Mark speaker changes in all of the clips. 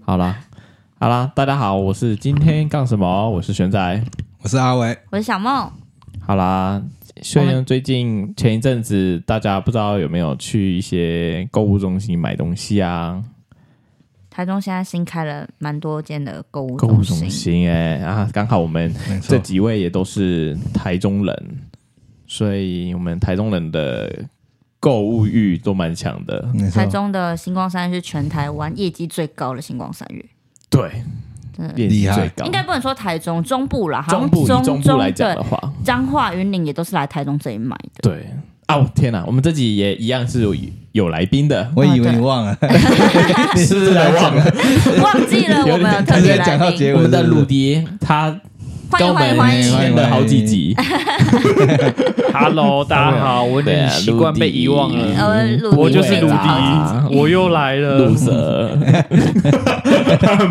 Speaker 1: 好啦，好啦，大家好，我是今天干什么？我是玄仔。
Speaker 2: 我是阿伟，
Speaker 3: 我是小梦，
Speaker 1: 好啦，虽
Speaker 3: 我
Speaker 1: 然最近前一阵子大家不知道有没有去一些购物中心买东西啊？
Speaker 3: 台中现在新开了蛮多间的购物
Speaker 1: 购物
Speaker 3: 中
Speaker 1: 中心哎、啊，刚好我们
Speaker 2: 没
Speaker 1: 这几位也都是台中人，所以我们台中人的购物欲都蛮强的。
Speaker 2: 没错
Speaker 3: 台，中的星光三月是全台湾业绩最高的星光三月，
Speaker 1: 对，
Speaker 3: 真的
Speaker 1: 业绩
Speaker 2: 厉害，
Speaker 1: 最高
Speaker 3: 应。该不能说台中中部啦，好像
Speaker 1: 中部以
Speaker 3: 中
Speaker 1: 中部来讲的
Speaker 3: 对
Speaker 1: 话，
Speaker 3: 彰化、云林也都是来台中这里买 的。
Speaker 1: 对啊，我天哪，我们这集也一样是有有来宾的
Speaker 2: 我以为你忘
Speaker 3: 哦
Speaker 2: 了，
Speaker 1: 是来忘了，
Speaker 3: 忘记了我们有特
Speaker 2: 直
Speaker 3: 别
Speaker 2: 接讲
Speaker 3: 来
Speaker 2: 到
Speaker 3: 宾，
Speaker 2: 结
Speaker 1: 我
Speaker 2: 尾
Speaker 1: 们的
Speaker 2: 是不
Speaker 1: 鲁
Speaker 2: 是
Speaker 1: 迪他
Speaker 3: 欢
Speaker 1: 跟我
Speaker 3: 迎欢迎欢
Speaker 1: 们
Speaker 3: 迎！
Speaker 1: 签了好几集，
Speaker 4: Hello，大 家好，我有点习惯被遗忘
Speaker 1: 啊对
Speaker 4: 了，
Speaker 1: 啊
Speaker 3: 呃，
Speaker 1: 鲁
Speaker 3: 鲁
Speaker 1: 迪
Speaker 4: 我就是鲁
Speaker 1: 鲁啊
Speaker 3: 迪，
Speaker 4: 迪，我又来了
Speaker 1: 鲁。蛇，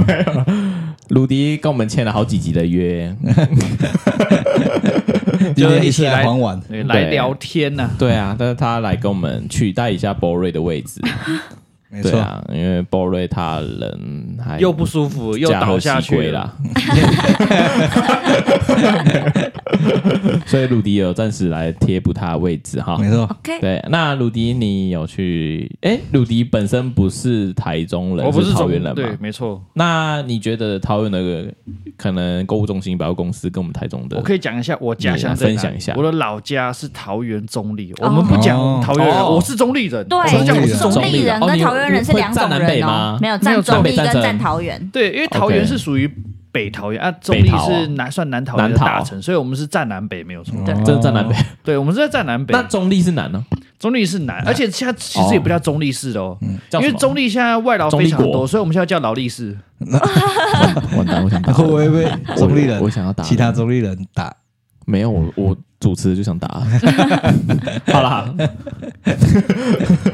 Speaker 1: 没有鲁迪跟我们签了好几集的约，
Speaker 2: 今
Speaker 4: 就是
Speaker 2: 天
Speaker 4: 一
Speaker 2: 次
Speaker 4: 起来
Speaker 2: 来还 完，
Speaker 4: 对来聊天呐、
Speaker 1: 对啊，但是他来跟我们取代一下波瑞的位置，
Speaker 2: 没
Speaker 1: 对
Speaker 2: 错，
Speaker 1: 啊，因为波瑞他人还
Speaker 4: 又不舒服，又倒
Speaker 1: 啊嫁
Speaker 4: 下
Speaker 1: 祸
Speaker 4: 去
Speaker 1: 西归
Speaker 4: 了。
Speaker 1: 啦，所以鲁迪有暂时来贴补他的位置哈。
Speaker 2: 没错，
Speaker 3: OK，
Speaker 1: 对，那鲁迪，你有去？哎，鲁迪本身不是台中人，
Speaker 4: 我不是
Speaker 1: 桃
Speaker 4: 中
Speaker 1: 园人
Speaker 4: 对，
Speaker 1: 嘛？
Speaker 4: 没错。
Speaker 1: 那你觉得桃园的可能购物中心百货公司跟我们台中的
Speaker 4: 我可以讲一下我家乡在哪
Speaker 1: 你来分享一下
Speaker 4: 我的老家是桃园中立，
Speaker 3: 哦
Speaker 4: 我们不讲桃园人，
Speaker 1: 哦
Speaker 4: 我是中立人。
Speaker 3: 对
Speaker 4: 我们讲我是中
Speaker 1: 中
Speaker 4: 立
Speaker 1: 立
Speaker 3: 立
Speaker 4: 人。
Speaker 3: 人
Speaker 1: 哦
Speaker 3: 跟
Speaker 1: 你
Speaker 3: 桃园人是
Speaker 1: 会
Speaker 3: 两
Speaker 1: 站
Speaker 3: 种
Speaker 1: 南北
Speaker 3: 人
Speaker 1: 吗
Speaker 3: 哦，没有
Speaker 4: 没有
Speaker 3: 站
Speaker 4: 站
Speaker 3: 中
Speaker 1: 北
Speaker 3: 立跟
Speaker 1: 站
Speaker 3: 站
Speaker 1: 城
Speaker 3: 桃园，
Speaker 4: 对，因为桃园是属于北桃园啊，中
Speaker 1: 北
Speaker 4: 立
Speaker 1: 桃啊
Speaker 4: 是南算南桃园的
Speaker 1: 南桃
Speaker 4: 大城，所以我们是占南北没有错。
Speaker 3: 对
Speaker 2: 哦
Speaker 1: 真的在南北，
Speaker 4: 对，我们是在占南北
Speaker 1: 那，中立是南呢？
Speaker 4: 中立是南，而且现在其实也不叫中立市的哦，
Speaker 1: 叫
Speaker 4: 因
Speaker 1: 什
Speaker 4: 为
Speaker 1: 么
Speaker 4: 中立现在外劳非常
Speaker 1: 中立国
Speaker 4: 多，所以我们现在叫劳力 士。
Speaker 1: 完蛋，我想打
Speaker 2: 会不
Speaker 1: 人，
Speaker 2: 会 被中立人
Speaker 1: 我想要打人
Speaker 2: 其他中立人打？
Speaker 1: 没有我我主持就想打， 好啦，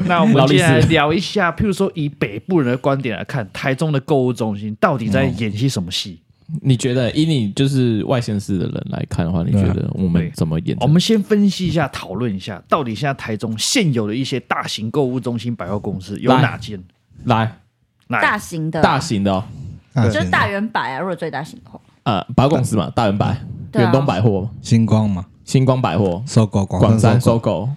Speaker 4: 那我
Speaker 1: 劳
Speaker 4: 们
Speaker 1: 力
Speaker 4: 接
Speaker 1: 士
Speaker 4: 下来聊一下，譬如说以北部人的观点来看，台中的购物中心到底在演些什么戏？
Speaker 1: 你觉得以你就是外县市的人来看的话，你觉得
Speaker 4: 啊
Speaker 1: 我们怎么演？
Speaker 4: 我们先分析一下，讨论一下，到底现在台中现有的一些大型购物中心、百货公司有
Speaker 1: 来
Speaker 4: 哪间？
Speaker 1: 来
Speaker 4: 来
Speaker 3: 大，型的，
Speaker 1: 哎大型的哦，
Speaker 3: 就是
Speaker 2: 啊
Speaker 3: 大圆百啊，如果最大型的话，
Speaker 1: 呃，百货公司嘛，大圆百、
Speaker 3: 对啊
Speaker 1: 远东百货、
Speaker 2: 星光嘛，
Speaker 1: 星光百货、
Speaker 2: 搜狗
Speaker 1: 广山
Speaker 2: 搜
Speaker 1: 搜，狗、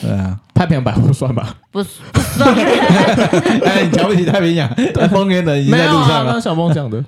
Speaker 2: 对啊，
Speaker 1: 太平洋百货算 吧？
Speaker 3: 不是不 算
Speaker 2: 哎，你瞧不起太平洋，丰原人已
Speaker 3: 啊
Speaker 2: 经在路上
Speaker 1: 那
Speaker 2: 了，
Speaker 1: 小梦讲的，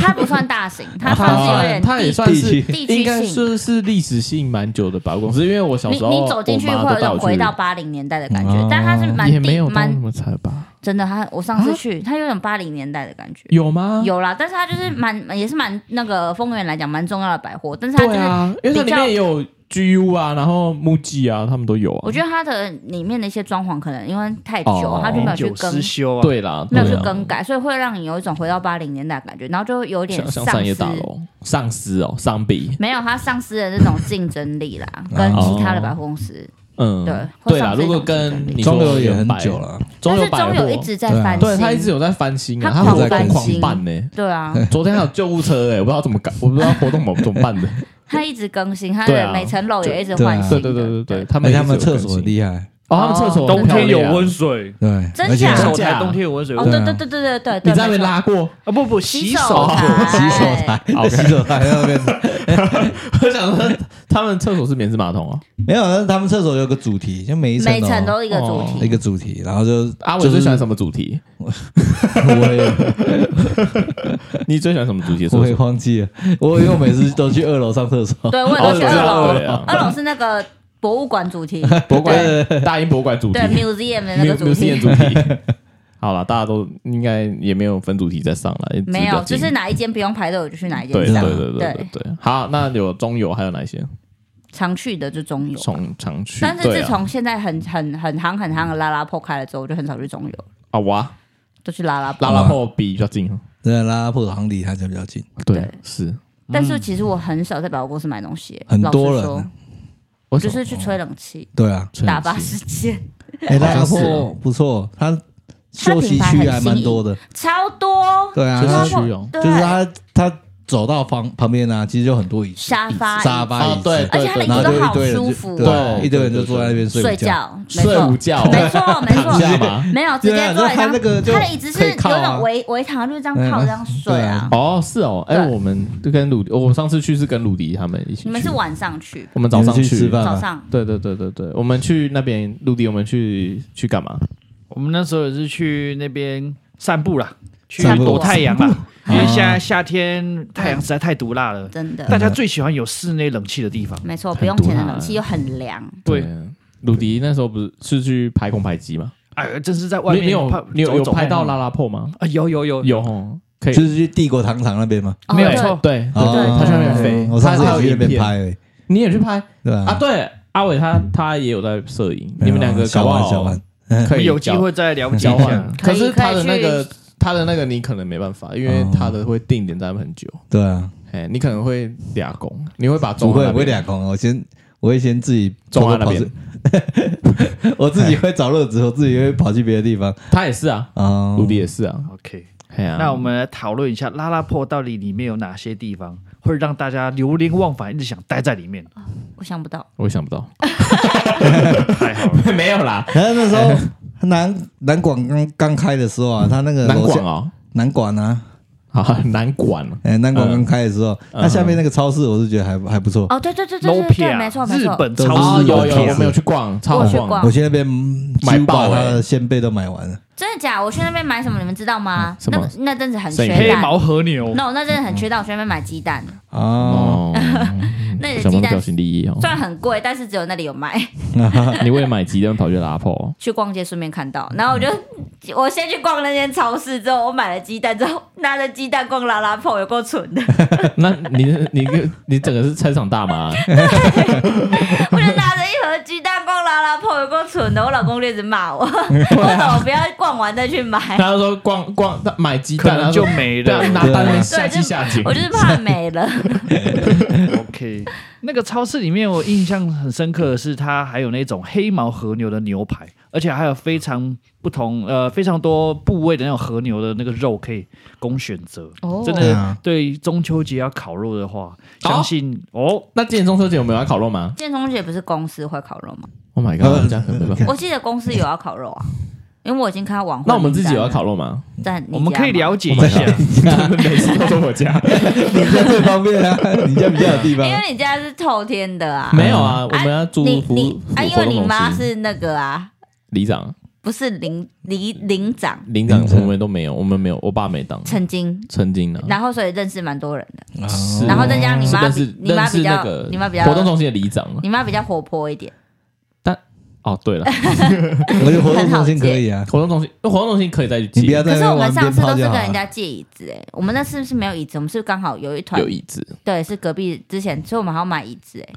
Speaker 3: 它不算 大型，它算是有点
Speaker 1: 它哦也
Speaker 3: 地
Speaker 1: 算是
Speaker 2: 地
Speaker 3: 区
Speaker 1: 应该说是历史性蛮久的百货公司，因为我小
Speaker 3: 你
Speaker 1: 时候
Speaker 3: 你走进去
Speaker 1: 我妈
Speaker 3: 会有
Speaker 1: 都
Speaker 3: 一
Speaker 1: 带
Speaker 3: 种
Speaker 1: 我
Speaker 3: 回
Speaker 1: 去
Speaker 3: 到八零年代的感觉，
Speaker 2: 哦
Speaker 3: 但它是蛮
Speaker 1: 也没有
Speaker 3: 地
Speaker 1: 到那
Speaker 3: 蛮
Speaker 1: 么惨吧？
Speaker 3: 真的，它我上次去，它有点八零年代的感觉。
Speaker 1: 有吗？
Speaker 3: 有啦，但是它就是蛮也是蛮那个丰原来讲蛮重要的百货，但是它就
Speaker 1: 对
Speaker 3: 是、
Speaker 1: 啊，因为它里
Speaker 3: 比较
Speaker 1: 面也有 GU 啊，然后 MUJI 啊，他们都有啊。
Speaker 3: 我觉得它的里面的一些装潢可能因为太
Speaker 1: 哦
Speaker 3: 久，它就没有去
Speaker 4: 久
Speaker 3: 更
Speaker 4: 失修啊，，
Speaker 1: 对啦，
Speaker 3: 没有去
Speaker 1: 对啊
Speaker 3: 更改，所以会让你有一种回到八零年代的感觉，然后就有点
Speaker 1: 像像
Speaker 3: 丧
Speaker 1: 商业
Speaker 3: 失
Speaker 1: 大楼、上司哦、上比，
Speaker 3: 没有它丧失了那种竞争力 啦，跟其他
Speaker 1: 哦
Speaker 3: 的百货公司。
Speaker 1: 嗯，
Speaker 3: 对会
Speaker 1: 对啦。
Speaker 3: 丧
Speaker 1: 如
Speaker 3: 失一种
Speaker 1: 果跟
Speaker 3: 竞争力
Speaker 1: 你说
Speaker 2: 中流也
Speaker 1: 原
Speaker 2: 很
Speaker 1: 百
Speaker 2: 久，了，
Speaker 1: 中
Speaker 3: 但
Speaker 1: 流
Speaker 3: 是
Speaker 1: 百
Speaker 3: 中
Speaker 1: 货
Speaker 3: 友一直在翻新，
Speaker 1: 对啊他一直有在翻新啊，
Speaker 3: 它
Speaker 1: 他活
Speaker 2: 狂
Speaker 1: 动
Speaker 2: 翻
Speaker 1: 狂
Speaker 3: 新
Speaker 1: 办呢。
Speaker 3: 对啊，
Speaker 1: 昨天还有救护车哎，我不知道怎么搞，我不知道活动怎么怎么办的。
Speaker 3: 它一直更新，它
Speaker 1: 对啊
Speaker 3: 的每层楼也一直换
Speaker 1: 对
Speaker 3: 新
Speaker 1: 对
Speaker 3: 的。
Speaker 1: 对啊对对，
Speaker 3: 对
Speaker 1: 他
Speaker 2: 而
Speaker 1: 们
Speaker 2: 哎且他
Speaker 1: 也是有
Speaker 2: 们厕
Speaker 1: 更
Speaker 2: 所很
Speaker 1: 新
Speaker 2: 厉害，
Speaker 1: 哦，他们厕所
Speaker 4: 冬天有
Speaker 1: 温
Speaker 4: 温，水，
Speaker 2: 对，
Speaker 3: 真
Speaker 2: 而且
Speaker 3: 假
Speaker 4: 手
Speaker 1: 真
Speaker 4: 台
Speaker 1: 假
Speaker 4: 冬天有温水
Speaker 3: 哦，
Speaker 4: 啊
Speaker 3: 对对对对对对对，
Speaker 1: 你在那
Speaker 3: 没
Speaker 1: 边
Speaker 3: 错
Speaker 1: 拉过？
Speaker 4: 不不
Speaker 3: 洗
Speaker 4: 洗
Speaker 3: 手
Speaker 4: 手
Speaker 3: 台，
Speaker 2: 洗手台，
Speaker 1: 哦
Speaker 2: 洗手台那边
Speaker 1: 我想说他们厕所是免治马桶哦。
Speaker 2: 没有，但是他们厕所有个主题，就每一
Speaker 3: 每层
Speaker 2: 层哦
Speaker 3: 都一个主
Speaker 1: 哦
Speaker 2: 一
Speaker 3: 题。
Speaker 2: 个主题，然后就
Speaker 1: 阿伟
Speaker 2: 就
Speaker 1: 最
Speaker 2: 是
Speaker 1: 喜欢什么主题？
Speaker 2: 我也
Speaker 1: 你最喜欢什么主题？
Speaker 2: 我也忘记了，我因为我每次都去二楼上厕 所，
Speaker 3: 对，我也都去
Speaker 1: 哦
Speaker 3: 二
Speaker 1: 对
Speaker 3: 楼
Speaker 1: 啊，
Speaker 3: 二楼是那个博物馆主 题，
Speaker 1: 博物馆大英博物馆主题
Speaker 3: 对 museum 的那个
Speaker 1: Mu-
Speaker 3: 主
Speaker 1: ，museum
Speaker 3: 题。
Speaker 1: 主题。 好了，大家都应该也没有分主题再上了，
Speaker 3: 没
Speaker 1: 只
Speaker 3: 有，就
Speaker 1: 比较
Speaker 3: 是
Speaker 1: 近
Speaker 3: 哪一间不用排队，我就去哪一
Speaker 1: 对对
Speaker 3: 间这样。
Speaker 1: 对对对
Speaker 3: 对
Speaker 1: 对对。好，那有中游还有哪些？
Speaker 3: 常去的就中游，
Speaker 1: 从常去，
Speaker 3: 但是
Speaker 1: 对
Speaker 3: 自
Speaker 1: 啊
Speaker 3: 从现在很很很行很行的拉拉破开了之后，我就很少去中游，
Speaker 1: 啊哇，
Speaker 3: 都去拉拉破。
Speaker 1: 拉拉破比较近哦，
Speaker 2: 对，啊拉拉破行离他家比较近，
Speaker 1: 对
Speaker 3: 对，
Speaker 1: 是
Speaker 3: 但是其实我很少在百货公司买东西，
Speaker 2: 很
Speaker 3: 老实
Speaker 2: 多人
Speaker 3: 说
Speaker 2: 啊
Speaker 1: 我
Speaker 3: 我就是去吹冷气、
Speaker 2: 对啊，
Speaker 1: 吹冷气
Speaker 3: 打发时间，
Speaker 2: 哎，拉拉
Speaker 1: 好像是哦
Speaker 2: 破不错，它休息区还蛮多的，
Speaker 3: 超多。
Speaker 2: 对啊，
Speaker 1: 就是
Speaker 2: 它
Speaker 1: 区哦，
Speaker 3: 对，
Speaker 2: 就是它它走到旁旁边啊，其实有很多椅子、
Speaker 3: 沙
Speaker 2: 椅
Speaker 3: 发
Speaker 2: 子沙
Speaker 3: 椅
Speaker 2: 发、
Speaker 3: 子哦
Speaker 2: 椅子，
Speaker 1: 对
Speaker 3: 而且它的椅
Speaker 2: 然后
Speaker 3: 子
Speaker 2: 就
Speaker 3: 都
Speaker 2: 一
Speaker 3: 好
Speaker 2: 堆人
Speaker 3: 舒
Speaker 2: 就
Speaker 3: 服哦，
Speaker 2: 对，一堆人就坐在那边
Speaker 3: 睡
Speaker 2: 觉。
Speaker 3: 觉，没
Speaker 1: 睡午
Speaker 3: 错，
Speaker 1: 觉，
Speaker 3: 没错， 没错
Speaker 1: 躺，下嘛。
Speaker 3: 没有直
Speaker 2: 对
Speaker 3: 接
Speaker 2: 啊
Speaker 3: 坐在
Speaker 2: 就看
Speaker 3: 上
Speaker 2: 那个就
Speaker 3: 他的椅子是
Speaker 2: 可
Speaker 3: 有
Speaker 2: 以靠啊
Speaker 3: 种围围躺，就是这样靠
Speaker 2: 嗯
Speaker 3: 这样睡啊。
Speaker 1: 哦，是哦，哎、
Speaker 3: 对
Speaker 1: 我们就跟鲁，我上次去是跟鲁迪他们一起去，
Speaker 3: 你们是晚上去，
Speaker 1: 我们早上
Speaker 2: 你们去吃饭
Speaker 3: 早
Speaker 2: 吗
Speaker 3: 上
Speaker 1: 对对对对对，我们去那边陆地，我们去去干嘛？
Speaker 4: 我们那时候也是去那边哦散步哦啦，去
Speaker 2: 散步
Speaker 4: 躲太阳啦，因为现在
Speaker 2: 啊
Speaker 4: 夏天太阳实在太毒辣了，
Speaker 3: 真的
Speaker 4: 大家最喜欢有室内冷气的地方。
Speaker 3: 没错，
Speaker 1: 很
Speaker 3: 不用
Speaker 1: 毒
Speaker 3: 钱的
Speaker 1: 辣
Speaker 3: 冷气又很凉，
Speaker 4: 对，
Speaker 1: 啊，鲁迪那时候不是是去拍空拍机吗？
Speaker 4: 哎，真是在外
Speaker 1: 你
Speaker 4: 面
Speaker 1: 你有你有
Speaker 4: 走
Speaker 1: 有
Speaker 4: 走晃
Speaker 1: 拍到
Speaker 4: 晃
Speaker 1: 拉拉破吗？
Speaker 4: 啊？有有有，
Speaker 1: 有哦，可以，
Speaker 2: 就是去帝国糖厂那边嘛，
Speaker 3: 哦
Speaker 4: 没有
Speaker 1: 对
Speaker 4: 错
Speaker 1: 对，
Speaker 2: 哦
Speaker 3: 对
Speaker 1: 他去那边飞
Speaker 2: 我上次也去那边
Speaker 1: 他
Speaker 2: 拍而嗯已，
Speaker 1: 你也去拍
Speaker 2: 对吧？
Speaker 1: 啊？对，阿伟他他也有在摄影，你们两个搞
Speaker 2: 小
Speaker 1: 不
Speaker 2: 玩嗯啊小
Speaker 1: 好
Speaker 2: 玩，
Speaker 1: 可以
Speaker 4: 有机
Speaker 1: 交
Speaker 4: 会再了解
Speaker 1: 交
Speaker 4: 一下
Speaker 1: 换，。嗯可
Speaker 3: 可以
Speaker 1: 是他的
Speaker 3: 可以
Speaker 1: 那
Speaker 3: 去
Speaker 1: 个他的那个你可能没办法，因为
Speaker 2: 哦
Speaker 1: 他的会定点在很久，
Speaker 2: 对啊，
Speaker 1: 哎，你可能会俩工，你会把
Speaker 2: 不
Speaker 1: 中
Speaker 2: 会
Speaker 1: 华那
Speaker 2: 不会
Speaker 1: 边
Speaker 2: 两空，我先我会先自己
Speaker 1: 中华那
Speaker 2: 跑去， 我自己会找乐子，我自己会跑去别的地方
Speaker 1: 他也是啊，
Speaker 2: 啊。
Speaker 1: 鲁迪也是啊，
Speaker 4: OK，
Speaker 1: 哎呀，
Speaker 4: 那我们来讨论一下拉拉破到底里面有哪些地方会让大家流连忘返，一直想待在里面。
Speaker 3: 我想不到，
Speaker 1: 我也想不到，
Speaker 4: 太好 了，
Speaker 1: 没有啦，
Speaker 2: 然后那时候南南广刚刚开的时候啊，他那个
Speaker 1: 南
Speaker 2: 楼下
Speaker 1: 广哦，
Speaker 2: 南广啊，
Speaker 1: 啊，南广哦
Speaker 2: 哎，南广刚开的时候，
Speaker 1: 嗯
Speaker 2: 那下面那个超市我是觉得还还不错，
Speaker 3: 哦，对对对对
Speaker 4: No
Speaker 3: 对对，没错
Speaker 4: Pia，
Speaker 3: 没
Speaker 4: 啊日
Speaker 3: 错，
Speaker 4: 本
Speaker 2: 都是
Speaker 1: 啊，
Speaker 4: 超
Speaker 2: 日
Speaker 4: 市
Speaker 1: 有
Speaker 2: 本
Speaker 1: 有，
Speaker 2: 超市
Speaker 1: 我们有去逛，超
Speaker 3: 我
Speaker 1: 好
Speaker 3: 去
Speaker 1: 逛
Speaker 3: 逛，
Speaker 2: 我去那边嗯
Speaker 1: 买
Speaker 2: 几乎
Speaker 1: 爆欸
Speaker 2: 把他的鲜贝都买完了，
Speaker 3: 真的假？我去那边买什么，你们知道吗？
Speaker 1: 什
Speaker 3: 那
Speaker 1: 么
Speaker 3: 个那阵子很
Speaker 1: 生
Speaker 3: 缺
Speaker 1: 鱼
Speaker 4: 黑
Speaker 3: 蛋。
Speaker 4: 毛和牛，
Speaker 3: no，那阵子很缺蛋，我去那边买鸡蛋，
Speaker 2: 哦，
Speaker 1: 哦，
Speaker 3: 那里的
Speaker 1: 小
Speaker 3: 鸡
Speaker 1: 猫的
Speaker 3: 蛋
Speaker 1: 表情第一哦
Speaker 3: 虽，然很贵，但是只有那里有卖。
Speaker 1: 你为了买鸡蛋跑去拉破，
Speaker 3: 去逛街顺便看
Speaker 1: 嗯
Speaker 3: 到，然后我就我先去逛那间超市，之后我买了鸡蛋，之后拿着鸡蛋逛拉拉泡，有够蠢的。
Speaker 1: 那你你你整个是菜市场大妈，
Speaker 3: 我就拿着一盒鸡蛋逛拉拉泡，有够蠢的。我老公就一直骂 我，
Speaker 1: 啊
Speaker 3: 为什么不要逛完再 去买？
Speaker 1: 他说逛逛买鸡
Speaker 4: 可
Speaker 1: 蛋，
Speaker 4: 能
Speaker 1: 他
Speaker 4: 就
Speaker 1: 说
Speaker 4: 没
Speaker 1: 对啊，
Speaker 4: 了。
Speaker 1: 拿单
Speaker 2: 对
Speaker 1: 位
Speaker 2: 啊
Speaker 1: 下
Speaker 3: 对
Speaker 1: 期
Speaker 3: 就
Speaker 1: 下井，
Speaker 3: 我就是怕 没了。
Speaker 4: OK，那个超市里面我印象很深刻的是，它还有那种黑毛和牛的牛排，而且还有非常不同呃非常多部位的那种和牛的那个肉可以供选择。
Speaker 3: 哦
Speaker 4: 真
Speaker 2: 对
Speaker 4: 的
Speaker 2: 啊
Speaker 4: 对中秋节要烤肉的话，相信哦
Speaker 1: 那今年中秋节我们有要烤肉吗
Speaker 3: 建中姐不是公司会烤肉吗？
Speaker 1: ？Oh my
Speaker 2: 呃
Speaker 1: god，这样 很没办法。
Speaker 3: 我记得公司有要烤肉啊，因为我已经看到晚会。
Speaker 1: 那我们自己有要，烤肉 吗？
Speaker 3: 但
Speaker 4: 我们可以了解
Speaker 1: Oh
Speaker 4: 一
Speaker 1: my
Speaker 4: 下。
Speaker 1: god，每次都说我家
Speaker 2: 你家最方便啊，你家比较有地
Speaker 3: 因
Speaker 2: 方，
Speaker 3: 为你家是透天的啊，
Speaker 1: 没有啊，我们要租
Speaker 3: 你
Speaker 1: 服
Speaker 3: 你啊，因为你妈
Speaker 1: 活动中心
Speaker 3: 是那个啊，
Speaker 1: 里长，
Speaker 3: 不是领领领长，
Speaker 1: 里长
Speaker 2: 里
Speaker 1: 我
Speaker 2: 长
Speaker 1: 们都没有，我们没有，我爸没当，
Speaker 3: 曾经，
Speaker 1: 曾经呢，
Speaker 3: 然后所以认识蛮多人的，
Speaker 2: 哦
Speaker 1: 是
Speaker 3: 然后再加上你
Speaker 1: 嗯哦是
Speaker 3: 妈
Speaker 1: 认
Speaker 3: 比
Speaker 1: 识
Speaker 3: 你妈
Speaker 1: 认识
Speaker 3: 比较
Speaker 1: 那个
Speaker 3: 你妈比较
Speaker 1: 活动中心的里长啊
Speaker 3: 你妈比较活泼一点，
Speaker 1: 哦，对了，
Speaker 2: 我觉得活动中心可以啊，
Speaker 1: 活动中心，活动中心可以再去
Speaker 2: 你不
Speaker 1: 借
Speaker 2: 要
Speaker 3: 可
Speaker 2: 在
Speaker 3: 是
Speaker 2: 那
Speaker 3: 我
Speaker 2: 边玩
Speaker 3: 们上
Speaker 2: 鞭
Speaker 3: 次都
Speaker 2: 炮
Speaker 3: 是
Speaker 2: 就好啊
Speaker 3: 跟
Speaker 2: 了
Speaker 3: 人。家借椅子哎，我们那次是没有椅子，我们是刚好有一团
Speaker 1: 有椅子，
Speaker 3: 对是隔壁之前，所以我们还要买椅子哎，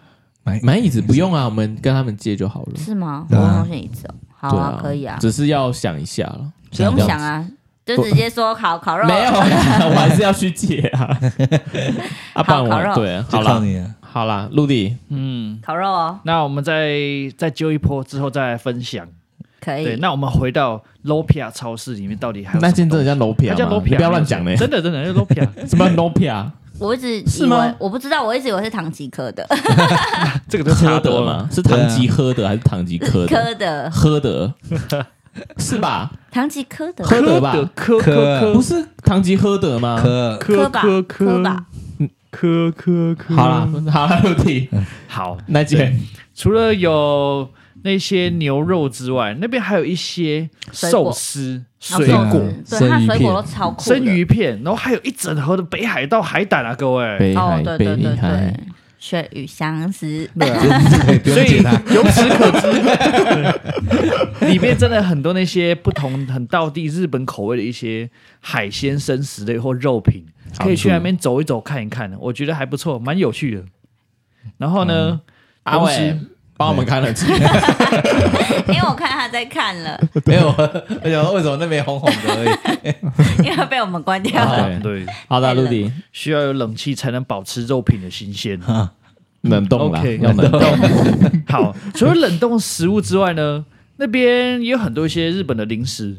Speaker 2: 买
Speaker 1: 买椅子不用啊，我们跟他们借就好了。
Speaker 3: 是吗？活
Speaker 2: 对啊
Speaker 3: 动中心椅子哦，好
Speaker 1: 对
Speaker 3: 啊，可以啊，
Speaker 1: 只是要想一下了。
Speaker 3: 不用想啊，就直接说烤烤肉，哦
Speaker 1: 没有，啦， 我还是要去借 啊。啊，不然
Speaker 3: 好烤肉
Speaker 1: 我对，好
Speaker 2: 就靠
Speaker 1: 啦，
Speaker 2: 你啊，
Speaker 1: 好啦，陆地，
Speaker 4: 嗯，
Speaker 3: 烤肉哦，
Speaker 4: 那我们再再揪一波之后再来分享。
Speaker 3: 可
Speaker 4: 对，
Speaker 3: 以。
Speaker 4: 那我们回到 Lopia 超市里面到底还有
Speaker 1: 那
Speaker 4: 什
Speaker 1: 间
Speaker 4: 么
Speaker 1: 真的
Speaker 4: 东西
Speaker 1: 叫 Lopia
Speaker 4: 它叫
Speaker 1: 吗
Speaker 4: Lopia，
Speaker 1: 你不要乱讲嘞
Speaker 4: 没有，错真的真的 叫 Lopia。
Speaker 1: 什么 Lopia？
Speaker 3: 我一直
Speaker 1: 是
Speaker 3: 以
Speaker 1: 吗
Speaker 3: 为我不知道，我一直以为是唐吉诃德，
Speaker 4: 这个都
Speaker 1: 喝
Speaker 4: 差
Speaker 1: 的
Speaker 4: 多了。
Speaker 1: 吗？是唐吉诃德还是唐吉 诃德？
Speaker 3: 科的
Speaker 1: 喝的，是吧？
Speaker 3: 唐吉诃德
Speaker 1: 科德吧
Speaker 4: 科
Speaker 2: 科
Speaker 4: 科
Speaker 1: 不是唐吉诃德吗？
Speaker 2: 可
Speaker 4: 科
Speaker 3: 吧
Speaker 4: 科
Speaker 3: 科吧，
Speaker 4: 科科科。
Speaker 1: 好啦，好啦，陆地，
Speaker 4: 好，
Speaker 1: 那间
Speaker 4: 除了有那些牛肉之外，那边还有一些寿司、水
Speaker 2: 然后
Speaker 4: 果、
Speaker 3: 对，它
Speaker 2: 生鱼
Speaker 3: 水果
Speaker 2: 片
Speaker 3: 都超酷的，
Speaker 4: 生鱼片，然后还有一整盒的北海道海胆啊，各位。
Speaker 1: 北
Speaker 3: 哦
Speaker 1: 海，
Speaker 3: 对对
Speaker 1: 北
Speaker 3: 对对
Speaker 1: 海，，
Speaker 3: 血与相思，
Speaker 4: 对啊
Speaker 2: 以不
Speaker 4: 所
Speaker 2: 用
Speaker 4: 以
Speaker 2: 解它，
Speaker 4: 由此可知， 里面真的很多那些不同、很道地日本口味的一些海鲜、生食类或肉品，可以去那边走一走、看一看，我觉得还不错，蛮有趣的。然后呢，
Speaker 1: 阿
Speaker 4: 同
Speaker 1: 伟
Speaker 4: 时
Speaker 1: 帮我们开冷气。
Speaker 3: 因为我看他在看了，
Speaker 2: 没有，而且为什么那边红红的而已？
Speaker 3: 因为被我们关掉了。
Speaker 1: 对
Speaker 4: 嗯对，
Speaker 1: 好的，陆地，
Speaker 4: 需要有冷气才能保持肉品的新鲜。
Speaker 1: 冷冻啦，
Speaker 4: OK，
Speaker 1: 要冷冻。
Speaker 4: 好，除了冷冻食物之外呢，那边也有很多一些日本的零食，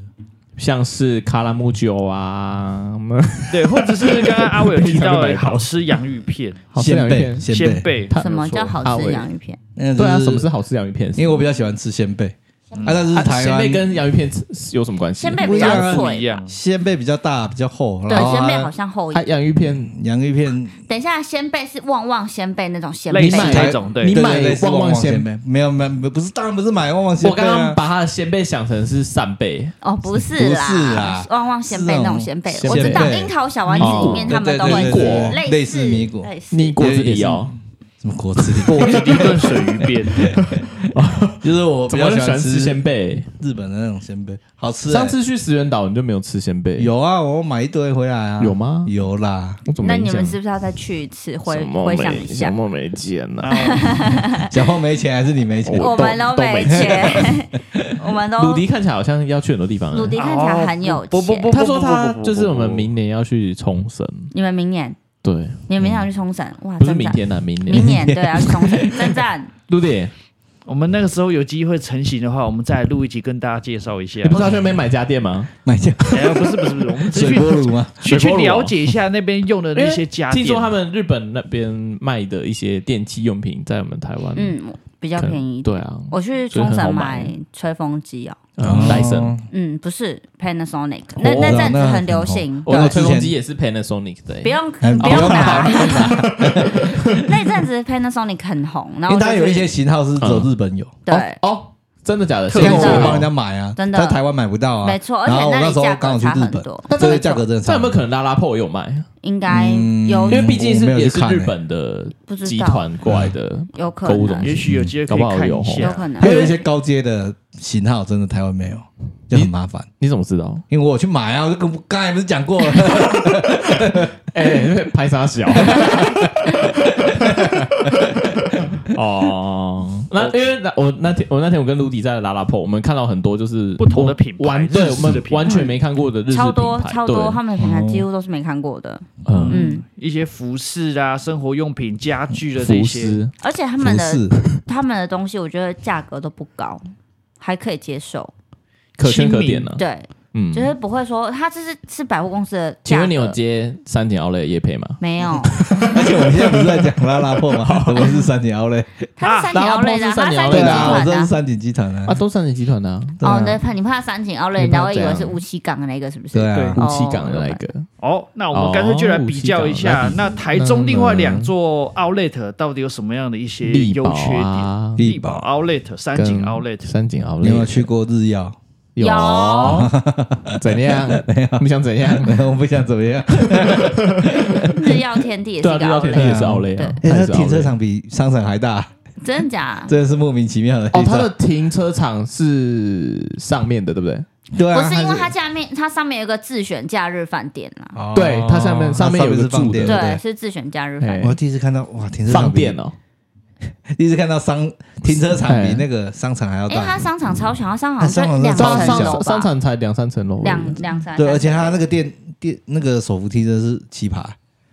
Speaker 1: 像是卡拉木酒啊、吗？
Speaker 4: 对，或者是刚刚阿伟有
Speaker 1: 非
Speaker 4: 提到
Speaker 1: 常的
Speaker 4: 的
Speaker 1: 白话
Speaker 4: 好吃洋 芋片、
Speaker 1: 好吃洋
Speaker 2: 鲜
Speaker 1: 芋
Speaker 2: 贝，
Speaker 1: 片，
Speaker 4: 鲜
Speaker 2: 鲜贝，
Speaker 4: 贝，
Speaker 1: 它
Speaker 3: 什么叫
Speaker 1: 没错
Speaker 3: 好
Speaker 1: 阿
Speaker 3: 吃
Speaker 1: 伟
Speaker 3: 洋芋片？
Speaker 2: 那个就
Speaker 1: 对啊，什么是？好吃洋芋片？
Speaker 2: 因为我比较喜欢吃鲜贝啊，但是
Speaker 1: 啊
Speaker 2: 台
Speaker 1: 鲜贝
Speaker 2: 湾
Speaker 1: 跟洋芋片是有什么关系？
Speaker 3: 鲜贝
Speaker 2: 不
Speaker 3: 比
Speaker 2: 一样
Speaker 3: 较
Speaker 2: 啊
Speaker 4: 不一
Speaker 3: 脆，
Speaker 4: 样。
Speaker 2: 鲜贝比较大，比较厚，
Speaker 3: 对，
Speaker 2: 然后
Speaker 3: 鲜贝
Speaker 2: 它
Speaker 3: 好像厚一
Speaker 1: 它
Speaker 3: 点。
Speaker 1: 洋芋片，
Speaker 2: 洋芋片
Speaker 3: 等一下，鲜贝是旺旺鲜贝那种鲜
Speaker 4: 类
Speaker 3: 贝
Speaker 4: 似
Speaker 1: 你买
Speaker 4: 那种，对
Speaker 1: 你
Speaker 2: 对
Speaker 1: 买
Speaker 2: 对类似
Speaker 1: 旺
Speaker 2: 旺
Speaker 1: 旺
Speaker 2: 旺
Speaker 1: 鲜
Speaker 2: 鲜贝，没有没有不是，当然不是买旺旺鲜
Speaker 1: 我
Speaker 2: 贝
Speaker 1: 刚刚
Speaker 2: 啊，
Speaker 1: 把它的鲜贝想成是扇贝，
Speaker 3: 哦，不是啦，
Speaker 2: 不是啦
Speaker 3: 旺旺鲜
Speaker 2: 是
Speaker 3: 贝
Speaker 2: 那种
Speaker 3: 那种鲜贝，
Speaker 2: 鲜贝
Speaker 3: 我知道樱桃小丸子里面
Speaker 2: 哦
Speaker 3: 他们都会
Speaker 1: 对对
Speaker 3: 吃
Speaker 1: 对
Speaker 2: 对对
Speaker 3: 类
Speaker 2: 类
Speaker 3: 似
Speaker 2: 似米果
Speaker 3: 类似
Speaker 1: 你果子里哦，
Speaker 2: 什么果 子狸，
Speaker 4: 我只一顿水鱼片，
Speaker 2: 就是我比
Speaker 1: 怎么会
Speaker 2: 较
Speaker 1: 喜
Speaker 2: 喜
Speaker 1: 欢
Speaker 2: 欢
Speaker 1: 吃鲜贝？
Speaker 2: 日本的那种鲜贝，好吃欸。
Speaker 1: 上次去石原岛你就没有吃鲜贝？
Speaker 2: 有啊，我买一堆回来啊，
Speaker 1: 有吗
Speaker 2: 有啦，
Speaker 1: 我怎么
Speaker 3: 那
Speaker 1: 没印
Speaker 3: 你
Speaker 1: 象？
Speaker 3: 们是不是要再去一次，回
Speaker 1: 什么
Speaker 3: 回想
Speaker 1: 没
Speaker 3: 一下
Speaker 1: 什？么没见呢、
Speaker 4: 啊
Speaker 2: 小胖没钱还是你没钱？
Speaker 1: 我
Speaker 3: 啊我们
Speaker 1: 都
Speaker 3: 都
Speaker 1: 都没
Speaker 3: 没钱， 我们都
Speaker 1: 鲁迪看起来好像要去很多地方
Speaker 3: 哦鲁
Speaker 1: 了。
Speaker 3: 迪看起来很有
Speaker 4: 不不
Speaker 3: 钱
Speaker 4: 不。
Speaker 1: 他说他就是我们明年要去冲绳，
Speaker 3: 你们明年，
Speaker 1: 对，
Speaker 3: 你们明年要去冲绳，哇，
Speaker 1: 不是
Speaker 3: 真
Speaker 1: 明
Speaker 3: 赞！
Speaker 1: 天啊，明年。
Speaker 3: 啊明年对啊，去冲绳，真赞！
Speaker 1: 鲁迪，
Speaker 4: 我们那个时候有机会成型的话，我们再来录一集跟大家介绍一下
Speaker 1: 你不。是要去那边买家电吗？
Speaker 2: 买家
Speaker 4: 哎，不是不是不是，我们只是
Speaker 2: 水
Speaker 4: 去
Speaker 2: 波炉吗？
Speaker 4: 去
Speaker 1: 水
Speaker 4: 去
Speaker 1: 波炉哦
Speaker 4: 了解一下那边用的那些家
Speaker 1: 听
Speaker 4: 电。
Speaker 1: 说他们日本那边卖的一些电器用品，在我们台湾
Speaker 3: 嗯，比较
Speaker 1: 可能
Speaker 3: 便宜一点。
Speaker 1: 对啊，
Speaker 3: 我去冲绳买吹风机哦，
Speaker 1: 嗯戴森。
Speaker 2: 哦，
Speaker 3: 嗯，不是 Panasonic，那
Speaker 1: 哦
Speaker 3: 那阵子
Speaker 2: 那
Speaker 3: 很流行，
Speaker 1: 我的吹
Speaker 3: 对，
Speaker 1: 风机也是 Panasonic 的欸、
Speaker 3: 不用
Speaker 2: 哎
Speaker 3: 不
Speaker 2: 不
Speaker 3: 用
Speaker 2: 用
Speaker 3: 拿
Speaker 2: 拿。
Speaker 3: 那阵子 Panasonic 很红，
Speaker 2: 因
Speaker 3: 然后
Speaker 2: 为它
Speaker 3: 就
Speaker 2: 有
Speaker 3: 是
Speaker 2: 一些型号是只有日本有，
Speaker 3: 对，
Speaker 1: 哦哦，真的假的？
Speaker 2: 所
Speaker 1: 现
Speaker 2: 以
Speaker 1: 在
Speaker 3: 真
Speaker 2: 我
Speaker 1: 有
Speaker 3: 的
Speaker 2: 帮
Speaker 1: 吗
Speaker 2: 人家买啊，
Speaker 3: 真的
Speaker 2: 在台湾买不到啊。
Speaker 3: 没错，而
Speaker 2: 然
Speaker 3: 且
Speaker 2: 后我
Speaker 3: 那
Speaker 2: 那
Speaker 3: 里
Speaker 2: 时候
Speaker 3: 价
Speaker 2: 刚好
Speaker 3: 格
Speaker 2: 去
Speaker 3: 差
Speaker 2: 日
Speaker 3: 很
Speaker 2: 本，
Speaker 3: 多，
Speaker 2: 这个价格真的差
Speaker 1: 那有
Speaker 2: 很
Speaker 1: 没
Speaker 2: 多
Speaker 1: 有可能拉拉破有卖？
Speaker 3: 应该
Speaker 2: 嗯
Speaker 3: 有
Speaker 1: 因为毕竟是
Speaker 2: 我没有去
Speaker 1: 也是
Speaker 2: 看欸
Speaker 1: 日本的
Speaker 3: 不知
Speaker 1: 集
Speaker 3: 道
Speaker 1: 团过来的，
Speaker 3: 有可
Speaker 1: 购物
Speaker 3: 能
Speaker 1: 中
Speaker 4: 也许有机会
Speaker 1: 搞
Speaker 4: 可
Speaker 1: 不好
Speaker 4: 以看
Speaker 1: 有
Speaker 4: 一
Speaker 1: 哦
Speaker 4: 下，
Speaker 3: 有可能
Speaker 2: 还有一些高阶的型号，真的台湾没有，就很麻烦。
Speaker 1: 你怎么知道？
Speaker 2: 因为我有去买啊，我就跟刚才不是讲过了，
Speaker 1: 哎、拍啥 小？哦，那因为那我那天我那天我跟卢迪在拉拉破，我们看到很多就是
Speaker 4: 不同的品牌
Speaker 1: 完
Speaker 4: 日式的
Speaker 1: 对我们
Speaker 4: 品牌
Speaker 1: 完全没看过的日式
Speaker 3: 超
Speaker 1: 品
Speaker 3: 多
Speaker 1: 牌，
Speaker 3: 超
Speaker 1: 对
Speaker 3: 多，他们的品牌几乎都是没看过的，
Speaker 1: 嗯，
Speaker 3: 嗯，
Speaker 4: 一些服饰啊、生活用品、家具的这
Speaker 1: 福
Speaker 4: 些。
Speaker 1: 斯
Speaker 3: 而且他
Speaker 2: 不
Speaker 3: 们的
Speaker 2: 是
Speaker 3: 他们的东西，我觉得价格都不高，还可以接受，
Speaker 1: 可圈可点呢、啊。
Speaker 3: 对，
Speaker 1: 嗯，
Speaker 3: 就是不会说他这是是百货公司的价格，
Speaker 1: 请问 你有接三井奥莱的叶配吗？
Speaker 3: 没有？
Speaker 2: 而且我们现在不是在讲拉拉破吗？怎么是三井奥莱？
Speaker 3: 它是三井
Speaker 1: 啊
Speaker 3: 奥莱的啊，
Speaker 1: 然
Speaker 3: 它
Speaker 1: 后
Speaker 3: 三
Speaker 1: 不
Speaker 2: 对
Speaker 3: 井
Speaker 1: 是
Speaker 3: 集
Speaker 2: 啊，我
Speaker 3: 团
Speaker 2: 这
Speaker 3: 的
Speaker 2: 是
Speaker 3: 啊。
Speaker 2: 三井集团
Speaker 1: 啊，
Speaker 2: 啊。
Speaker 1: 都三井集团的、啊，
Speaker 2: 对啊
Speaker 3: 哦，对，怕你怕三井奥莱，
Speaker 1: 你
Speaker 3: 人家
Speaker 1: 怕
Speaker 3: 会以
Speaker 1: 怎
Speaker 3: 为
Speaker 1: 样
Speaker 3: 是无锡港的那个，是不是？
Speaker 2: 对啊，
Speaker 1: 乌七港的那一个，
Speaker 4: 哦，那我们干脆就来比
Speaker 1: 哦
Speaker 4: 较一下，那台中另外两座 Outlet 到底有什么样的一些
Speaker 1: 力
Speaker 4: 优
Speaker 1: 宝
Speaker 4: 缺点？
Speaker 1: 啊，
Speaker 4: 力宝 Outlet、三井
Speaker 1: 跟
Speaker 4: Outlet，
Speaker 1: 三井奥莱，
Speaker 2: 你有没有去过日 耀？
Speaker 1: 有 怎 样？你想怎样？
Speaker 2: 我不想怎么样。
Speaker 3: 日耀天地也是
Speaker 1: 对啊，日
Speaker 3: 一个
Speaker 1: 耀
Speaker 3: 奥
Speaker 1: 天地
Speaker 3: 莱，
Speaker 1: 也是奥莱啊，
Speaker 2: 哎、
Speaker 1: 它
Speaker 2: 那
Speaker 1: 也是奥
Speaker 2: 停车
Speaker 1: 莱。
Speaker 2: 场比商场还大，
Speaker 3: 真的假？
Speaker 2: 真的是莫名其妙的。
Speaker 1: 哦，它的停车场是上面的，对不对？
Speaker 2: 对啊，
Speaker 3: 不是因为
Speaker 2: 它
Speaker 3: 它下面它上面有个自选假日饭店啦，
Speaker 2: 哦
Speaker 1: 对它上面上面有一个
Speaker 2: 是放
Speaker 1: 柱
Speaker 2: 电
Speaker 1: 对
Speaker 2: 的，
Speaker 3: 对，
Speaker 2: 对
Speaker 3: 是自选假日饭
Speaker 1: 嘿
Speaker 3: 店。
Speaker 2: 我第一次看到哇，停车场
Speaker 1: 放
Speaker 2: 比
Speaker 1: 电，哦，
Speaker 2: 第一次看到商停车场
Speaker 1: 哎
Speaker 2: 比那个商场还要
Speaker 3: 因为它
Speaker 2: 大。
Speaker 3: 商场超小，它商
Speaker 2: 它
Speaker 3: 场
Speaker 2: 商
Speaker 3: 才
Speaker 2: 场
Speaker 3: 两
Speaker 2: 超
Speaker 3: 啊三
Speaker 1: 商
Speaker 2: 小
Speaker 3: 层
Speaker 1: 场
Speaker 3: 楼吧，
Speaker 1: 商场才两三层楼而已，
Speaker 3: 两两三
Speaker 2: 对，
Speaker 3: 三
Speaker 2: 而且它那个电电那个手扶梯真的是奇葩，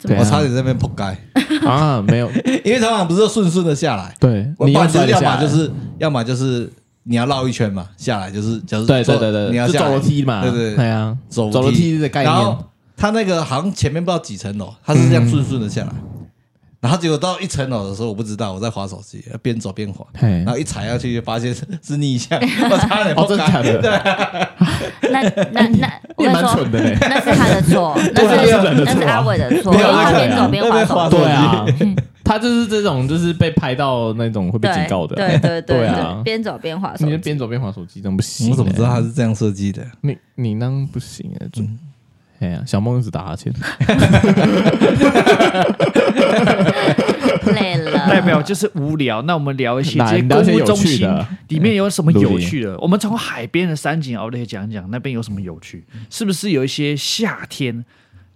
Speaker 1: 对
Speaker 2: 我
Speaker 1: 啊
Speaker 2: 差点在那边扑街，
Speaker 1: 啊，没有，
Speaker 2: 因为商场不是顺顺的下来，
Speaker 1: 对，
Speaker 2: 我
Speaker 1: 你
Speaker 2: 不
Speaker 1: 要
Speaker 2: 然就
Speaker 1: 摔
Speaker 2: 是
Speaker 1: 一
Speaker 2: 要
Speaker 1: 下
Speaker 2: 么就是要么就是你要绕一圈嘛，下来就是就是
Speaker 1: 对对
Speaker 2: 坐
Speaker 1: 对对，
Speaker 2: 你要
Speaker 1: 就
Speaker 2: 下
Speaker 1: 走
Speaker 2: 来
Speaker 1: 楼梯嘛，
Speaker 2: 对对对
Speaker 1: 对啊，
Speaker 2: 走
Speaker 1: 走楼梯的概
Speaker 2: 然
Speaker 1: 念
Speaker 2: 后，他那个好像前面不知道几层楼，他是这样顺顺的下
Speaker 1: 嗯
Speaker 2: 来，嗯然后结果到一层楼的时候，我不知道我在滑手机，边走边滑，
Speaker 1: 嘿
Speaker 2: 然，后一踩下去就发现是是逆向，我差点
Speaker 1: 哎哦，
Speaker 2: 不
Speaker 1: 真的假
Speaker 2: 敢。
Speaker 1: 的？
Speaker 3: 那那那，我
Speaker 1: 也
Speaker 3: 跟
Speaker 1: 哎
Speaker 3: 你
Speaker 1: 蛮
Speaker 3: 说
Speaker 1: 蠢，的嘞，
Speaker 3: 那是他的错，那
Speaker 1: 对啊
Speaker 3: 是那是阿伟的错，
Speaker 2: 没有
Speaker 3: 因为哦他
Speaker 2: 在看
Speaker 3: 边走边
Speaker 2: 在
Speaker 3: 滑
Speaker 2: 边
Speaker 3: 手
Speaker 2: 滑
Speaker 3: 机
Speaker 1: 对啊， 他就是这种就是被拍到那种会被警告的，
Speaker 3: 对 对对
Speaker 1: 对
Speaker 3: 对，
Speaker 1: 啊。
Speaker 3: 边走边滑 手
Speaker 1: 你就
Speaker 3: 机。
Speaker 1: 边走边滑手机，这样不 行、欸
Speaker 2: 我怎么知道？他是这样设计的？
Speaker 1: 你你那样不行哎、就哎呀、小梦一直打哈欠。
Speaker 3: 累了，
Speaker 4: 代表就是无聊。那我们聊 一些
Speaker 1: 哪
Speaker 4: 这些购
Speaker 1: 聊些
Speaker 4: 物
Speaker 1: 有
Speaker 4: 中
Speaker 1: 趣
Speaker 4: 心
Speaker 1: 的
Speaker 4: 里面有什么
Speaker 1: 陆地
Speaker 4: 有趣的？我们从海边的三井奥莱讲一讲，那边有什么有趣？是不是有一些夏天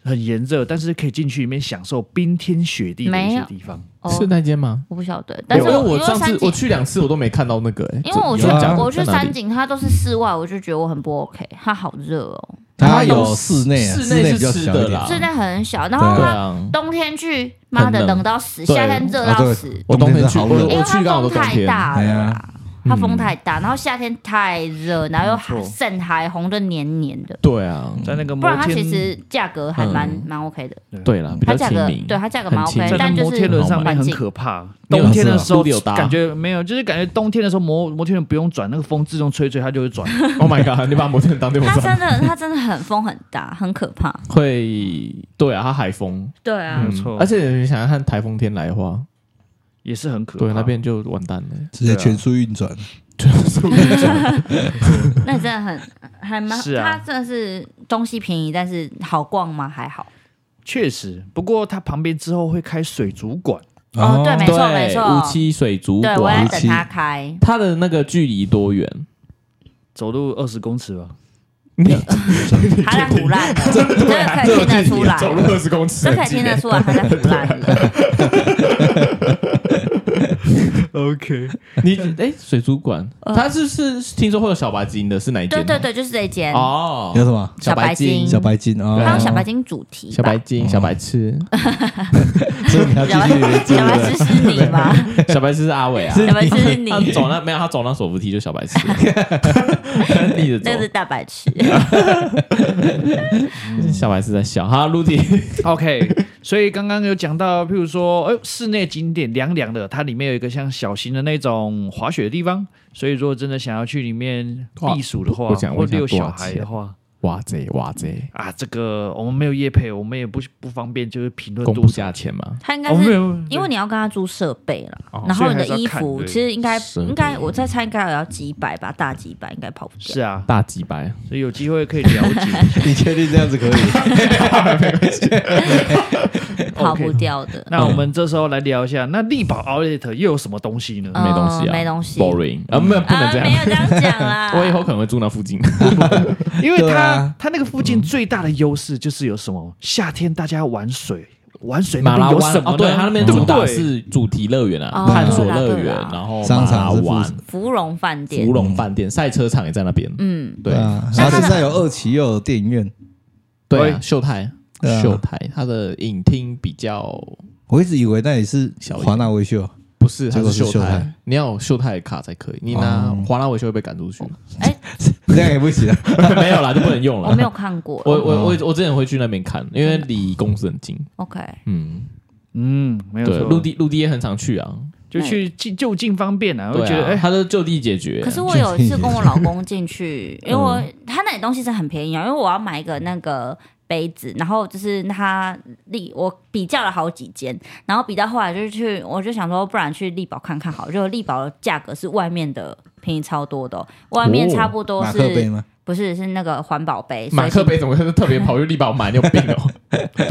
Speaker 4: 很炎热，但是可以进去里面享受冰天雪地的一
Speaker 3: 没
Speaker 4: 些
Speaker 3: 有
Speaker 4: 地方？
Speaker 3: 哦
Speaker 1: 是那间吗？
Speaker 3: 我不晓得，但是
Speaker 1: 因为啊我
Speaker 3: 因为
Speaker 1: 上次
Speaker 3: 三井
Speaker 1: 我，去两次，我都没看到那个、欸。
Speaker 3: 因为我去
Speaker 1: 有
Speaker 2: 啊
Speaker 1: 讲
Speaker 3: 我去
Speaker 1: 在哪里
Speaker 3: 三井，它都是室外，我就觉得我很不 OK，它好热哦，
Speaker 2: 他有室内啊，
Speaker 1: 室内
Speaker 2: 室内比较
Speaker 1: 是吃
Speaker 2: 小
Speaker 1: 的
Speaker 2: 一点
Speaker 1: 啦。
Speaker 3: 室内很小，
Speaker 1: 啊对
Speaker 3: 然后它
Speaker 1: 啊，
Speaker 3: 冬天去，妈的
Speaker 1: 很冷
Speaker 3: 冷到死，
Speaker 1: 对
Speaker 3: 夏天热
Speaker 2: 啊
Speaker 3: 到
Speaker 2: 对
Speaker 3: 死，
Speaker 1: 我冬天去，
Speaker 2: 冬
Speaker 1: 我
Speaker 2: 天真的好冷
Speaker 3: 因
Speaker 1: 我
Speaker 3: 为
Speaker 1: 去
Speaker 3: 它
Speaker 1: 刚好都
Speaker 3: 风
Speaker 1: 冬
Speaker 3: 太
Speaker 1: 天。嗯
Speaker 3: 大
Speaker 2: 哎
Speaker 3: 了
Speaker 2: 呀
Speaker 3: 啦。它风太大，然后夏天太热，然后又
Speaker 4: 没
Speaker 3: 海
Speaker 4: 错
Speaker 3: 晒海红的黏黏的，
Speaker 1: 对啊，
Speaker 4: 在那个
Speaker 3: 不
Speaker 4: 摩
Speaker 3: 然它
Speaker 4: 天，
Speaker 3: 其实价格还蛮
Speaker 1: 嗯
Speaker 3: 蛮 OK 的，
Speaker 1: 对啦，比
Speaker 3: 它
Speaker 1: 较
Speaker 3: 价
Speaker 1: 亲
Speaker 3: 格
Speaker 1: 民，
Speaker 3: 对啊它价格蛮
Speaker 1: 很亲
Speaker 3: OK，
Speaker 1: 民
Speaker 4: 在
Speaker 3: 哎
Speaker 4: 那
Speaker 3: 但就
Speaker 4: 摩天
Speaker 3: 是
Speaker 4: 轮上面
Speaker 3: 环
Speaker 4: 很
Speaker 3: 境
Speaker 4: 可怕。
Speaker 1: 没有
Speaker 4: 冬天的时候
Speaker 1: 是啊
Speaker 4: 感觉没有，就是感觉冬天的时候摩摩天轮不用转，那个风自动吹吹它就 会转。
Speaker 1: Oh my god！你把摩天轮当电风
Speaker 3: 它
Speaker 1: 扇
Speaker 3: 真，的，它真的很风很大，很可怕。
Speaker 1: 会对啊，它海风，嗯
Speaker 3: 对啊
Speaker 4: 没错
Speaker 1: 而且你想想看，台风天来的话，
Speaker 4: 也是很可怕。
Speaker 1: 对那边就完蛋了。
Speaker 2: 直接全速运转，
Speaker 3: 那你真的很还蛮，
Speaker 4: 是啊
Speaker 3: 它真的是东西便宜，但是好逛吗？还好。
Speaker 4: 确实，不过它旁边之后会开水族馆，
Speaker 3: 哦，对，没错没
Speaker 1: 对，
Speaker 3: 错
Speaker 1: 五。七水族
Speaker 3: 对，我
Speaker 1: 馆
Speaker 3: 在，等它 开。
Speaker 1: 它的那个距离多远？
Speaker 4: 走路二十公 尺吧。
Speaker 3: 他在胡乱的，这个可以听得出来，
Speaker 1: 走路二十公尺，欸
Speaker 3: 这可以听得出来他在胡乱 的。
Speaker 4: OK，
Speaker 1: 你哎，水族馆，它是是听说会有小白鲸的，是哪一
Speaker 3: 对
Speaker 1: 间？
Speaker 3: 呃对对，就是这一间，
Speaker 1: 哦
Speaker 2: 叫，什么？
Speaker 3: 小白鲸，
Speaker 2: 小白鲸啊，
Speaker 1: 对
Speaker 3: 还有
Speaker 1: 啊
Speaker 3: 嗯小白鲸主题吧，
Speaker 1: 小白鲸、小白痴，
Speaker 2: 所以你要继
Speaker 3: 小白
Speaker 2: 续研究
Speaker 3: 小白
Speaker 2: 了。
Speaker 3: 痴是你吗？
Speaker 1: 小白痴是阿伟啊，
Speaker 3: 小白痴是你
Speaker 1: 他，走那没有，他走那手扶梯就小白 痴，立着走
Speaker 3: 那，个是大 白痴。
Speaker 1: 小白痴在笑。好，Ludy，
Speaker 4: OK，所以刚刚有讲到，譬如说，哎、室内景点凉凉的，它里面有一个像小型的那种滑雪的地方，所以如果真的想要去里面
Speaker 1: 哇
Speaker 4: 避暑的话，
Speaker 1: 我想
Speaker 4: 或
Speaker 1: 问一下
Speaker 4: 遛
Speaker 1: 多少啊
Speaker 4: 小孩
Speaker 1: 钱
Speaker 4: 的话，
Speaker 1: 哇塞哇塞，
Speaker 4: 啊，这个我们没有业配，我们也不不方便就是评论
Speaker 1: 公
Speaker 4: 多
Speaker 1: 布
Speaker 4: 少，
Speaker 1: 价钱嘛？
Speaker 3: 他应该
Speaker 4: 我哦们没
Speaker 3: 是
Speaker 4: 有，
Speaker 1: 啊
Speaker 3: 因为你要跟他租设备
Speaker 1: 嗯哦
Speaker 3: 了，然后你的
Speaker 4: 所以还是
Speaker 3: 衣
Speaker 4: 要看
Speaker 3: 服
Speaker 4: 对
Speaker 3: 其实应该
Speaker 1: 设备
Speaker 3: 应该我在猜应该也要几百吧，大几百应该跑不掉。
Speaker 4: 是啊，
Speaker 1: 大几百，
Speaker 4: 所以有机会可以了解一下。
Speaker 2: 你确定这样子可以？
Speaker 3: 跑不掉的。
Speaker 4: 那我们这时候来聊一下，那力宝 Outlet 又有什么东西呢？
Speaker 3: 嗯
Speaker 1: 没东西啊，
Speaker 3: 没东西
Speaker 1: ，boring 啊，没有 不能
Speaker 3: 啊，
Speaker 1: 这
Speaker 3: 没有
Speaker 1: 样。
Speaker 3: 这样讲啦。
Speaker 1: 我以后可能会住那附近，
Speaker 4: 因为
Speaker 2: 对
Speaker 4: 它、
Speaker 2: 啊
Speaker 4: 它那个附近最大的优势就是有什么？夏天大家玩水，玩水那
Speaker 1: 马
Speaker 4: 边
Speaker 1: 拉
Speaker 4: 有
Speaker 1: 湾
Speaker 4: 什么
Speaker 1: 哦，
Speaker 4: 呢？
Speaker 1: 对，它那边
Speaker 4: 对不
Speaker 1: 主打
Speaker 4: 对
Speaker 1: 是主题乐园啊，
Speaker 3: 哦
Speaker 1: 探索
Speaker 3: 对啦
Speaker 1: 乐
Speaker 3: 对
Speaker 1: 园，
Speaker 3: 啦
Speaker 1: 然后
Speaker 2: 商场是
Speaker 1: 马拉湾
Speaker 2: 附
Speaker 3: 芙蓉饭店
Speaker 1: 芙，蓉饭店，赛车场也在那边，
Speaker 3: 嗯，
Speaker 1: 对
Speaker 2: 啊，然后现在有二期又有电影院，
Speaker 1: 对啊，
Speaker 4: 对
Speaker 1: 秀泰
Speaker 2: 对啊
Speaker 1: 秀泰，它的影厅比较
Speaker 2: 我一直以为那里是
Speaker 1: 小
Speaker 2: 华纳维秀，
Speaker 1: 不是，它
Speaker 2: 结果是
Speaker 1: 秀
Speaker 2: 秀泰
Speaker 1: 你要有秀泰的卡才可以，你拿
Speaker 2: 哦
Speaker 1: 华纳维修会被赶出去，
Speaker 2: 这样也不 行啊。
Speaker 1: 没有啦，就不能用
Speaker 3: 我
Speaker 1: 了
Speaker 3: 哦没。有看过。
Speaker 1: 我我我我之前会去那边看，因为离公司很近。
Speaker 3: OK，
Speaker 1: 嗯，
Speaker 4: 嗯，没有
Speaker 1: 对，
Speaker 4: 错，
Speaker 1: 陆地陆地也很常去啊。
Speaker 4: 就去近就近方便啊，我
Speaker 1: 对
Speaker 4: 觉得哎、
Speaker 1: 啊，他都就地解决。
Speaker 3: 可是我有一次跟我老公 进去，因为我
Speaker 1: 嗯
Speaker 3: 他那里东西是很便宜啊，因为我要买一个那个杯子，然后就是他力我比较了好几间，然后比到后来就是去，我就想说，不然去力宝看看好了，就力宝的价格是外面的便宜超多的哦、外面差不多
Speaker 2: 马
Speaker 3: 是、
Speaker 2: 克杯吗？
Speaker 3: 不是是那个环保杯，
Speaker 1: 马克杯
Speaker 3: 随
Speaker 1: 怎么会特别跑去力宝买？你有病哦！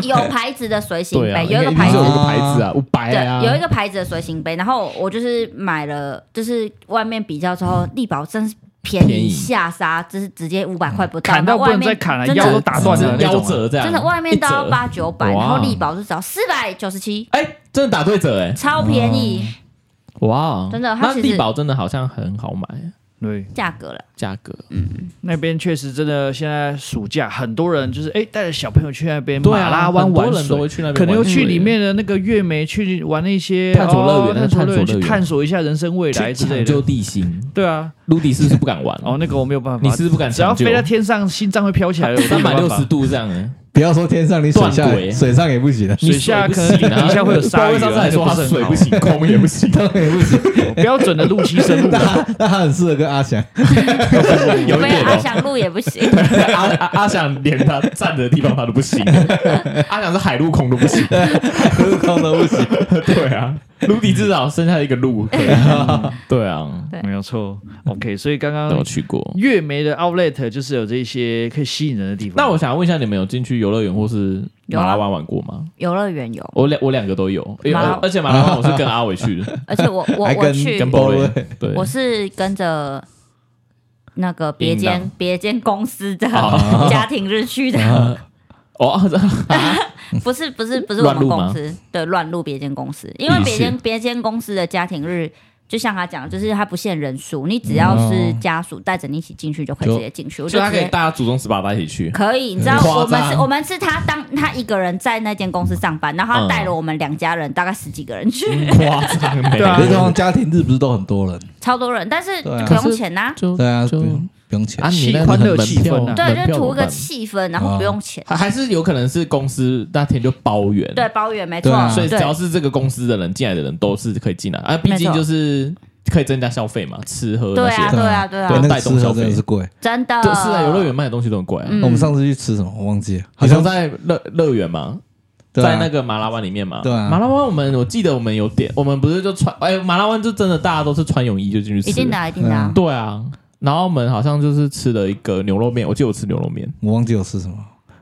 Speaker 3: 行有牌子的随行
Speaker 1: 对
Speaker 3: 杯，
Speaker 1: 啊，
Speaker 3: 哎有一
Speaker 1: 应
Speaker 3: 个
Speaker 1: 该
Speaker 3: 牌
Speaker 1: 是
Speaker 3: 子
Speaker 1: 有一个牌子啊，
Speaker 4: 哦
Speaker 1: 五百啊，
Speaker 3: 对，有一个牌子的随行杯，然后我就是买了，就是外面比较之后，力宝真是便
Speaker 1: 便宜
Speaker 3: 宜下杀，就是直接五百块不到，
Speaker 4: 砍到不
Speaker 3: 外
Speaker 4: 能
Speaker 3: 面
Speaker 4: 再砍了，
Speaker 3: 真
Speaker 4: 腰都
Speaker 3: 的
Speaker 4: 打断了那
Speaker 1: 夭
Speaker 4: 种啊。
Speaker 1: 折这样。
Speaker 3: 真的外面都
Speaker 1: 一
Speaker 3: 要
Speaker 1: 折
Speaker 3: 八九百，然后
Speaker 1: 哇
Speaker 3: 力宝就只要四百九十七，
Speaker 1: 哎，真的打对折哎，
Speaker 3: 超便宜
Speaker 1: 哇，
Speaker 3: 真的它
Speaker 1: 那
Speaker 3: 其实
Speaker 1: 力宝真的好像很好买，
Speaker 4: 对，
Speaker 3: 价格了，
Speaker 1: 价格
Speaker 4: 那边确实真的，现在暑假很多人就是哎带着小朋友去那边
Speaker 1: 对
Speaker 4: 马
Speaker 1: 啊，
Speaker 4: 拉湾
Speaker 1: 很多
Speaker 4: 玩
Speaker 1: 人都
Speaker 4: 水。
Speaker 1: 会去那边玩水，
Speaker 4: 可能又去里面的那个月梅去玩那些
Speaker 1: 探索乐园
Speaker 4: 哦
Speaker 1: 那个
Speaker 4: 探索
Speaker 1: 探索
Speaker 4: 乐
Speaker 1: 乐
Speaker 4: 去
Speaker 1: 园
Speaker 4: 探索一下人生未来
Speaker 1: 去
Speaker 4: 之类
Speaker 1: 抢救
Speaker 4: 的。
Speaker 1: 地心。
Speaker 4: 对啊，
Speaker 1: 陆迪是不是不敢玩？
Speaker 4: 哦，那个我没有办法，
Speaker 1: 你是不是不敢
Speaker 4: 只要
Speaker 1: 抢救
Speaker 4: 飞？在天上，心脏会飘起来的。我都
Speaker 1: 三
Speaker 4: 没
Speaker 1: 百
Speaker 4: 办
Speaker 1: 六
Speaker 4: 法
Speaker 1: 十度这样哎，
Speaker 2: 不要说天上，你水下
Speaker 1: 断轨
Speaker 2: 水上也不行啊，
Speaker 4: 水下可能底下会有鲨鱼啊
Speaker 1: 上次还说他水不 行，空也不行，
Speaker 2: 当然也不行。
Speaker 4: 标准的陆栖生 物
Speaker 2: 那他那他很适合跟阿 翔，
Speaker 1: 有一
Speaker 3: 非
Speaker 1: 点
Speaker 3: 阿
Speaker 1: 哦。
Speaker 3: 翔路也不行，
Speaker 1: 阿阿阿翔连他站的地方他都不行， 阿翔是海陆空都不行。
Speaker 2: 陆空都不行。
Speaker 1: 对啊，陆迪至少剩下一个陆。 对啊，
Speaker 4: 没有错。OK，所以刚
Speaker 1: 都有
Speaker 4: 刚
Speaker 1: 去过。
Speaker 4: 月梅的 Outlet 就是有这些可以吸引人的地方。
Speaker 1: 那我想问一下，你们有进去游乐园或是
Speaker 3: 有啊
Speaker 1: 马拉湾玩过吗？
Speaker 3: 游乐园有，
Speaker 1: 我两我两个都有，因为呃
Speaker 3: 马拉
Speaker 1: 而且马拉湾我是跟阿伟去 的，
Speaker 3: 而且我我
Speaker 2: 还
Speaker 3: 我
Speaker 2: 跟
Speaker 3: 去
Speaker 1: 跟
Speaker 2: 包
Speaker 1: Boy
Speaker 2: 瑞
Speaker 1: 对，
Speaker 3: 我是跟着那个别
Speaker 1: 淫
Speaker 3: 间
Speaker 1: 荡
Speaker 3: 别间公司的
Speaker 1: 哦
Speaker 3: 家庭日去的。
Speaker 1: 哦，
Speaker 3: 不是不是不是我
Speaker 1: 乱
Speaker 3: 们
Speaker 1: 入吗
Speaker 3: 公司，对，乱入别间公司，因为
Speaker 1: 理
Speaker 3: 别
Speaker 1: 解
Speaker 3: 间别间公司的家庭日就像他讲，就是他不限人数，你只要是家属带着你一起进去，就可以
Speaker 2: 就
Speaker 3: 直接进去。我
Speaker 1: 所
Speaker 3: 就
Speaker 1: 以他
Speaker 3: 直
Speaker 1: 可以
Speaker 3: 接
Speaker 1: 带他祖宗十八代一起去。
Speaker 3: 可以，你知道
Speaker 2: 夸张
Speaker 3: 我们是，我们是他当他一个人在那间公司上班，然后他带了我们两家人，大概十几个人去，
Speaker 1: 嗯夸张欸美，
Speaker 4: 对啊
Speaker 2: 可是通常家庭日不是都很多人？
Speaker 3: 超多人，但是
Speaker 2: 对啊
Speaker 3: 不用钱呐、
Speaker 1: 就
Speaker 2: 对啊，不
Speaker 1: 就
Speaker 2: 用不用钱
Speaker 1: 啊，。你
Speaker 4: 气
Speaker 1: 那
Speaker 4: 欢乐
Speaker 1: 门
Speaker 4: 气
Speaker 1: 票
Speaker 4: 氛啊
Speaker 1: 门
Speaker 3: 对，就
Speaker 1: 票
Speaker 3: 图
Speaker 1: 怎么
Speaker 3: 个
Speaker 1: 办
Speaker 3: 气氛，然后不用钱，
Speaker 1: 还还是有可能是公司那天就包圆，
Speaker 3: 对，包月没错
Speaker 2: 对啊，
Speaker 1: 所以只
Speaker 3: 对
Speaker 1: 要是这个公司的人进来的人都是可以进来啊，毕
Speaker 3: 没
Speaker 1: 竟
Speaker 3: 错
Speaker 1: 就是可以增加消费嘛，吃喝那
Speaker 3: 对
Speaker 1: 些。
Speaker 3: 啊对啊对啊
Speaker 2: 对，那
Speaker 1: 带
Speaker 2: 个
Speaker 1: 动
Speaker 2: 吃
Speaker 1: 消
Speaker 2: 喝
Speaker 1: 费
Speaker 2: 真的是贵。
Speaker 3: 真的，
Speaker 1: 对，是啊，游乐园卖的东西都很贵啊。
Speaker 3: 嗯
Speaker 2: 我们上次去吃什么？我忘记了，
Speaker 1: 好
Speaker 2: 好
Speaker 1: 像
Speaker 2: 像
Speaker 1: 在乐乐园嘛，
Speaker 2: 对
Speaker 1: 在
Speaker 2: 啊
Speaker 1: 那个马拉湾里面嘛。
Speaker 2: 对啊
Speaker 1: 马拉湾我们我记得我们有点，我们不是就穿哎马拉湾就真的大家都是穿泳衣就进去吃，
Speaker 3: 一定的啊一定的啊，
Speaker 1: 对啊。然后我们好像就是吃了一个牛肉面，我记得我吃牛肉面，
Speaker 2: 我忘记我吃什么，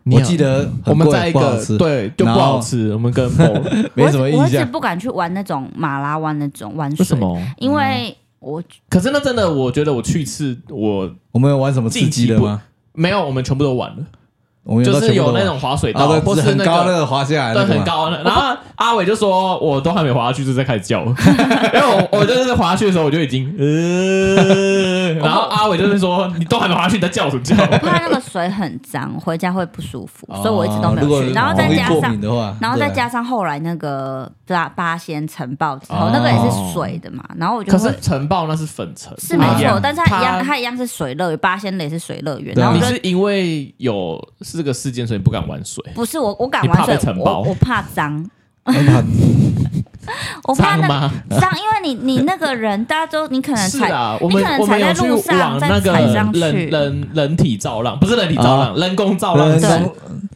Speaker 1: 你
Speaker 2: 我
Speaker 1: 好
Speaker 2: 记得很
Speaker 1: 我们
Speaker 2: 贵
Speaker 1: 在一
Speaker 2: 不好
Speaker 1: 个
Speaker 2: 吃
Speaker 1: 对就不
Speaker 2: 然后
Speaker 1: 好吃，我们跟 Paul
Speaker 2: 没什么
Speaker 3: 我
Speaker 2: 印
Speaker 3: 一直
Speaker 2: 象。
Speaker 3: 不敢去玩那种马拉湾那种玩水，
Speaker 1: 为什？么？
Speaker 3: 因为我
Speaker 1: 可是那真的，我觉得我去一次我
Speaker 2: 我们有玩什么刺激的
Speaker 1: 晋
Speaker 2: 吗？
Speaker 1: 没有，我们全部都玩了，
Speaker 2: 我们
Speaker 1: 就是有那
Speaker 2: 那
Speaker 1: 种滑水道，
Speaker 2: 啊，
Speaker 1: 或
Speaker 2: 对，
Speaker 1: 是
Speaker 2: 很
Speaker 1: 那
Speaker 2: 高那
Speaker 1: 个。
Speaker 2: 个滑下来，
Speaker 1: 对，
Speaker 2: 那个
Speaker 1: 很
Speaker 2: 嘛。
Speaker 1: 高的。然后阿伟就说：“我都还没滑下去，就在开始叫 了。”因为我我就是滑下去的时候，我就已经 呃，然后阿伟就是说：“你都还没滑下去，你在叫什么叫
Speaker 3: 我怕那个水很 脏，回家会不舒服，所以我一直都没
Speaker 2: 哦如
Speaker 3: 有
Speaker 2: 果
Speaker 3: 去。然后再
Speaker 2: 容易
Speaker 3: 加
Speaker 2: 过
Speaker 3: 上
Speaker 2: 敏的话，
Speaker 3: 然后再
Speaker 2: 对
Speaker 3: 加上后来那个八八仙城堡之后，
Speaker 1: 哦
Speaker 3: 那个也是水的嘛，然后我？”就
Speaker 1: 可
Speaker 3: 会
Speaker 1: 是城堡那是粉尘，
Speaker 3: 是没
Speaker 4: 不一
Speaker 3: 错
Speaker 4: 样，
Speaker 3: 但是它一样，
Speaker 1: 它
Speaker 3: 它一样是水乐园，八仙的也是水乐园。
Speaker 2: 对啊
Speaker 3: 然后
Speaker 1: 你
Speaker 3: 我就是
Speaker 1: 因为有这个事件，所以不敢玩水。
Speaker 3: 不是我，我敢
Speaker 1: 你怕
Speaker 3: 玩水
Speaker 1: 被城，堡
Speaker 3: 我我怕脏，
Speaker 2: 很 怕
Speaker 3: 我怕那
Speaker 1: 脏吗？
Speaker 3: 脏，因为你你那个人，大家都你可能
Speaker 1: 是
Speaker 3: 踩，
Speaker 1: 啊，我
Speaker 3: 你
Speaker 1: 们
Speaker 3: 可
Speaker 1: 我们
Speaker 3: 能踩
Speaker 1: 有
Speaker 3: 在
Speaker 1: 去
Speaker 3: 路上
Speaker 1: 往
Speaker 3: 再
Speaker 1: 那个
Speaker 3: 踩上
Speaker 1: 人
Speaker 3: 去，
Speaker 1: 人人体造浪，不是人体造浪，人工造浪
Speaker 2: 啊人
Speaker 1: 池，
Speaker 2: 中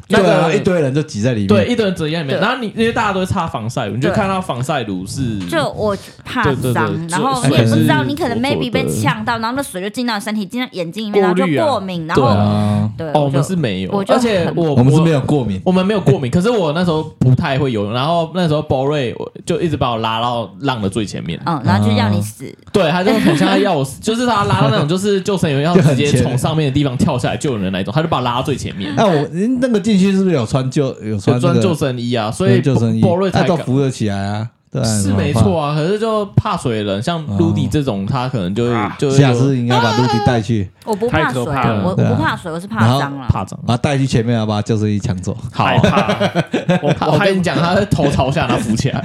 Speaker 1: 那
Speaker 2: 对啊
Speaker 1: 个
Speaker 2: 一堆人就挤在里面，
Speaker 1: 对，一堆人整夜里面，
Speaker 3: 对
Speaker 1: 然后你因为大家都会擦防晒乳，你就
Speaker 3: 对
Speaker 1: 看到防晒乳是
Speaker 3: 就我怕
Speaker 1: 对对对
Speaker 3: 脏，然后
Speaker 1: 就
Speaker 3: 你也不知道，
Speaker 1: 是
Speaker 3: 你可能
Speaker 1: 我
Speaker 3: maybe 被
Speaker 1: 我的
Speaker 3: 呛到，然后那水就进到你身体，进到眼睛里面，然后就
Speaker 4: 过滤啊
Speaker 3: 过敏，然
Speaker 1: 对
Speaker 3: 后
Speaker 2: 啊，
Speaker 3: 对，
Speaker 1: 哦，我
Speaker 3: 就
Speaker 1: 们是没有
Speaker 3: 我，就
Speaker 1: 而且我
Speaker 2: 我们是没有过敏，
Speaker 1: 我们没有过敏，可是我那时候不太会游泳，然后那时候 b o r 我就一直把我拉到浪的最前面，
Speaker 3: 嗯，然后就让你死，
Speaker 1: 对，他就很像他要我 死，就是他拉到那种就是救生员要
Speaker 2: 就
Speaker 1: 直
Speaker 2: 很
Speaker 1: 接
Speaker 2: 前面
Speaker 1: 从上面的地方跳下来救人的那一种，他就把我拉到最前 面，
Speaker 2: 那哎我您那个进去是不是有穿救有穿
Speaker 1: 就穿
Speaker 2: 那个
Speaker 1: 救生衣啊，所
Speaker 2: 对
Speaker 1: 以
Speaker 2: 救生衣
Speaker 1: b o r
Speaker 2: 那
Speaker 1: 才
Speaker 2: 都
Speaker 1: 敢
Speaker 2: 扶得起来啊，对啊，
Speaker 1: 是没错啊，可是就怕水的人，像
Speaker 2: 哦
Speaker 1: Rudy 这种，他可能就会
Speaker 4: 啊
Speaker 1: 就
Speaker 2: 很
Speaker 1: 会
Speaker 2: 麻烦。下
Speaker 1: 有
Speaker 2: 次应该把陆迪带去，
Speaker 3: 我不
Speaker 4: 太
Speaker 3: 怕水，
Speaker 4: 可
Speaker 3: 我
Speaker 4: 怕了
Speaker 3: 我
Speaker 2: 对啊
Speaker 3: 不怕水，我是怕
Speaker 2: 然后
Speaker 3: 脏了。
Speaker 1: 怕脏。
Speaker 2: 把他带去前面，要把救生衣抢走。
Speaker 4: 害怕。我
Speaker 1: 他
Speaker 4: 我
Speaker 1: 我
Speaker 4: 害
Speaker 1: 跟你讲，他的头朝下，他浮起来，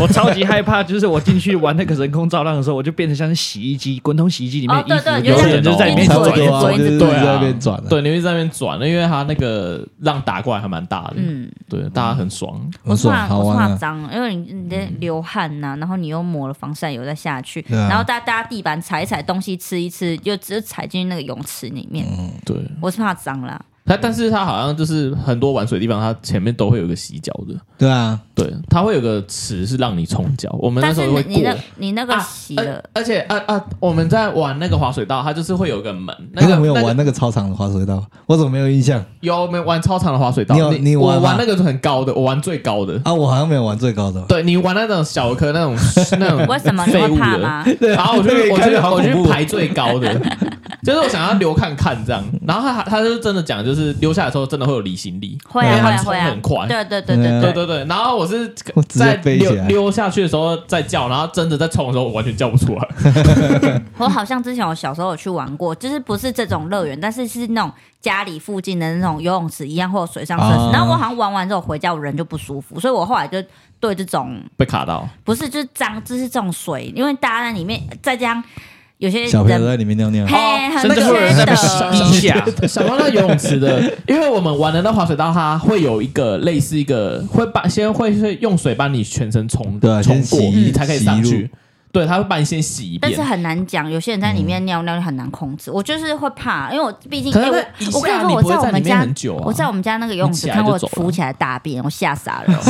Speaker 4: 我超级害怕，就是我进去玩那个人工造浪的时候，我就变成像是洗衣机滚筒洗衣机里面
Speaker 3: 哦，
Speaker 4: 衣
Speaker 3: 对
Speaker 4: 服，
Speaker 3: 对，
Speaker 4: 有
Speaker 1: 就
Speaker 4: 些
Speaker 1: 像
Speaker 4: 人就是在里面
Speaker 2: 差不
Speaker 4: 哦转
Speaker 3: 左一
Speaker 2: 多
Speaker 3: 直
Speaker 2: 啊，
Speaker 3: 左一
Speaker 2: 就
Speaker 3: 直
Speaker 2: 是
Speaker 1: 对
Speaker 2: 在
Speaker 1: 啊
Speaker 2: 那边转的，
Speaker 1: 对，你会在那边转，因为他那个浪打过来还蛮大的，
Speaker 3: 嗯，
Speaker 1: 对，大家很爽。
Speaker 3: 我
Speaker 2: 很
Speaker 3: 是
Speaker 2: 爽，
Speaker 3: 怕
Speaker 2: 好
Speaker 3: 我是
Speaker 2: 玩
Speaker 3: 怕
Speaker 2: 啊。
Speaker 3: 脏，因为你你在流汗呐、然后你又抹了防晒油再下去，
Speaker 2: 对啊
Speaker 3: 然后大大家地板踩一踩，东西吃一吃，就只踩进那个泳池里面。
Speaker 1: 对，
Speaker 3: 我是怕脏啦，
Speaker 1: 他但是他好像就是很多玩水的地方，他前面都会有一个洗脚的，
Speaker 2: 对啊，
Speaker 1: 对，他会有个池是让你冲脚。我们那
Speaker 3: 但
Speaker 1: 时
Speaker 3: 是
Speaker 1: 候会
Speaker 3: 你你
Speaker 1: 过
Speaker 3: 那。你那个
Speaker 1: 啊
Speaker 3: 洗了，
Speaker 1: 而且啊啊，我们在玩那个滑水道，它就是会有个门，那
Speaker 2: 你
Speaker 1: 个
Speaker 2: 有没有
Speaker 1: 那个
Speaker 2: 玩那个操场的滑水道？我怎么没有印象
Speaker 1: 有没有玩超长的滑水道？
Speaker 2: 你有你玩
Speaker 1: 我
Speaker 2: 吗
Speaker 1: 玩那个是很高的，我玩最高的。
Speaker 2: 啊？我好像没有玩最高的。
Speaker 1: 对你玩那种小颗那种 那
Speaker 4: 哎
Speaker 1: 种
Speaker 3: 为什么你
Speaker 1: 废
Speaker 3: 会
Speaker 1: 物
Speaker 3: 怕
Speaker 1: 的，
Speaker 3: 吗？
Speaker 1: 然后我去
Speaker 2: 那个也
Speaker 1: 我
Speaker 2: 看
Speaker 1: 去
Speaker 2: 着好
Speaker 1: 我去
Speaker 2: 恐怖哦
Speaker 1: 排最高的， 就是我想要留看看这样。然后他他就真的讲，就是溜下来的时候真的会有离心力，
Speaker 3: 会
Speaker 1: 因为
Speaker 3: 啊
Speaker 1: 它
Speaker 3: 会啊
Speaker 1: 冲
Speaker 3: 会啊
Speaker 1: 很，快。
Speaker 3: 对对对对
Speaker 1: 对啊
Speaker 3: 对
Speaker 1: 对对，然后我是
Speaker 2: 我直接
Speaker 1: 在
Speaker 2: 飞
Speaker 1: 溜
Speaker 2: 起来
Speaker 1: 溜下去的时候在叫，然后真的在冲的时候，我完全叫不出来。
Speaker 3: 我好像之前我小时候有去玩过，就是不是这种乐园，但是是那种家里附近的那种游泳池一样，或者水上设施。
Speaker 2: 啊
Speaker 3: 然后我好像玩完之后回家，我人就不舒服，所以我后来就对这种
Speaker 1: 被卡到，
Speaker 3: 不是就是脏，就是这种水，因为大家在里面再加上有些
Speaker 2: 小朋友
Speaker 3: 人
Speaker 2: 在里面尿尿，
Speaker 1: 哦
Speaker 3: 嘿很
Speaker 4: 甚至会有人在那边
Speaker 3: 缺
Speaker 4: 洗
Speaker 3: 德
Speaker 4: 一下，
Speaker 1: 想到那游泳池的，因为我们玩的那滑水道，它会有一个类似一个会把先会是用水把你全身冲
Speaker 2: 对啊
Speaker 1: 冲
Speaker 2: 先
Speaker 1: 过，嗯
Speaker 2: 洗一
Speaker 1: 你才可以上
Speaker 2: 洗一
Speaker 1: 去
Speaker 2: 路。
Speaker 1: 对，它会把你先洗一
Speaker 3: 但
Speaker 1: 遍
Speaker 3: 是。很难讲，有些人在里面尿尿就很难控制。我就是会怕，因为我毕
Speaker 1: 嗯
Speaker 3: 竟，
Speaker 1: 可是
Speaker 3: 哎
Speaker 1: 那
Speaker 3: 我
Speaker 1: 一
Speaker 3: 我跟
Speaker 1: 下
Speaker 3: 你说，
Speaker 1: 你
Speaker 3: 我
Speaker 1: 不会
Speaker 3: 在我
Speaker 1: 在里
Speaker 3: 们
Speaker 1: 面
Speaker 3: 家
Speaker 1: 很久啊，
Speaker 3: 我在我们家那个游泳
Speaker 1: 你
Speaker 3: 池
Speaker 1: 起来
Speaker 3: 看
Speaker 1: 就
Speaker 3: 过
Speaker 1: 走了
Speaker 3: 浮起来大便，我吓傻 了。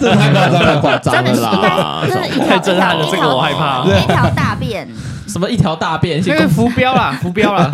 Speaker 1: 这太夸张了，夸张了
Speaker 3: 真的是一
Speaker 1: 啦
Speaker 3: 大，！真的一
Speaker 4: 太
Speaker 3: 条
Speaker 4: 震撼了
Speaker 3: 一条
Speaker 4: 这个我害怕
Speaker 3: 一条大便，
Speaker 1: 什么一条大便，
Speaker 4: 那个浮标啦，浮标啦，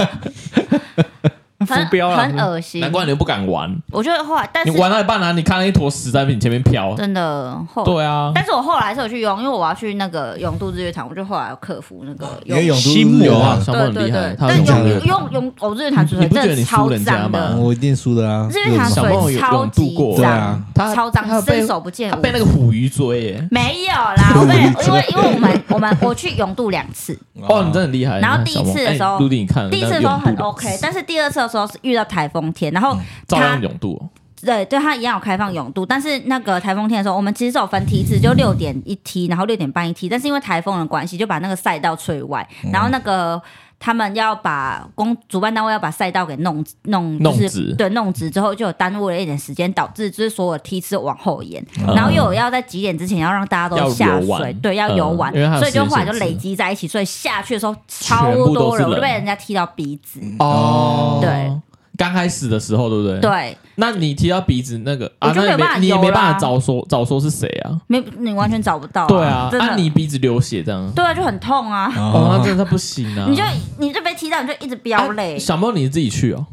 Speaker 4: 浮标啊嗯啦
Speaker 3: 很恶心
Speaker 1: 难。怪你不敢玩，
Speaker 3: 我觉得后来，但
Speaker 1: 你
Speaker 3: 是
Speaker 1: 玩到一半啊，你看到一坨屎在你前面飘，
Speaker 3: 真的后，
Speaker 1: 对啊，
Speaker 3: 但是我后来是有去游泳，因为我要去那个泳渡日月潭，我就后来有克服那个
Speaker 2: 因为
Speaker 3: 泳。
Speaker 2: 永
Speaker 4: 心
Speaker 2: 都是有
Speaker 4: 魔
Speaker 2: 啊，
Speaker 1: 小莫
Speaker 3: 对
Speaker 1: 很
Speaker 3: 对
Speaker 1: 厉害
Speaker 3: 对，，
Speaker 1: 他
Speaker 3: 但
Speaker 1: 很
Speaker 2: 这
Speaker 1: 强
Speaker 2: 样
Speaker 3: 泳
Speaker 2: 的
Speaker 1: 的。
Speaker 3: 泳泳泳日月潭水
Speaker 1: 你
Speaker 3: 真
Speaker 1: 不觉得
Speaker 3: 的
Speaker 1: 你
Speaker 3: 超
Speaker 1: 输人家
Speaker 3: 脏
Speaker 1: 吗
Speaker 3: 的，
Speaker 2: 我一定输的啊，
Speaker 3: 日月潭
Speaker 1: 小梦
Speaker 3: 水
Speaker 1: 有
Speaker 3: 超
Speaker 1: 泳渡
Speaker 3: 级
Speaker 1: 过
Speaker 2: 对
Speaker 3: 脏
Speaker 2: 啊，
Speaker 1: 他
Speaker 3: 超
Speaker 1: 他
Speaker 3: 脏，
Speaker 1: 被
Speaker 3: 伸手不见
Speaker 1: 他
Speaker 3: 五
Speaker 1: 被那个虎鱼追耶！
Speaker 3: 没有 啦，我被因为因为我们我们我去泳渡两次，
Speaker 2: 啊
Speaker 1: 哦，你真的很厉害。
Speaker 3: 然后第一次的时
Speaker 1: 小
Speaker 3: 候
Speaker 1: 梦哎陆地你看了
Speaker 3: 第一次的
Speaker 1: 那
Speaker 3: 时候
Speaker 1: 泳渡
Speaker 3: 很
Speaker 1: 的
Speaker 3: OK，但是第二次的时候是遇到台风天，然后
Speaker 1: 照
Speaker 3: 他
Speaker 1: 样泳渡哦。
Speaker 3: 对对他一样有开放泳渡，但是那个台风天的时候，我们其实是有分梯次，就六点一梯，然后六点半一梯，但是因为台风的关系，就把那个赛道吹歪，
Speaker 1: 嗯
Speaker 3: 然后那个。他们要把公主办单位要把赛道给弄弄
Speaker 1: 弄
Speaker 3: 就是
Speaker 1: 直
Speaker 3: 对弄直之后，就有耽误了一点时间，导致就是所有梯次往后延，
Speaker 1: 嗯
Speaker 3: 然后又有要在几点之前要让大家
Speaker 1: 要
Speaker 3: 都下
Speaker 1: 游
Speaker 3: 水
Speaker 1: 玩，
Speaker 3: 对，要游玩
Speaker 1: 嗯因为它，有
Speaker 3: 所以就
Speaker 1: 时间
Speaker 3: 后来就
Speaker 1: 限制
Speaker 3: 累积在一起，所以下去的时候超
Speaker 1: 全部都
Speaker 3: 多
Speaker 1: 是
Speaker 3: 人，我
Speaker 1: 人
Speaker 3: 就被人家踢到鼻子，
Speaker 1: 哦，
Speaker 3: 对，
Speaker 1: 刚开始的时候，对不对？。
Speaker 3: 对，
Speaker 1: 那你提到鼻子那个啊
Speaker 3: 我，就
Speaker 1: 那
Speaker 3: 没
Speaker 1: 你没
Speaker 3: 有办法
Speaker 1: 你也
Speaker 3: 游
Speaker 1: 没办
Speaker 3: 啦
Speaker 1: 法早说早说是谁啊？
Speaker 3: 没你完全找不到，
Speaker 1: 对啊，
Speaker 3: 真的
Speaker 1: 啊，你鼻子流血这样，
Speaker 3: 对啊，就很痛啊。
Speaker 1: 哦，那
Speaker 2: 啊，
Speaker 1: 真的他不行啊。
Speaker 3: 你就你就被踢到，你就一直飙泪
Speaker 1: 啊。小梦你自己去哦，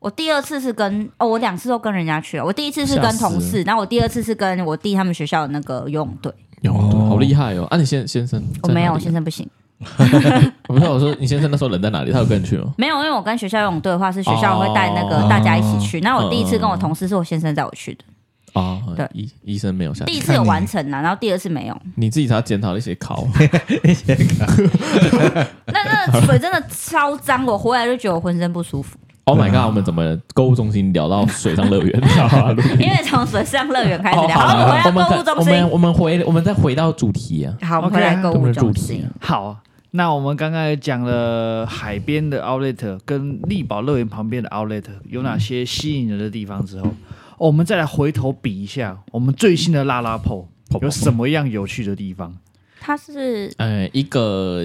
Speaker 3: 我第二次是跟哦，我两次都跟人家去了。我第一次是
Speaker 1: 吓
Speaker 3: 跟
Speaker 1: 死
Speaker 3: 同事，然后我第二次是跟我弟他们学校的那个游泳队。
Speaker 1: 有
Speaker 2: 哦
Speaker 1: 好厉害哦。啊，你先先生，
Speaker 3: 我没有，先
Speaker 1: 先，
Speaker 3: 生不行，
Speaker 1: 我不是我说你先生那时候人在哪里？他有跟你去吗？
Speaker 3: 没有，因为我跟学校游泳队的话是学校
Speaker 1: 哦
Speaker 3: 会带那个大家一起去。那我第一次跟我同事是我先生带我去的，
Speaker 1: 啊，
Speaker 3: 对
Speaker 1: 医医生没有下去
Speaker 3: 第一次有完成啊啦，然后第二次没 有。
Speaker 1: 你自己才要检讨那些 考，
Speaker 3: 那那水真的超脏，我回来就觉得我浑身不 舒服，
Speaker 1: Oh my god！我们怎么购物中心聊到水上 乐园？哈录音
Speaker 3: 因为从水上乐园开始
Speaker 1: 哦，
Speaker 3: 聊。
Speaker 1: 好
Speaker 3: 好，我
Speaker 1: 了，我
Speaker 3: 们
Speaker 1: 们
Speaker 3: 回到
Speaker 1: 再
Speaker 3: 购
Speaker 1: 我
Speaker 3: 物中
Speaker 1: 们
Speaker 3: 心。
Speaker 1: 我们回我们再回到主题啊，
Speaker 3: 好，我们
Speaker 4: OK
Speaker 3: 回来购
Speaker 1: 我
Speaker 3: 物
Speaker 1: 们的主
Speaker 3: 中
Speaker 1: 题
Speaker 3: 心
Speaker 1: 啊。
Speaker 4: 好，那我们刚刚讲了海边的 outlet 跟力宝乐园旁边的 outlet 有哪些吸引人的地方之后，哦我们再来回头比一下我们最新的拉拉铺
Speaker 1: 泡泡
Speaker 4: 有什么样有趣的地方？
Speaker 3: 它是
Speaker 1: 呃，一个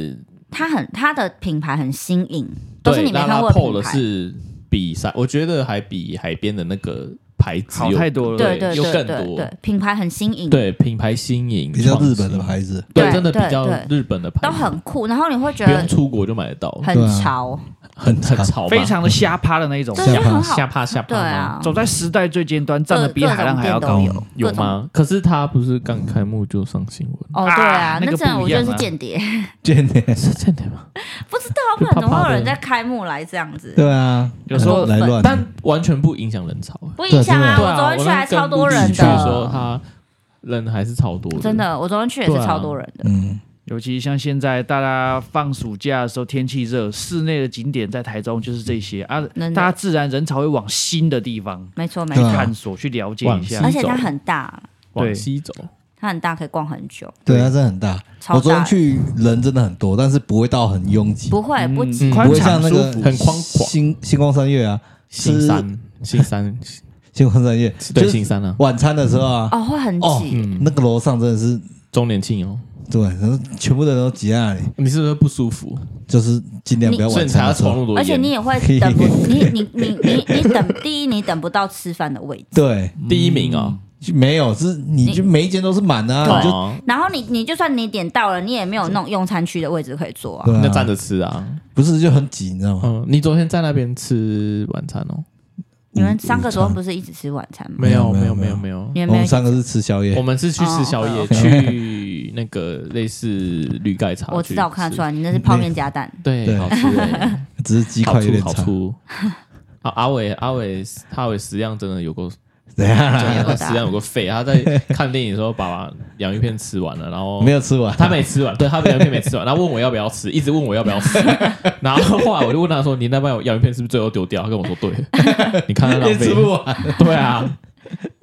Speaker 3: 它很它的品牌很新颖，都是
Speaker 1: 对
Speaker 3: 你没
Speaker 1: 拉
Speaker 3: 看
Speaker 1: 拉
Speaker 3: 过
Speaker 1: 泡
Speaker 3: 品
Speaker 1: 的
Speaker 3: 牌。
Speaker 1: 是比赛，我觉得还比海边的那个牌子
Speaker 4: 好
Speaker 1: 有
Speaker 4: 太多了
Speaker 3: 对对
Speaker 1: 又
Speaker 3: 对
Speaker 1: 更
Speaker 3: 对
Speaker 1: 多
Speaker 3: 对，，品牌很新颖，
Speaker 1: 对品牌新颖，
Speaker 2: 比较日本的
Speaker 1: 创新，
Speaker 2: 牌子，
Speaker 1: 对，
Speaker 3: 嗯对
Speaker 1: 真的
Speaker 3: 对
Speaker 1: 比较
Speaker 3: 对
Speaker 1: 日本的牌
Speaker 3: 都
Speaker 1: 子，
Speaker 3: 很酷。然后你会觉
Speaker 1: 不用
Speaker 3: 得
Speaker 1: 出国就买得到，
Speaker 3: 很
Speaker 2: 对啊
Speaker 3: 潮，
Speaker 1: 很很
Speaker 2: 很
Speaker 1: 潮嘛，
Speaker 4: 非常的瞎趴的那一种，
Speaker 3: 对，就很好
Speaker 1: 吓。怕吓怕
Speaker 3: 对
Speaker 1: 吗，
Speaker 3: 啊，
Speaker 4: 走在时代最尖端，站得比
Speaker 3: 各
Speaker 4: 海浪还要
Speaker 3: 各种
Speaker 4: 高哦
Speaker 3: 店。都有
Speaker 1: 有
Speaker 3: 各种
Speaker 1: 吗？可是他不是刚开幕就上新闻，
Speaker 3: 哦，
Speaker 4: 啊
Speaker 3: 对啊，
Speaker 4: 那
Speaker 3: 那
Speaker 4: 个
Speaker 3: 真的
Speaker 4: 不
Speaker 3: 我
Speaker 4: 一
Speaker 3: 觉
Speaker 4: 样啊
Speaker 3: 得是间谍，
Speaker 2: 见的，
Speaker 1: 是真的吗？
Speaker 3: 不知道不然
Speaker 1: 就怕怕
Speaker 3: 怎
Speaker 1: 的
Speaker 3: 么会有人在开幕来这样子？
Speaker 2: 对啊，
Speaker 4: 有时候
Speaker 2: 来乱，
Speaker 1: 但完全不影响人潮，
Speaker 3: 不影响啊，
Speaker 1: 对啊，
Speaker 3: 我昨天去还超多人
Speaker 1: 去的时候，
Speaker 3: 的，
Speaker 1: 他人还是超多的，
Speaker 3: 真。的，我昨天去也
Speaker 1: 对
Speaker 3: 是
Speaker 1: 啊
Speaker 3: 超多人的。
Speaker 2: 嗯，
Speaker 4: 尤其像现在大家放暑假的时候，天气热，室内的景点在台中就是这些啊，
Speaker 3: 真的
Speaker 4: 大家自然人潮会往新的地方
Speaker 3: 没错没
Speaker 2: 对啊
Speaker 3: 错，
Speaker 4: 探索、去了解一
Speaker 1: 往
Speaker 4: 下
Speaker 3: 而
Speaker 1: 西。
Speaker 3: 且它很大，
Speaker 1: 往西走，
Speaker 3: 它很大，可以逛很久，
Speaker 2: 对，它真的很大。
Speaker 3: 超
Speaker 2: 我昨天
Speaker 3: 大。
Speaker 2: 去人真的很多，但是不会到很拥挤，
Speaker 3: 不会不挤，
Speaker 1: 嗯
Speaker 2: 不
Speaker 4: 宽
Speaker 2: 会像
Speaker 4: 敞
Speaker 2: 那
Speaker 4: 舒
Speaker 2: 个
Speaker 4: 服，
Speaker 1: 很宽广
Speaker 2: 星星光三月啊，
Speaker 1: 新山，新 山，
Speaker 2: 星光三月，
Speaker 1: 对，
Speaker 2: 就是
Speaker 1: 新山啊，
Speaker 2: 晚餐的时候啊，
Speaker 3: 哦，会很
Speaker 2: 哦
Speaker 3: 挤，
Speaker 2: 那个楼上真的是
Speaker 1: 周年庆哦，
Speaker 2: 对，然后全部的人都挤在那里，
Speaker 1: 你是不是不舒服？
Speaker 2: 就是尽量不要
Speaker 1: 所以
Speaker 2: 晚
Speaker 1: 你才
Speaker 2: 餐
Speaker 1: 要
Speaker 2: 的时
Speaker 1: 闯
Speaker 2: 候。
Speaker 1: 入多
Speaker 3: 而且你也会等不，你你你你你等， 第一你等不到吃饭的位置。
Speaker 2: 对，
Speaker 1: 第一名啊，
Speaker 2: 就没有，是你就每一间都是满的啊，你就
Speaker 1: 就
Speaker 3: 然后你你就算你点到了，你也没有那种用餐区的位置可以坐啊。
Speaker 2: 对啊
Speaker 1: 那站着吃啊。
Speaker 2: 不是就很挤，你知道吗？
Speaker 1: 嗯，你昨天在那边吃晚餐哦？
Speaker 3: 你们三个昨天
Speaker 2: 午
Speaker 3: 不是一起吃晚餐吗？
Speaker 1: 没有，
Speaker 2: 没
Speaker 1: 没
Speaker 2: 有
Speaker 1: 有，没
Speaker 2: 没有
Speaker 1: 有，没有。
Speaker 2: 餐嗯我们
Speaker 3: 你们没有一起？
Speaker 2: 三个是吃宵
Speaker 1: 我
Speaker 2: 夜，
Speaker 1: 们是去吃宵夜，
Speaker 3: 哦
Speaker 1: 去那个类似绿盖茶。
Speaker 3: 我知道，我看得出，来，你那是泡面加蛋。
Speaker 1: 对，
Speaker 2: 对
Speaker 1: 好吃欸，
Speaker 2: 只是鸡
Speaker 1: 好
Speaker 2: 块有
Speaker 1: 粗，
Speaker 2: 点
Speaker 1: 好
Speaker 2: 长。
Speaker 1: 粗。啊，阿伟，阿伟，阿伟食量真的 有够
Speaker 2: 怎样啊？
Speaker 1: 真的
Speaker 3: 够
Speaker 1: 他
Speaker 3: 大
Speaker 1: 食量有个废，他 在看电影的时候把洋芋片吃完了，然后
Speaker 2: 没有吃完，啊
Speaker 1: 他没吃完，对他洋芋片没吃完，然后问我要不要吃，一直问我要不要吃， 然后后来我就问他说：“你那包洋芋片是不是最后丢掉？”他跟我说：“对，你看他浪
Speaker 2: 也
Speaker 1: 费
Speaker 2: 吃，不完，
Speaker 1: 对啊，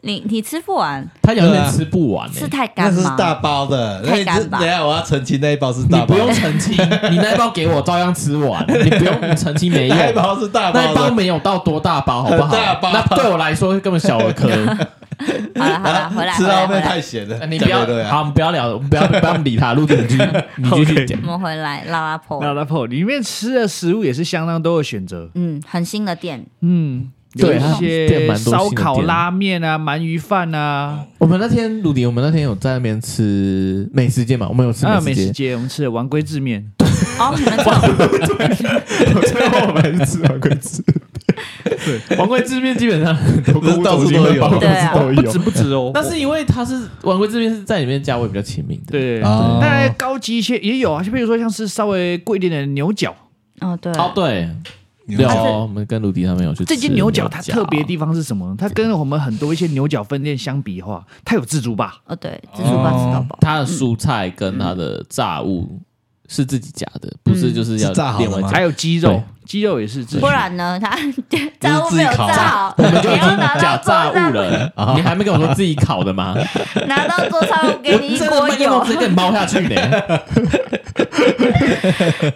Speaker 3: 你你吃不完，
Speaker 1: 他洋芋片吃不完、
Speaker 3: 是
Speaker 1: 欸，
Speaker 3: 太
Speaker 2: 那
Speaker 3: 干
Speaker 2: 是
Speaker 3: 吗？
Speaker 2: 大包的，那
Speaker 3: 太
Speaker 2: 一
Speaker 3: 干
Speaker 2: 只
Speaker 3: 吧
Speaker 2: 等一下我要澄清那一包是
Speaker 1: 你
Speaker 2: 大包
Speaker 1: 不
Speaker 2: 的，
Speaker 1: 用澄清，你那包给我照样吃完，你不用澄清没用。”
Speaker 2: 那一包是大
Speaker 1: 那
Speaker 2: 包
Speaker 1: 一包
Speaker 2: 的，
Speaker 1: 没有到多大包，好不好？
Speaker 2: 很大包
Speaker 1: 那对我来说根本小儿科。
Speaker 3: 好了好了，回来
Speaker 2: 啊吃
Speaker 3: 回
Speaker 2: 到
Speaker 3: 来
Speaker 2: 后
Speaker 3: 回
Speaker 2: 面
Speaker 3: 来，
Speaker 2: 太咸了，
Speaker 1: 你不要啊
Speaker 2: 对对，
Speaker 1: 好，我们不要聊，我们不要不要理他。陆景君，你继续
Speaker 4: OK
Speaker 1: 讲
Speaker 3: 我。们回来拉拉婆，
Speaker 4: 拉拉泡里面吃的食物也是相当多的选择，
Speaker 3: 嗯，很新的店，
Speaker 4: 嗯，有
Speaker 1: 对
Speaker 4: 一
Speaker 1: 它店
Speaker 4: 些
Speaker 1: 蛮多
Speaker 4: 烧
Speaker 1: 新的
Speaker 4: 烤、
Speaker 1: 店
Speaker 4: 拉面啊、鳗鱼饭啊，
Speaker 1: 我们那天鲁迪，我们那天有在那边吃美食街嘛？我们有吃
Speaker 4: 啊，
Speaker 1: 美
Speaker 4: 美食
Speaker 1: 食街，
Speaker 4: 街我们吃的丸龟制面，
Speaker 3: 哦，你们这种
Speaker 1: 最后我们吃完归吃。王贵制面基本上
Speaker 2: 是 到处都有
Speaker 1: 到处
Speaker 3: 对啊
Speaker 1: 都
Speaker 4: 不
Speaker 1: 有
Speaker 4: 止。不止哦。
Speaker 1: 但是因为它是王贵制面是在里面价位比较亲民的，
Speaker 4: 对，
Speaker 2: 哦
Speaker 4: 当然高级一些也有啊，就比如说像是稍微贵一点点的牛角，
Speaker 3: 哦，对，
Speaker 1: 哦对，
Speaker 2: 牛
Speaker 1: 对
Speaker 2: 角
Speaker 1: 哦，我们跟卢迪他们有去吃
Speaker 4: 这间牛角它特别的地方是什么呢？它跟我们很多一些牛角分店相比的话，它有自助吧？
Speaker 3: 哦对，自助吧吃到饱，
Speaker 1: 它的蔬菜跟它的炸物是自己夹的，不
Speaker 3: 嗯
Speaker 1: 是就是要
Speaker 2: 是炸好的
Speaker 1: 另外
Speaker 2: 吗
Speaker 1: 加
Speaker 4: 还有鸡肉，鸡肉也是自助
Speaker 3: 不。然呢，他 炸物没有
Speaker 2: 自己烤
Speaker 3: 炸好，
Speaker 1: 我们就已
Speaker 3: 然后
Speaker 1: 经
Speaker 3: 拿
Speaker 1: 假
Speaker 3: 到
Speaker 1: 炸物
Speaker 3: 桌上，
Speaker 1: 了，
Speaker 2: 啊
Speaker 1: 你还没跟我说自己烤的 吗？
Speaker 3: 拿到桌上我给
Speaker 1: 我
Speaker 3: 哎你一
Speaker 1: 真
Speaker 3: 锅
Speaker 1: 的麦克
Speaker 3: 油
Speaker 1: 风直，接给你猫下去呢。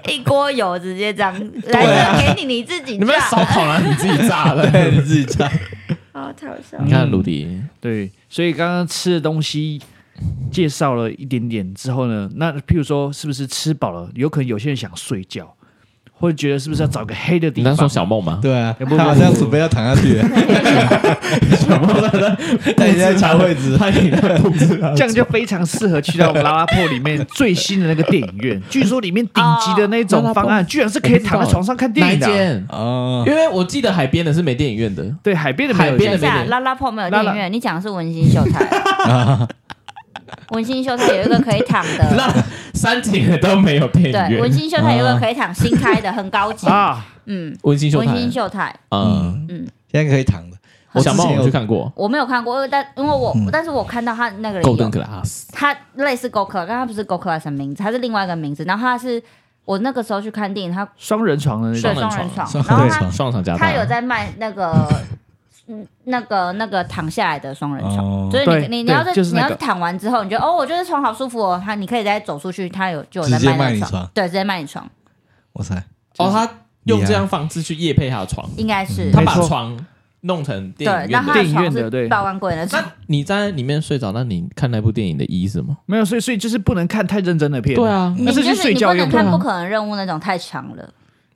Speaker 3: 一锅油直接这样，来这给你， 你自己
Speaker 1: 你们
Speaker 3: 炸
Speaker 1: 少，烤了，你自己炸 了。
Speaker 2: 对，你自己炸。
Speaker 3: 哦，太好笑了
Speaker 1: 你看卢迪，
Speaker 4: 对，所以刚刚吃的东西介绍了一点点之后呢，那譬如说是不是吃饱了，有可能有些人想睡觉，或者觉得是不是要找个黑的地
Speaker 1: 你刚说？
Speaker 4: 方
Speaker 1: 小梦吗？
Speaker 2: 对啊，
Speaker 4: 哎不
Speaker 2: 他好像准备要躺下 去了，他已经在查位置，
Speaker 1: 他已经在布置了。
Speaker 4: 这样就非常适合去到拉拉破里面最新的那个电影院，据说里面顶级的那种方案，居然是可以躺在床上看
Speaker 1: 哪
Speaker 4: 电
Speaker 1: 一
Speaker 4: 影的啊。
Speaker 1: 间？
Speaker 3: 嗯
Speaker 2: 哦，
Speaker 1: 因为我记得海边的是没电影院的，
Speaker 4: 对，海边的没有
Speaker 1: 海边的
Speaker 3: 等一下，
Speaker 1: 没
Speaker 3: 拉拉泡没有
Speaker 4: 拉
Speaker 3: 电
Speaker 4: 拉
Speaker 3: 影院，你讲的是文心秀才。文心秀才有一个可以躺 的，
Speaker 1: 那山景的都没有电影
Speaker 3: 对，文
Speaker 1: 院。
Speaker 3: 心秀才有一个可以躺，新开的，很高级。
Speaker 4: 啊，
Speaker 3: 嗯，
Speaker 1: 温馨秀
Speaker 3: 文
Speaker 1: 台
Speaker 3: 心，秀才，
Speaker 1: 嗯，
Speaker 2: 嗯，现在可以躺的。我之
Speaker 1: 小梦
Speaker 2: 前
Speaker 1: 我去
Speaker 2: 有
Speaker 1: 看过
Speaker 3: 我没有看过，但因为我
Speaker 2: 嗯
Speaker 3: 但是我看到他那个人
Speaker 1: ，Golden
Speaker 3: 有，
Speaker 1: Glass。
Speaker 3: 他类似 Go 客，但他不是 Go 客什么名字，他是另外一个名字。然后他是我那个时候去看电影，他
Speaker 4: 双人床的那
Speaker 3: 睡
Speaker 4: 种
Speaker 1: 双人
Speaker 3: 双
Speaker 1: 床
Speaker 2: 双，
Speaker 3: 人床然后
Speaker 2: 人
Speaker 3: 他
Speaker 2: 床
Speaker 1: 上场加大，
Speaker 3: 他有在卖那个。嗯，那个那个躺下来的双
Speaker 1: 嗯
Speaker 3: 人床，
Speaker 2: 哦
Speaker 3: 就是
Speaker 4: 对
Speaker 3: 你你你
Speaker 4: 对
Speaker 3: 要是、
Speaker 4: 就是
Speaker 3: 你
Speaker 4: 那
Speaker 3: 要
Speaker 4: 个
Speaker 3: 是躺完之后，你觉得哦，我觉得床好舒服哦，他你可以再走出去，他有就有
Speaker 2: 直
Speaker 3: 在
Speaker 2: 接
Speaker 3: 卖那
Speaker 2: 卖
Speaker 3: 个
Speaker 2: 你
Speaker 3: 床，
Speaker 2: 床
Speaker 3: 对，直接卖你床，
Speaker 2: 哇塞，
Speaker 1: 哦，他用这样方式去夜配他的床，
Speaker 3: 应该是、
Speaker 1: 他把
Speaker 4: 没错
Speaker 1: 床弄成电
Speaker 3: 对
Speaker 1: 影，
Speaker 3: 那
Speaker 1: 院
Speaker 3: 他
Speaker 1: 的。
Speaker 4: 电
Speaker 3: 的
Speaker 4: 影
Speaker 3: 床
Speaker 4: 院的对
Speaker 3: 是八万贵的床，
Speaker 1: 那你在里面睡着，那你看那部电影的意义是什么？
Speaker 4: 没有，所以所以就是不能看太认真的片。
Speaker 1: 对，啊，
Speaker 3: 你
Speaker 4: 那
Speaker 3: 就是
Speaker 4: 去
Speaker 3: 是
Speaker 4: 睡
Speaker 3: 你
Speaker 4: 觉
Speaker 3: 不
Speaker 4: 用
Speaker 3: 能
Speaker 4: 的
Speaker 3: 看
Speaker 4: 啊
Speaker 3: 不可能任务那种太长了，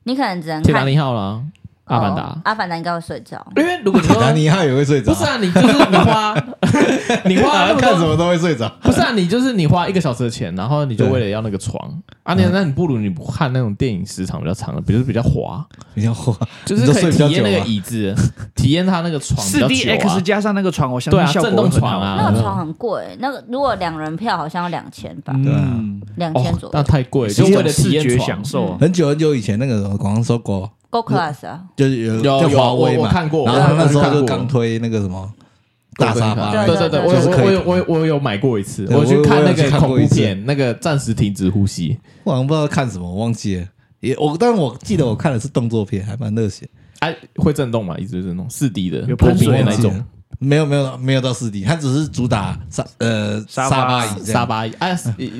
Speaker 3: 你可能只能
Speaker 1: 铁达
Speaker 3: 看
Speaker 1: 尼号啦，阿凡达
Speaker 3: 哦。阿凡达应该会睡着，
Speaker 1: 因为如果你
Speaker 2: 铁达
Speaker 1: 说
Speaker 2: 尼号也会睡着
Speaker 1: 不，是啊，你就是你花 你 花那啊么
Speaker 2: 看什
Speaker 1: 多，
Speaker 2: 么都会睡着。
Speaker 1: 不是啊，你就是你花一个小时的钱，然后你就为了要那个床啊，你那你不如你不看那种电影时长比较长的，比如比较滑，
Speaker 2: 比较晃，
Speaker 1: 就是可以
Speaker 2: 你就睡比较
Speaker 1: 体验
Speaker 2: 久啊
Speaker 1: 那个椅子， 体验它那个床比
Speaker 4: 四
Speaker 1: 较
Speaker 4: D
Speaker 1: 久
Speaker 4: X
Speaker 1: 啊。
Speaker 4: 加上那个床，我相
Speaker 1: 对
Speaker 4: 信
Speaker 1: 啊
Speaker 4: 效果
Speaker 1: 震动
Speaker 4: 会很
Speaker 1: 床啊
Speaker 4: 好。
Speaker 3: 那个床很贵，那个如果两人票好像要两千吧，
Speaker 2: 对啊
Speaker 4: 嗯，
Speaker 3: 两千
Speaker 1: 哦
Speaker 3: 左，
Speaker 1: 那
Speaker 3: 右
Speaker 1: 太贵，
Speaker 4: 是
Speaker 1: 就
Speaker 4: 一
Speaker 1: 为
Speaker 4: 种
Speaker 1: 了体
Speaker 4: 视觉
Speaker 1: 验
Speaker 4: 享
Speaker 1: 床。
Speaker 4: 受啊。
Speaker 2: 很久很久以前那个什么广告说过，
Speaker 3: ，Go Class 啊，
Speaker 2: 就是有
Speaker 1: 有
Speaker 2: 叫华为
Speaker 1: 有我我
Speaker 2: 嘛，
Speaker 1: 看过
Speaker 2: 然后他那时
Speaker 1: 我
Speaker 2: 候
Speaker 1: 看
Speaker 2: 就
Speaker 1: 过
Speaker 2: 刚推那个什么大沙发那
Speaker 1: 对啊
Speaker 2: 个，
Speaker 1: 对对，
Speaker 3: 对
Speaker 1: 我
Speaker 2: 就是
Speaker 1: 有
Speaker 2: 可
Speaker 1: 我
Speaker 2: 以
Speaker 1: 有我有我有买过一次，
Speaker 2: 对
Speaker 1: 我去
Speaker 2: 我
Speaker 1: 看
Speaker 2: 我
Speaker 1: 那
Speaker 2: 有去
Speaker 1: 个
Speaker 2: 看
Speaker 1: 恐
Speaker 2: 过一
Speaker 1: 怖
Speaker 2: 次
Speaker 1: 片，那个暂时停止呼吸
Speaker 2: 我好像不知道看什么，我忘记了。也我，但我记得我看的是动作片，还蛮热血。
Speaker 1: 哎，会震动嘛？一直震动，四 D 的
Speaker 4: 有
Speaker 1: 波
Speaker 4: 喷
Speaker 1: 比
Speaker 4: 水
Speaker 1: 的
Speaker 2: 啊
Speaker 4: 吗
Speaker 1: 那种
Speaker 2: 没有没有没有到四 D，它只是主打沙呃沙
Speaker 4: 沙发
Speaker 2: 发椅这
Speaker 1: 沙
Speaker 2: 样。
Speaker 1: 巴哎，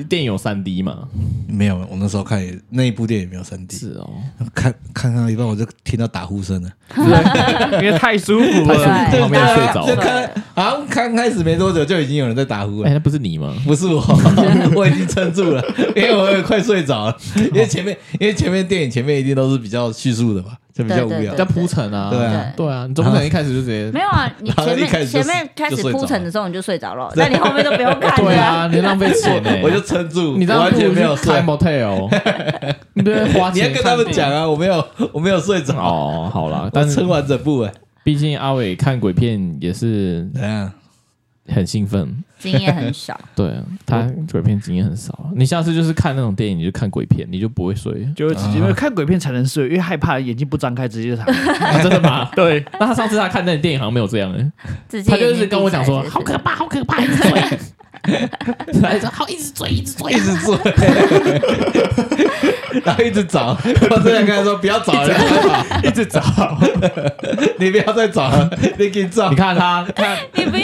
Speaker 1: 电影有三 D 嘛？
Speaker 2: 没有，我那时候看也那一部电影没有三 D，
Speaker 1: 是哦，
Speaker 2: 看看到一半我就听到打呼声了。
Speaker 4: 因为太舒服
Speaker 1: 嗯太舒
Speaker 4: 了。。
Speaker 1: 服
Speaker 3: 对
Speaker 1: 旁边
Speaker 3: 对
Speaker 1: 睡着了。
Speaker 2: 就看好像刚开始没多久就已经有人在打呼
Speaker 1: 哎，
Speaker 2: 了。
Speaker 1: 那不是你吗？
Speaker 2: 不是我， 我已经撑住了，因为我也快睡着了。因为前面，因为前面电影前面一定都是比较叙述的嘛，就比较无
Speaker 3: 对对
Speaker 2: 聊
Speaker 1: 在
Speaker 3: 对。
Speaker 1: 铺陈啊，
Speaker 2: 对啊
Speaker 1: 对啊，你总不能一开始就直 接
Speaker 3: 没有啊，你
Speaker 2: 然后
Speaker 3: 前
Speaker 2: 一开
Speaker 3: 面
Speaker 2: 始就
Speaker 3: 前面开
Speaker 2: 就
Speaker 3: 始
Speaker 2: 睡着
Speaker 3: 铺陈的时候你就睡着了，那你后面都不用看
Speaker 1: 对
Speaker 3: 了
Speaker 1: 啊，你浪费 钱呢。
Speaker 2: 我就撑住，
Speaker 1: 你这样
Speaker 2: 完
Speaker 1: 不
Speaker 2: 全
Speaker 1: 如
Speaker 2: 没有
Speaker 1: 去开
Speaker 2: 睡。
Speaker 1: motel，你 不要花
Speaker 2: 你
Speaker 1: 钱看电影。
Speaker 2: 要跟他们讲啊，我没有，我没有睡着，
Speaker 1: 哦，好啦，
Speaker 2: 我
Speaker 1: 但是
Speaker 2: 撑完整部哎。
Speaker 1: 毕竟阿伟看鬼片也是
Speaker 2: 怎样？
Speaker 1: 很兴奋，
Speaker 3: 经验很少。
Speaker 1: 对啊，他鬼片经验很少。你下次就是看那种电影，你就看鬼片，你就不会睡
Speaker 4: 就直接因为看鬼片才能睡，因为害怕眼睛不张开直接就躺。
Speaker 1: 啊真的吗？
Speaker 4: 对，
Speaker 1: 那他上次他看那个电影好像没有这样哎，
Speaker 3: 直接
Speaker 1: 他就是跟我讲说
Speaker 3: 眼睛
Speaker 1: 好
Speaker 3: 闭起来
Speaker 1: 可怕，好可怕，一直追， 他说好一直追，一直追
Speaker 2: 一。直做，然后一直找。我真的跟他说不要找了，一直找，你不要再找了，你给 找
Speaker 1: 你。看他看
Speaker 3: 你不要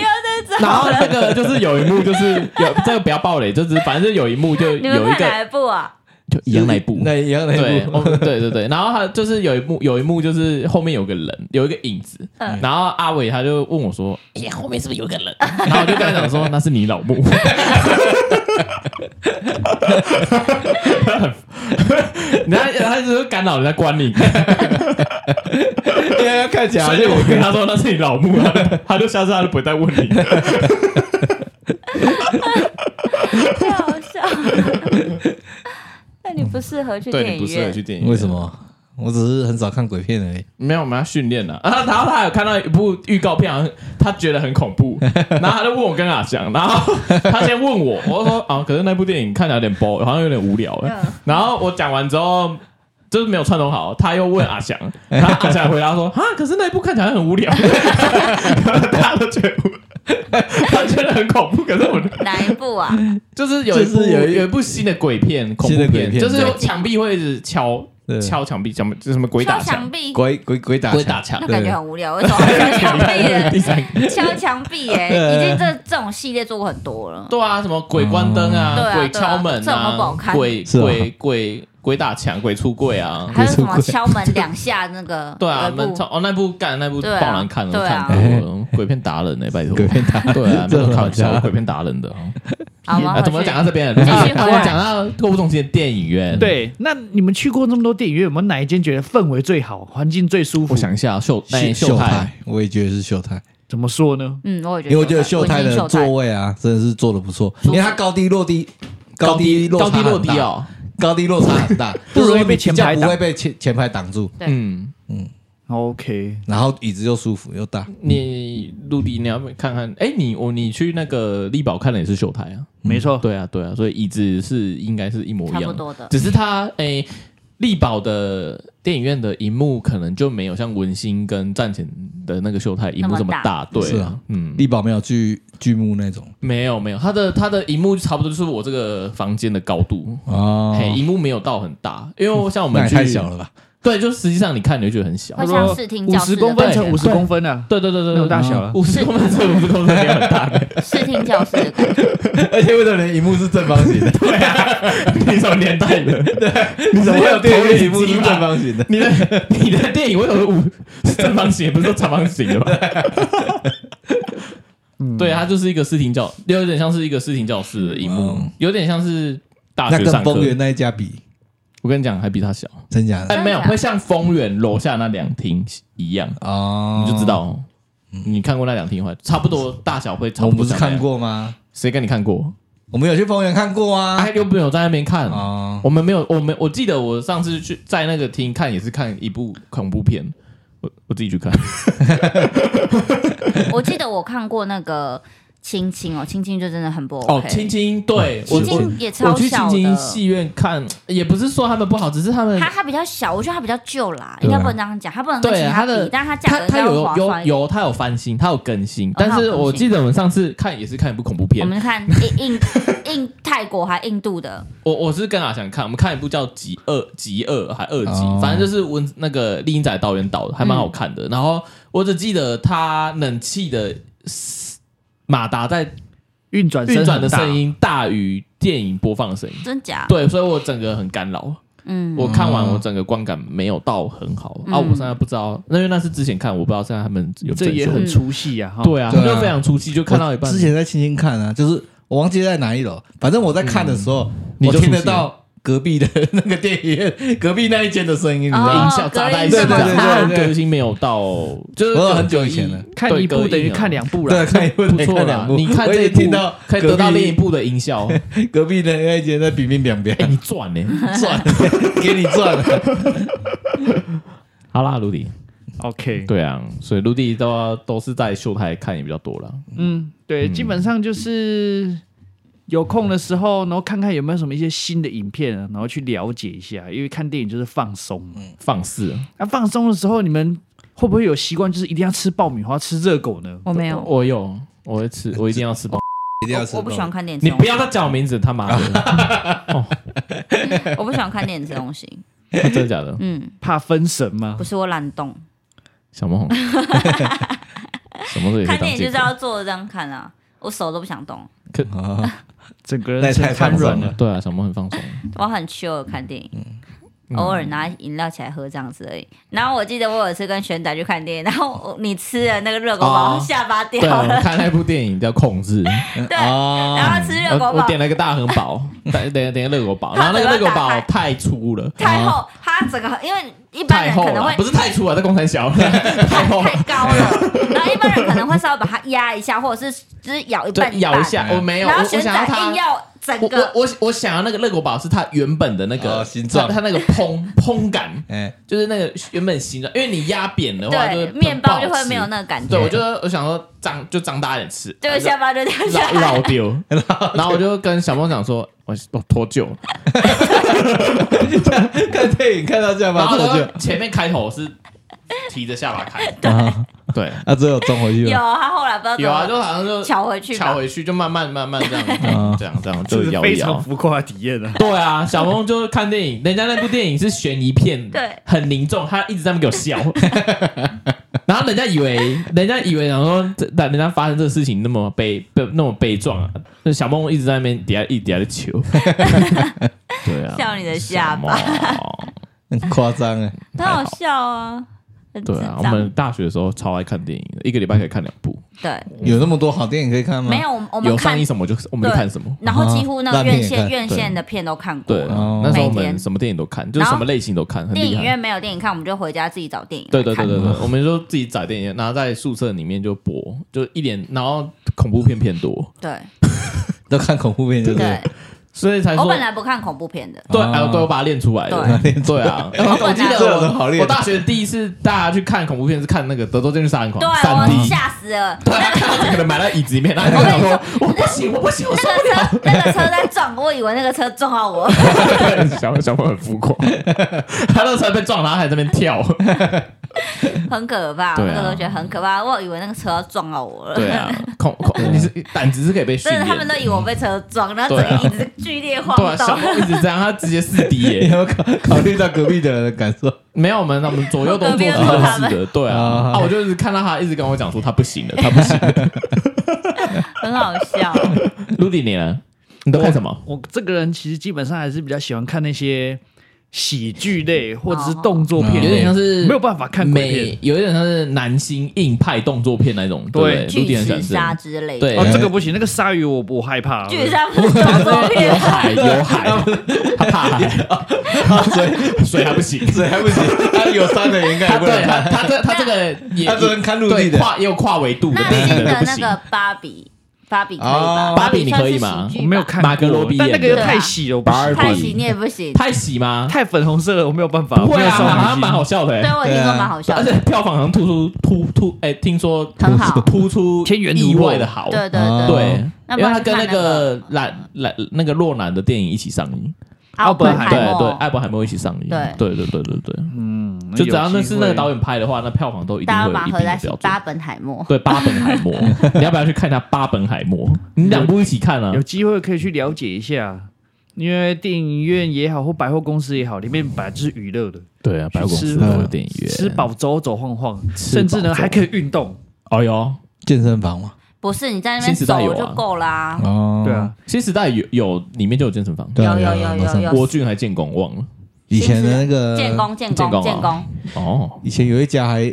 Speaker 1: 然
Speaker 3: 再找
Speaker 1: 后那
Speaker 3: 了。
Speaker 1: 个就是有一幕，就是有这个不要暴雷，就是反正有一幕就
Speaker 3: 你们
Speaker 1: 有一
Speaker 3: 看哪
Speaker 1: 个
Speaker 3: 一部啊？
Speaker 1: 就一样那一部，
Speaker 2: 那一样那
Speaker 1: 对
Speaker 2: 一部
Speaker 1: 哦，对对对。然后他就是有一幕有一幕就是后面有个人有一个影子，
Speaker 3: 嗯
Speaker 1: 然后阿伟他就问我说：“哎呀，后面是不是有个人？”然后我就跟他讲说：“那是你老母。 很”然后他就是干扰人家观影，
Speaker 2: 因为他看起来好
Speaker 1: 所以
Speaker 2: 像
Speaker 1: 我
Speaker 2: 有
Speaker 1: 跟他说那是你老母，他就他就下次他就不会再问你。
Speaker 3: 太 好笑了。那你不适合去
Speaker 1: 对
Speaker 3: 电
Speaker 1: 你不
Speaker 3: 影
Speaker 1: 适合
Speaker 3: 院
Speaker 1: 去，电影，
Speaker 2: 什么？我只是很少看鬼片而已。
Speaker 1: 没有，我们要训练了啊。 然后他还有看到一部预告片，好像他觉得很恐 怖，然后他就问我跟哪讲，然后他先问我，我就说啊，可是那部电影看起来有点 b 好像有点无聊。
Speaker 3: 嗯
Speaker 1: 然后我讲完之后。就是没有串通好，他又问阿 翔，然后阿翔回答说：“啊，可是那一部看起来很无聊。” 大家都觉得无，他觉得很恐怖。可是我
Speaker 3: 哪一部啊？
Speaker 1: 就是有一部
Speaker 2: 就是有一
Speaker 1: 有一部新的鬼片，恐
Speaker 2: 新
Speaker 1: 怖
Speaker 2: 的鬼
Speaker 1: 片，
Speaker 2: 片
Speaker 1: 就是有墙壁会一直敲
Speaker 2: 对
Speaker 1: 敲墙壁，什么什么鬼
Speaker 3: 敲
Speaker 1: 打
Speaker 3: 墙
Speaker 1: 墙，
Speaker 3: 壁，
Speaker 2: 鬼鬼鬼打
Speaker 1: 鬼打墙
Speaker 3: 那感觉
Speaker 2: 对
Speaker 3: 很无聊，为什么要敲墙壁
Speaker 1: 第
Speaker 3: 的？
Speaker 1: 三个
Speaker 3: 敲墙壁耶、
Speaker 2: 对
Speaker 3: 已经这这种系列做过很多了。
Speaker 1: 对啊，什么鬼关灯啊，
Speaker 3: 对啊
Speaker 1: 鬼敲门
Speaker 3: 对啊这种不好看
Speaker 1: 鬼
Speaker 2: 是啊
Speaker 1: 鬼鬼鬼打墙，鬼出柜 啊，
Speaker 3: 还有什么
Speaker 2: 鬼出
Speaker 3: 敲门两下那个？
Speaker 1: 对啊，
Speaker 3: 有一
Speaker 1: 门
Speaker 3: 部
Speaker 1: 窗哦那部干那部
Speaker 3: 对啊
Speaker 1: 爆难看了，
Speaker 3: 对啊
Speaker 1: 看过了鬼片达人呢，拜托，
Speaker 2: 哎鬼片打
Speaker 1: 对 啊，没
Speaker 2: 这
Speaker 1: 有
Speaker 2: 很
Speaker 1: 开
Speaker 2: 好
Speaker 1: 玩笑，
Speaker 2: 笑
Speaker 1: 我。鬼片达人的哦。
Speaker 3: 好吗？
Speaker 1: 啊，怎么讲到这边了？
Speaker 3: 继续
Speaker 1: 啊
Speaker 3: 回来
Speaker 1: 我讲到购物中心的电影院，，
Speaker 4: 对，那你们去过那么多电影院，有没有哪一间觉得氛围最好，环境最舒服
Speaker 1: 我？想一下，秀哎
Speaker 2: 秀
Speaker 1: 秀
Speaker 2: 秀
Speaker 1: 泰，
Speaker 2: 泰，我也觉得是秀泰，
Speaker 4: 怎么说呢？
Speaker 3: 嗯，我也觉
Speaker 2: 因
Speaker 3: 得，
Speaker 2: 为我觉得秀泰
Speaker 3: 我已经
Speaker 2: 的
Speaker 3: 秀泰
Speaker 2: 座位啊，真的是做的不错，因为它高低落地，
Speaker 1: 高
Speaker 2: 低落
Speaker 1: 高
Speaker 2: 差
Speaker 1: 低落
Speaker 2: 很
Speaker 1: 低
Speaker 2: 大，
Speaker 1: 哦，
Speaker 2: 高低落差很大，
Speaker 4: 不容易
Speaker 2: 就是
Speaker 4: 被前排
Speaker 2: 比
Speaker 4: 挡
Speaker 2: 较不会被前前排挡住，
Speaker 3: 对
Speaker 1: 嗯。
Speaker 4: OK，
Speaker 2: 然后椅子又舒服又大，
Speaker 1: 你陆地，你要不要看看？哎、你我你去那个力宝看的也是秀台啊，
Speaker 4: 没错，
Speaker 1: 对啊，对啊，所以椅子是应该是一模一
Speaker 3: 差
Speaker 1: 样
Speaker 3: 不多的。
Speaker 1: 只是它诶、力宝的电影院的荧幕可能就没有像文心跟战前的那个秀泰荧幕这么大，对、
Speaker 2: 是啊
Speaker 1: 嗯，
Speaker 2: 力宝没有剧剧目那种
Speaker 1: 没有没有，它的它的荧幕差不多就是我这个房间的高度，
Speaker 2: 哦
Speaker 1: 嘿、荧幕没有到很大，因为像我
Speaker 2: 那
Speaker 1: 们
Speaker 2: 也
Speaker 1: 去
Speaker 2: 太小，了吧？
Speaker 1: 对，就实际上你看你会觉得很小
Speaker 3: 会，像视听
Speaker 4: 五
Speaker 3: 教室
Speaker 4: 十
Speaker 3: 的
Speaker 4: 公分乘
Speaker 3: 感
Speaker 4: 五
Speaker 3: 觉
Speaker 4: 十公分啊，
Speaker 1: 对对对嗯
Speaker 4: 那
Speaker 1: 对
Speaker 4: 种
Speaker 1: 对，
Speaker 4: 大小了。
Speaker 1: 五十公分乘五十公分也很大 的，
Speaker 3: 视听教室的感觉，
Speaker 2: 而且为什么荧幕是正方 形的？
Speaker 1: 你什么年代的？
Speaker 2: 你怎么会有电影院荧幕
Speaker 1: 投影
Speaker 2: 是
Speaker 1: 机吧
Speaker 2: 正方形的？
Speaker 1: 你的你的电影为什么是五是正方形，也不是说长方形的吧？
Speaker 2: 嗯
Speaker 1: 对，它就是一个视听教，有点像是一个视听教室的荧幕
Speaker 2: 嗯，
Speaker 1: 有点像是大
Speaker 2: 那
Speaker 1: 学上
Speaker 2: 跟
Speaker 1: 课
Speaker 2: 丰。原那一家比，
Speaker 1: 我跟你讲，还比它小，
Speaker 2: 真假的
Speaker 1: 哎，没有，
Speaker 3: 真的
Speaker 1: 会像丰原楼下那两厅一样，
Speaker 2: 哦哦
Speaker 1: 你就知道哦。你看过那两厅的话，差不多大小会差
Speaker 2: 我
Speaker 1: 不
Speaker 2: 们
Speaker 1: 多。
Speaker 2: 不是看？过吗？
Speaker 1: 谁跟你看过？
Speaker 2: 我们有去丰原看过啊
Speaker 1: 哎，。又没有在那边看。
Speaker 2: 哦，
Speaker 1: 我们没有，我们我记得我上次去在那个厅看也是看一部恐怖片，我我自己去看。
Speaker 3: 我记得我看过那个青青哦，青青就真的很不
Speaker 1: 哦
Speaker 3: OK。，
Speaker 1: 青青，对我
Speaker 3: 嗯青
Speaker 1: 我
Speaker 3: 青也超
Speaker 1: 我去
Speaker 3: 小
Speaker 1: 青青
Speaker 3: 的，
Speaker 1: 戏院看，也不是说他们不好，只是他们
Speaker 3: 它它比较小，我觉得它比较旧啦，
Speaker 2: 对啊
Speaker 3: 应该不能这样讲，它不能跟
Speaker 1: 对
Speaker 3: 其
Speaker 1: 它
Speaker 3: 他
Speaker 1: 的
Speaker 3: 比，但是它价
Speaker 1: 他
Speaker 3: 格
Speaker 1: 他
Speaker 3: 应该
Speaker 1: 有
Speaker 3: 划
Speaker 1: 有
Speaker 3: 算一点。
Speaker 1: 有他有翻新，他有更新，但
Speaker 3: 哦它有
Speaker 1: 是
Speaker 3: 更
Speaker 1: 我
Speaker 3: 新
Speaker 1: 记得我们上次看也是看一部恐怖片
Speaker 3: 我，们看印印印泰国还印度的，
Speaker 1: 我我是跟阿翔看，我们看一部叫《极二》《极二》还二级，
Speaker 2: 哦
Speaker 1: 反正就是温那个丽英仔导演导的，
Speaker 3: 嗯
Speaker 1: 还蛮好看的。然后我只记得他冷气的马达在
Speaker 4: 运转
Speaker 1: 运转
Speaker 4: 很
Speaker 1: 的
Speaker 4: 大
Speaker 1: 声，音大于电影播放的声音，
Speaker 3: 真假？
Speaker 1: 对，所以我整个很干扰。
Speaker 3: 嗯，
Speaker 1: 我看完，
Speaker 2: 哦
Speaker 1: 我整个观感没有到很好、啊！
Speaker 3: 嗯
Speaker 1: 我现在不知道，那因为那是之前看，我不知道现在他们有
Speaker 4: 这也
Speaker 1: 整修
Speaker 4: 很出戏啊。哈，
Speaker 1: 对啊，
Speaker 2: 对啊
Speaker 1: 就非常出戏，就看到一半
Speaker 2: 我之前在青青看啊，就是我忘记在哪一楼，反正我在看的时候，
Speaker 1: 嗯你
Speaker 2: 我
Speaker 1: 就
Speaker 2: 听得
Speaker 1: 出现了
Speaker 2: 到隔壁的那个电影院 隔壁那一间的声音，你知道
Speaker 1: 音
Speaker 2: 吗？
Speaker 3: 哦
Speaker 1: 效砸在一起，
Speaker 2: 隔音这么差
Speaker 1: 对，革新没有到，就是
Speaker 2: 我很久以前了
Speaker 1: 了，
Speaker 4: 看一
Speaker 1: 啊
Speaker 4: 部等于看两部
Speaker 2: 对，
Speaker 4: 了。
Speaker 2: 看一部
Speaker 1: 部，不
Speaker 2: 得
Speaker 1: 错
Speaker 2: 看
Speaker 1: 啦
Speaker 2: 两。部，
Speaker 1: 你看
Speaker 2: 我
Speaker 1: 这
Speaker 2: 也
Speaker 1: 一部
Speaker 2: 听到
Speaker 1: 可以得到另一
Speaker 2: 隔壁
Speaker 1: 部的音效，哎，
Speaker 2: 隔壁的那一间在比拼两 边
Speaker 1: 你赚呢？
Speaker 2: 赚，给你赚了。
Speaker 1: 好啦，卢迪，
Speaker 4: OK，
Speaker 1: 对啊，所以卢迪都都是在秀台看也比较多了。
Speaker 4: 嗯，对，基本上就是有空的时候，然后看看有没有什么一些新的影片啊，然后去了解一下，因为看电影就是放松。
Speaker 1: 放肆，
Speaker 4: 那放松的时候，你们会不会有习惯，就是一定要吃爆米花、吃热狗呢？
Speaker 3: 我没有，
Speaker 1: 我有，我会吃，我一定要吃爆。
Speaker 2: 一定要吃
Speaker 3: 我不喜欢看电视
Speaker 1: 你
Speaker 3: 东西，
Speaker 1: 不要再叫我名字，他妈的，
Speaker 3: 我不喜欢看电视 东西。
Speaker 1: 真的假的？
Speaker 3: 嗯，
Speaker 4: 怕分神吗
Speaker 3: 不？是我懒动，
Speaker 1: 小 魔红，什么时候也可以
Speaker 3: 看
Speaker 1: 当
Speaker 3: 电影就
Speaker 1: 借
Speaker 3: 是
Speaker 1: 口？
Speaker 3: 要坐着这样看啊，我手都不想动，
Speaker 2: 啊，
Speaker 4: 整个
Speaker 2: 那也
Speaker 4: 人
Speaker 2: 太
Speaker 4: 瘫
Speaker 2: 放
Speaker 4: 软
Speaker 2: 松
Speaker 4: 了
Speaker 2: 了。
Speaker 1: 对啊，小梦很放松。
Speaker 3: 我很 chill 看电影。
Speaker 1: 嗯
Speaker 3: 偶尔拿饮料起来喝这样子而已。然后我记得我有一次跟玄仔去看电影，然后我你吃了那个热狗堡，
Speaker 1: 哦
Speaker 3: 下巴掉
Speaker 1: 对，我
Speaker 3: 了。
Speaker 1: 看那部电影叫《控制》，
Speaker 3: 对，
Speaker 2: 哦
Speaker 3: 然后吃热
Speaker 1: 我
Speaker 3: 狗
Speaker 1: 我
Speaker 3: 堡
Speaker 1: 点了一个大汉 堡，等等等一个热狗堡，
Speaker 3: 他
Speaker 1: 然后那个热狗
Speaker 3: 嘴巴
Speaker 1: 堡
Speaker 3: 打开
Speaker 1: 太粗了，
Speaker 3: 太厚，它整个因为一般
Speaker 1: 太
Speaker 3: 人
Speaker 1: 厚
Speaker 3: 可能
Speaker 1: 了
Speaker 3: 会，
Speaker 1: 不是太粗啊，在工程 小，太
Speaker 3: 太
Speaker 1: 厚了
Speaker 3: 太。高了， 然后一般人可能会稍微把它压一下，或者是只是咬一
Speaker 1: 就
Speaker 3: 半
Speaker 1: 咬一
Speaker 3: 半
Speaker 1: 下，我没有，我
Speaker 3: 然后
Speaker 1: 我
Speaker 3: 玄
Speaker 1: 想要
Speaker 3: 仔硬
Speaker 1: 它，
Speaker 3: 要整
Speaker 1: 我
Speaker 3: 个
Speaker 1: 我我我想要那个热狗堡是它原本的那个、
Speaker 2: 哦形状
Speaker 1: 它它那个蓬蓬感，
Speaker 2: 哎，
Speaker 1: 就是那个原本形状，因为你压扁的话，就是
Speaker 3: 对
Speaker 1: 很
Speaker 3: 面包就
Speaker 1: 不好
Speaker 3: 会
Speaker 1: 吃
Speaker 3: 没有。那个感
Speaker 1: 对，
Speaker 3: 觉，
Speaker 1: 我就我想说长就长大一点吃，
Speaker 3: 对，下巴就掉
Speaker 1: 绕
Speaker 3: 下来。
Speaker 1: 绕丢，然后我就跟小梦讲说，我我脱臼，
Speaker 2: 看电影看到这
Speaker 1: 然
Speaker 2: 样吧，
Speaker 1: 后
Speaker 2: 这我
Speaker 1: 就
Speaker 2: 就
Speaker 1: 前面开头是提着下巴开，
Speaker 2: 啊，
Speaker 1: 对，
Speaker 2: 啊，最后装回去
Speaker 3: 有
Speaker 2: 了，
Speaker 3: 他后来不知道怎
Speaker 1: 有
Speaker 3: 么
Speaker 1: 啊，就好像就
Speaker 3: 瞧回去吧
Speaker 1: 翘回去，就慢慢慢慢这
Speaker 2: 啊
Speaker 1: 样，这样这样
Speaker 4: 这
Speaker 1: 嗯就是摇
Speaker 4: 非
Speaker 1: 一
Speaker 4: 常
Speaker 1: 摇。
Speaker 4: 浮夸的体验啊！
Speaker 1: 对啊，小梦就看电影，人家那部电影是悬疑片，
Speaker 3: 对
Speaker 1: 很凝重，他一直在那边给我 笑，然后人家以为，人家以为，然后这，人家发生这个事情那么悲悲那么悲壮啊，那小梦一直在那边底下一直底下的求，对啊，
Speaker 3: 笑你的下巴，
Speaker 1: 巴。
Speaker 2: 很夸张 哎，
Speaker 3: 很好笑啊，很
Speaker 1: 对
Speaker 3: 智
Speaker 1: 啊，我
Speaker 3: 障
Speaker 1: 们大学的时候超爱看电影的，一个礼拜可以看两部，
Speaker 3: 对
Speaker 2: 有那么多好电影可以看吗？
Speaker 3: 没有我们我们
Speaker 1: 有上
Speaker 3: 看
Speaker 1: 映，什么就我们就
Speaker 3: 对
Speaker 1: 看什么。
Speaker 3: 然后几乎那
Speaker 2: 啊
Speaker 3: 个
Speaker 2: 烂片
Speaker 3: 院
Speaker 2: 也
Speaker 3: 线
Speaker 2: 看
Speaker 3: 院线的片都看过
Speaker 1: 对
Speaker 3: 了，
Speaker 2: 哦，
Speaker 1: 那时候我
Speaker 3: 每天
Speaker 1: 们什么电影都看，就是
Speaker 3: 然后
Speaker 1: 什么类型都看，很
Speaker 3: 电
Speaker 1: 厉
Speaker 3: 影
Speaker 1: 害。
Speaker 3: 院没有电影看，我们就回家自己找电影
Speaker 1: 对
Speaker 3: 来
Speaker 1: 对对
Speaker 3: 看
Speaker 1: 对对，我们就自己载电影院，然后在宿舍里面就播，就一点，然后恐怖片偏多，
Speaker 3: 对
Speaker 2: 都看恐怖片，对不对
Speaker 3: 对？，
Speaker 1: 所以才说
Speaker 3: 我本来不看恐怖片的，
Speaker 1: 对，
Speaker 2: 哦
Speaker 1: 哎呦对我把它 练出来了。对啊，我记
Speaker 3: 这
Speaker 2: 有什么
Speaker 1: 得
Speaker 2: 好
Speaker 1: 我
Speaker 2: 练
Speaker 1: 我大学第一次大家去看恐怖片是看那个《德州电锯杀人狂
Speaker 3: 对》啊
Speaker 1: 三
Speaker 3: 我
Speaker 1: D，
Speaker 3: 吓死了。
Speaker 1: 对，他可能埋在椅子里面，然后就想说我不行，我不行，我
Speaker 3: 那
Speaker 1: 受
Speaker 3: 个车，那个车在撞，我以为那个车撞到我。
Speaker 1: 对， 小小朋友很浮夸，他那时候被撞，然后还在那边跳。
Speaker 3: 很可怕，
Speaker 1: 对啊
Speaker 3: 那个都觉得很可怕。我以为那个车要撞到我了，
Speaker 1: 对啊，恐恐，你是胆子是可以被训
Speaker 3: 真的，
Speaker 1: 练
Speaker 3: 他们都
Speaker 1: 的。
Speaker 3: 以为我被车撞，然后
Speaker 1: 对
Speaker 3: 整
Speaker 1: 啊
Speaker 3: 个椅子剧烈晃
Speaker 1: 对啊，小
Speaker 3: 动。
Speaker 1: 猫一直这样，他直接四 D
Speaker 2: 你有
Speaker 1: 耶。
Speaker 2: 没有考考虑到隔壁的人的感 受？
Speaker 1: 没有，我们我们左 右都做
Speaker 3: 我隔壁有
Speaker 1: 测
Speaker 3: 他
Speaker 1: 试
Speaker 3: 们
Speaker 1: 的，对啊。
Speaker 2: 啊
Speaker 1: 啊，我就是看到他一直跟我讲说他不行了，他不行了。
Speaker 3: 很好笑。
Speaker 1: 陆迪，你呢？你都看什么？
Speaker 4: 我这个人其实基本上还是比较喜欢看那些喜剧类或者是动作片
Speaker 2: 哦
Speaker 4: 类，
Speaker 1: 有点像是
Speaker 4: 没有办法看鬼
Speaker 1: 美
Speaker 4: 片，。
Speaker 1: 有点像是男星硬派动作片那种，对不
Speaker 4: 对
Speaker 1: 对，陆
Speaker 3: 巨
Speaker 1: 迪很喜
Speaker 3: 石
Speaker 1: 欢这
Speaker 3: 鲨
Speaker 1: 种。
Speaker 3: 之类
Speaker 1: 对
Speaker 3: 的，
Speaker 4: 哦，这个不行，那个鲨鱼我我害怕。
Speaker 3: 巨石鲨不是动作片
Speaker 1: 有海有海，他怕海，水水还不行，
Speaker 2: 谁还不行？他有三的应该
Speaker 1: 他
Speaker 2: 也不
Speaker 3: 啊
Speaker 1: 对
Speaker 2: 能
Speaker 1: 他
Speaker 2: 看。
Speaker 1: 他这他这个也
Speaker 2: 他只能看陆地的
Speaker 1: 对跨也有跨维度的
Speaker 3: 那
Speaker 1: 电
Speaker 3: 新
Speaker 1: 影
Speaker 3: 的
Speaker 1: 都不
Speaker 3: 那
Speaker 1: 行。
Speaker 3: 个芭比，芭比可以吧？
Speaker 2: 哦
Speaker 1: 芭比你
Speaker 3: 算
Speaker 1: 可以
Speaker 3: 是
Speaker 1: 吗
Speaker 3: 喜剧
Speaker 4: 我没有
Speaker 3: 吧
Speaker 4: 看
Speaker 1: 马格罗比
Speaker 4: 过但那个
Speaker 3: 演
Speaker 4: 又
Speaker 3: 的
Speaker 4: 太喜了，我不喜
Speaker 1: 芭比
Speaker 3: 太喜你也不行，
Speaker 1: 太喜吗？
Speaker 4: 太粉红色了，我没有办法。
Speaker 1: 啊不会啊，
Speaker 4: 我没有少女
Speaker 1: 好像
Speaker 4: 心
Speaker 1: 蛮好笑的
Speaker 3: 对
Speaker 1: 欸，
Speaker 3: 我听说蛮好笑
Speaker 1: 而
Speaker 3: 的
Speaker 1: 且。票房好像突出突突哎，听说
Speaker 3: 很好
Speaker 1: 突出
Speaker 4: 天元突破
Speaker 1: 意外的好，
Speaker 3: 对对啊
Speaker 2: 哦
Speaker 1: 对
Speaker 2: 哦
Speaker 1: 因为
Speaker 3: 那不然
Speaker 1: 他
Speaker 3: 去
Speaker 1: 跟那
Speaker 3: 看那
Speaker 1: 个兰兰那个洛南的电影一起上映，
Speaker 4: 奥本海
Speaker 1: 对
Speaker 4: 默
Speaker 1: 对，艾伯海默一起上映，
Speaker 3: 啊对
Speaker 1: 对对对对对，
Speaker 4: 嗯，
Speaker 1: 就只要那是那个导
Speaker 4: 演，
Speaker 1: 演拍的话，那票房都一定
Speaker 3: 大
Speaker 1: 会有
Speaker 3: 家把
Speaker 1: 一
Speaker 3: 它
Speaker 1: 定
Speaker 3: 合在
Speaker 1: 的
Speaker 3: 一起
Speaker 1: 标，准
Speaker 3: 巴。本海默。
Speaker 1: 对巴本 海默，你要不要去看一下巴本海默？你两部一起看啊
Speaker 4: 有？机会可以去了解一下，因为电影院也好，或百货公司也好，里面本来就是娱乐的，
Speaker 1: 对啊，百货公司
Speaker 4: 吃
Speaker 1: 都有电影院。
Speaker 4: 吃饱走走晃晃，
Speaker 1: 吃饱
Speaker 4: 甚至呢
Speaker 1: 走
Speaker 4: 还可以运动。
Speaker 1: 哦哟，
Speaker 2: 健身房嘛，
Speaker 3: 不是你在那
Speaker 1: 新
Speaker 3: 边
Speaker 1: 时代有
Speaker 3: 走
Speaker 1: 啊
Speaker 3: 就够啦。
Speaker 2: 哦
Speaker 4: 对，啊，
Speaker 1: 新时代有有里面就有健身房，
Speaker 2: 对啊
Speaker 3: 有有
Speaker 2: 对啊
Speaker 3: 有有
Speaker 2: 马上
Speaker 3: 有
Speaker 1: 国俊还建工忘了
Speaker 2: 以前的那个
Speaker 3: 建工建
Speaker 1: 建工
Speaker 3: 工
Speaker 1: 啊
Speaker 3: 建工，
Speaker 1: 哦
Speaker 2: 以前有一家还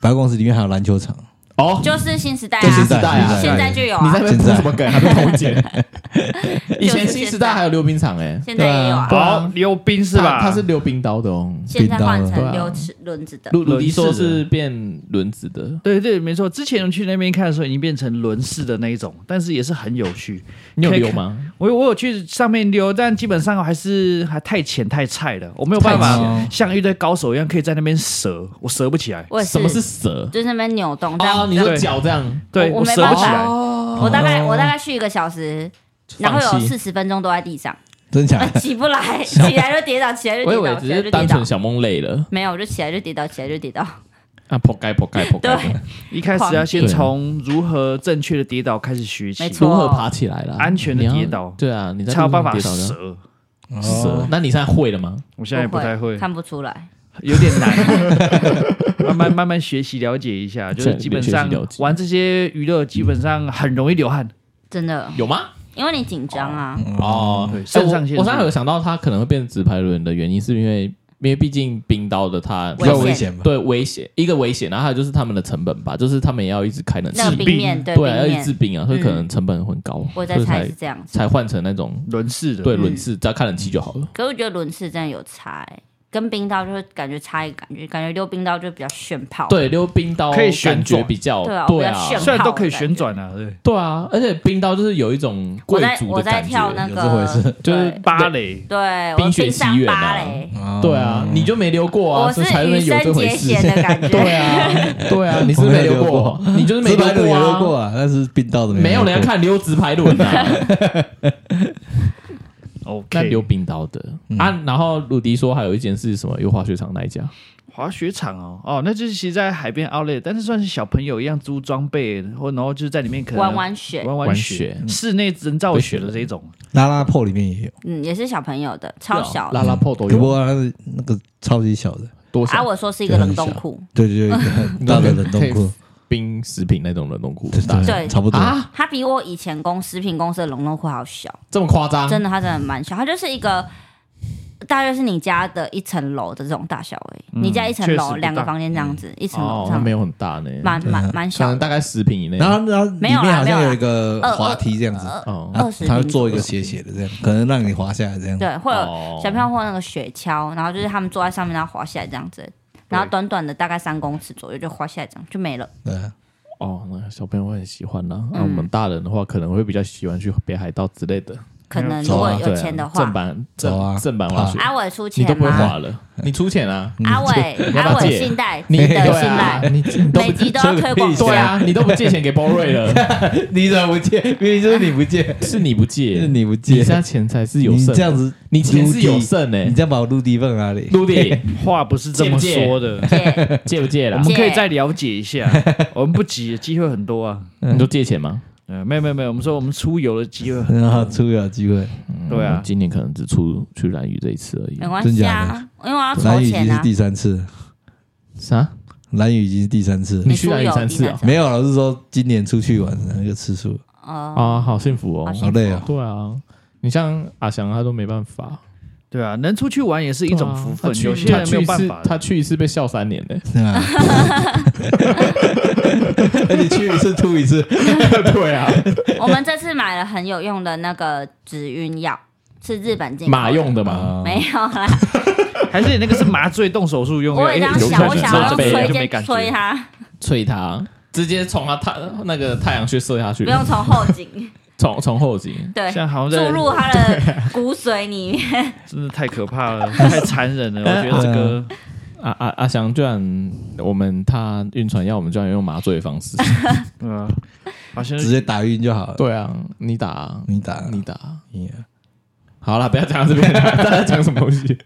Speaker 2: 百货公司里面还有篮球场，
Speaker 1: 哦，
Speaker 3: 就是新时代
Speaker 1: 就新
Speaker 3: 啊
Speaker 1: 时，代啊，
Speaker 3: 现在就有
Speaker 1: 你在那
Speaker 3: 啊，
Speaker 1: 边铺什么梗？还不同间？ 以前新时代还有溜冰场哎，
Speaker 3: 现在也有啊
Speaker 1: 对。啊
Speaker 4: 好，溜冰是吧？
Speaker 1: 他他是溜冰刀的哦。
Speaker 3: 现在换
Speaker 1: 对啊啊
Speaker 3: 成溜齿轮子的，
Speaker 1: 鲁鲁迪
Speaker 4: 轮式
Speaker 1: 说
Speaker 4: 的
Speaker 1: 是变轮子的，
Speaker 4: 对对，没错。之前去那边看的时候，已经变成轮式的那一种，但是也是很有趣。
Speaker 1: 你有
Speaker 4: 可以
Speaker 1: 溜
Speaker 4: 看？
Speaker 1: 吗？
Speaker 4: 我有我有去上面溜，但基本上还是还太浅太菜了，我没有办
Speaker 2: 太浅
Speaker 4: 法
Speaker 2: 了
Speaker 4: 像一堆高手一样可以在那边折，我折不起来。
Speaker 3: 我也
Speaker 1: 什么是蛇？
Speaker 3: 就是那边扭动这
Speaker 1: 哦，
Speaker 3: 样。
Speaker 1: 你说脚这样，
Speaker 4: 对
Speaker 3: 我没
Speaker 4: 折
Speaker 3: 办
Speaker 4: 不起
Speaker 3: 法
Speaker 4: 来。
Speaker 1: 哦
Speaker 3: 我大概我大概去一个小时，然后
Speaker 1: 放
Speaker 3: 有
Speaker 1: 弃
Speaker 3: 四十分钟都在 地上，
Speaker 2: 哦真假
Speaker 3: 呃？起不来，起来就跌倒，起来就
Speaker 1: 我以
Speaker 3: 跌
Speaker 1: 为
Speaker 3: 倒，
Speaker 1: 只
Speaker 3: 起来
Speaker 1: 是
Speaker 3: 就跌
Speaker 1: 单纯
Speaker 3: 倒。
Speaker 1: 小梦累了
Speaker 3: 没有，我就起来就跌倒，起来就跌倒。
Speaker 1: 啊，扑街扑街扑街
Speaker 3: 对，
Speaker 4: 一开始要先从如何正确的跌倒开始学起
Speaker 3: 没，错
Speaker 1: 如何爬起来啦？
Speaker 4: 安全地
Speaker 1: 你要
Speaker 4: 跌倒
Speaker 1: 对啊，你在
Speaker 4: 才有
Speaker 1: 路
Speaker 4: 办
Speaker 1: 上
Speaker 4: 法
Speaker 1: 跌倒的
Speaker 4: 折。
Speaker 1: 蛇
Speaker 2: 哦，
Speaker 1: 那你现在会了吗？
Speaker 4: 我现在不太会，
Speaker 3: 看不出来。
Speaker 4: 有点难， 慢慢慢慢学习了解一下，就是基本上
Speaker 1: 学习了解
Speaker 4: 玩这些娱乐，基本上很容易流汗。
Speaker 3: 真的，
Speaker 1: 有吗？
Speaker 3: 因为你紧张啊，
Speaker 1: 哦
Speaker 4: 对
Speaker 1: 哎
Speaker 4: 肾
Speaker 1: 我
Speaker 4: 上腺
Speaker 1: 我
Speaker 4: 素
Speaker 1: 刚才有想到，它可能会变直排轮的原因，是因为因为毕竟冰刀的它
Speaker 2: 比较
Speaker 3: 危
Speaker 2: 危
Speaker 3: 险
Speaker 2: 险吧？
Speaker 1: 对危险，一个危险，然后还有就是他们的成本吧，就是他们也要一直开冷
Speaker 3: 那个
Speaker 1: 气，
Speaker 3: 冰面对
Speaker 1: 对啊，要
Speaker 3: 冰
Speaker 1: 一直治
Speaker 3: 面，
Speaker 1: 病啊，所以
Speaker 3: 嗯
Speaker 1: 可能成本很高，啊
Speaker 3: 我
Speaker 1: 所
Speaker 3: 在
Speaker 1: 以
Speaker 3: 猜
Speaker 1: 才
Speaker 3: 是这样子。
Speaker 1: 才换成那种
Speaker 4: 轮式的，
Speaker 1: 对
Speaker 3: 嗯
Speaker 1: 轮式，只要开冷气就好了。
Speaker 3: 可我觉得轮次真的有差欸，跟冰刀就是感觉差异，感觉感觉溜冰刀就比较炫炮。
Speaker 1: 对，溜冰刀
Speaker 4: 可以旋
Speaker 1: 感觉
Speaker 4: 转
Speaker 1: 比较
Speaker 3: 对啊
Speaker 1: 对
Speaker 3: 比较炫
Speaker 4: 虽然都可以旋转啊，对，
Speaker 1: 对啊，而且冰刀就是有一种
Speaker 3: 我
Speaker 1: 贵
Speaker 3: 在
Speaker 1: 族
Speaker 3: 我
Speaker 1: 的
Speaker 3: 在
Speaker 1: 感
Speaker 3: 跳
Speaker 1: 觉，
Speaker 3: 那
Speaker 2: 有
Speaker 3: 个
Speaker 2: 这回事
Speaker 1: 就是
Speaker 3: 对
Speaker 4: 芭蕾
Speaker 3: 对，我
Speaker 1: 冰雪
Speaker 3: 冰
Speaker 1: 奇
Speaker 3: 上
Speaker 1: 缘
Speaker 3: 芭
Speaker 1: 啊
Speaker 3: 蕾，
Speaker 2: 哦
Speaker 1: 对啊，你就没溜过啊，
Speaker 3: 我
Speaker 1: 所
Speaker 3: 是
Speaker 1: 以才
Speaker 3: 羽
Speaker 1: 会有这
Speaker 3: 生
Speaker 1: 回
Speaker 3: 结
Speaker 1: 事
Speaker 3: 弦。的感觉。
Speaker 1: 对 啊，对啊，你是不是没溜
Speaker 2: 我
Speaker 1: 过，你就是没
Speaker 2: 直白的
Speaker 1: 溜
Speaker 2: 也溜
Speaker 1: 过啊，
Speaker 2: 过啊，但是冰道的
Speaker 1: 没有人
Speaker 2: 人
Speaker 1: 家看溜直排轮啊，那溜
Speaker 4: ，OK，
Speaker 1: 冰刀的啊。然后鲁迪说还有一间是什么？有滑雪场那一家，
Speaker 4: 滑雪场哦，哦，那就是其实在海边 outlet，但是算是小朋友一样租装备，或然后就是在里面可能
Speaker 3: 玩玩雪，
Speaker 4: 玩
Speaker 1: 玩
Speaker 4: 玩
Speaker 1: 雪
Speaker 4: 雪，室内人造雪的这种，
Speaker 2: 拉拉破里面也有，
Speaker 3: 嗯，也是小朋友的，超小的
Speaker 1: 啊拉拉破都
Speaker 2: 只不
Speaker 1: 有
Speaker 2: 过它是啊那个超级小的，
Speaker 1: 多
Speaker 3: 啊，
Speaker 1: 少
Speaker 3: 我说是一个冷冻库，
Speaker 2: 对对对，有一个 很大的冷冻库，
Speaker 1: 冰食品那种冷冻库，
Speaker 2: 对
Speaker 1: 大
Speaker 3: 对
Speaker 2: 差不多。
Speaker 1: 啊，
Speaker 3: 它比我以前公食品公司的冷冻库还要小，
Speaker 1: 这么夸张？
Speaker 3: 真的，它真的蛮小，它就是一个。大约是你家的一层楼的这种大小而已，
Speaker 1: 嗯
Speaker 3: 你家一层
Speaker 4: 确实不
Speaker 3: 楼
Speaker 4: 大
Speaker 3: 两个房间这样子，一层
Speaker 1: 哦，
Speaker 3: 楼这
Speaker 1: 那
Speaker 3: 样
Speaker 1: 没，有很大呢，
Speaker 3: 蛮蛮蛮
Speaker 1: 可
Speaker 3: 小
Speaker 1: 能
Speaker 3: 的，
Speaker 1: 大概十平以内。
Speaker 2: 然后然后里
Speaker 3: 没有
Speaker 2: 面
Speaker 3: 啦
Speaker 2: 好像
Speaker 3: 没有啦
Speaker 2: 有一个
Speaker 3: 二
Speaker 2: 滑梯这样子，
Speaker 1: 哦，
Speaker 2: 啊
Speaker 3: 二十
Speaker 2: 它会
Speaker 3: 平
Speaker 2: 做一个
Speaker 3: 左
Speaker 2: 斜斜的这样，可能让你滑下来这样。
Speaker 3: 对，会有
Speaker 1: 哦
Speaker 3: 小朋友或那个雪橇，然后就是他们坐在上面，然后滑下来这样子，然后短短的大概三公尺左右就滑下来，这样就没了。
Speaker 2: 对啊，
Speaker 1: 哦，那小朋友会很喜欢啦。
Speaker 3: 嗯
Speaker 1: 啊那、我们大人的话，可能会比较喜欢去北海道之类的。
Speaker 3: 可能如
Speaker 2: 走
Speaker 3: 果
Speaker 2: 啊
Speaker 3: 有
Speaker 1: 对啊
Speaker 3: 钱的
Speaker 1: 正
Speaker 3: 话，
Speaker 1: 版
Speaker 2: 走
Speaker 1: 正
Speaker 2: 啊
Speaker 1: 正版滑雪，
Speaker 3: 阿伟出
Speaker 1: 你都
Speaker 3: 钱
Speaker 1: 不会
Speaker 3: 吗？
Speaker 1: 滑了，你出钱啊？
Speaker 3: 阿 伟
Speaker 1: 你，要不
Speaker 3: 阿
Speaker 1: 要
Speaker 3: 伟
Speaker 1: 借
Speaker 3: 信贷，
Speaker 1: 你
Speaker 3: 值得
Speaker 1: 对
Speaker 3: 信
Speaker 1: 啊，
Speaker 3: 赖，
Speaker 1: 你你都
Speaker 3: 每
Speaker 1: 不
Speaker 3: 集都要推广一下
Speaker 1: 对啊，你都不借钱给 b o r y
Speaker 2: 啊
Speaker 1: 了，
Speaker 2: 你怎么不借？明明就是你 不借，
Speaker 1: 是你不借，
Speaker 2: 是你不
Speaker 1: 你
Speaker 2: 借
Speaker 1: 现，在钱才是有
Speaker 2: 你
Speaker 1: 剩的，
Speaker 2: 这样子，
Speaker 1: 你钱是有剩
Speaker 4: 欸
Speaker 1: 呢、
Speaker 2: 你这样把我陆地放哪里？
Speaker 1: 陆地
Speaker 4: 话不是这么
Speaker 1: 借不借
Speaker 4: 说的。
Speaker 3: 借
Speaker 1: 借不借
Speaker 4: 我
Speaker 1: 啦
Speaker 4: 们？
Speaker 3: 借
Speaker 4: 可以再了解一 下，我们不急，机会很多啊。
Speaker 1: 你说借钱吗？
Speaker 4: 呃，没有没有没有，我们说我们出游的机会很，
Speaker 2: 然后出不了机会，
Speaker 4: 对啊
Speaker 1: 嗯今年可能只出去蓝屿这一次而已
Speaker 3: 没。关系
Speaker 2: 真
Speaker 3: 啊，因为我要筹
Speaker 2: 蓝雨已
Speaker 3: 钱
Speaker 2: 经是
Speaker 3: 啊。
Speaker 2: 第三次了，
Speaker 1: 啥？
Speaker 2: 蓝雨已经是第三次了
Speaker 1: 你，去
Speaker 3: 出
Speaker 1: 哪里
Speaker 3: 游
Speaker 1: 三
Speaker 3: 第
Speaker 1: 次啊
Speaker 3: 次
Speaker 2: 没有，老是说今年出去玩的那个次数，
Speaker 3: 哦，
Speaker 1: 啊，好幸福
Speaker 3: 好
Speaker 1: 哦！
Speaker 3: 幸
Speaker 2: 好累啊。
Speaker 1: 对啊，你像阿翔他都没办法，
Speaker 4: 对啊，能出去玩也是一种福分，有些
Speaker 1: 啊他
Speaker 4: 人没
Speaker 1: 去
Speaker 4: 有
Speaker 1: 一
Speaker 4: 办
Speaker 1: 次
Speaker 4: 法，
Speaker 1: 他去一次被笑三年欸呢。
Speaker 2: 对啊，而且去一次吐一次，
Speaker 1: 对啊，
Speaker 3: 我们这次买了很有用的那个止晕药，是日本进口的
Speaker 1: 马用的嘛，
Speaker 4: 啊
Speaker 3: 没有啦，
Speaker 4: 还是你那个是麻醉动手术用的。哎
Speaker 3: 我也这样
Speaker 1: 有
Speaker 3: 想，我
Speaker 1: 可能
Speaker 3: 想要
Speaker 1: 是
Speaker 3: 用
Speaker 1: 这样
Speaker 3: 吹
Speaker 4: 就没
Speaker 3: 箭
Speaker 4: 感
Speaker 3: 吹
Speaker 4: 觉。
Speaker 3: 它，
Speaker 1: 吹他，直接从他太那个太阳穴射下去
Speaker 3: 不，用从后颈，
Speaker 1: 从从后颈。
Speaker 3: 对，
Speaker 4: 像好像
Speaker 3: 注
Speaker 4: 在
Speaker 3: 入它的骨髓里面。
Speaker 4: 真的太可怕了，太残忍了。我觉 得这个
Speaker 1: 阿阿阿翔居然我们他晕船药，我们居然用麻醉的方 式。
Speaker 4: 嗯，好像
Speaker 2: 直接打晕就好了。
Speaker 1: 对啊，你打啊
Speaker 2: 你打，
Speaker 1: 你打啊。
Speaker 2: 你啊
Speaker 1: 好了，不要讲到这 边了，大家讲什么东西？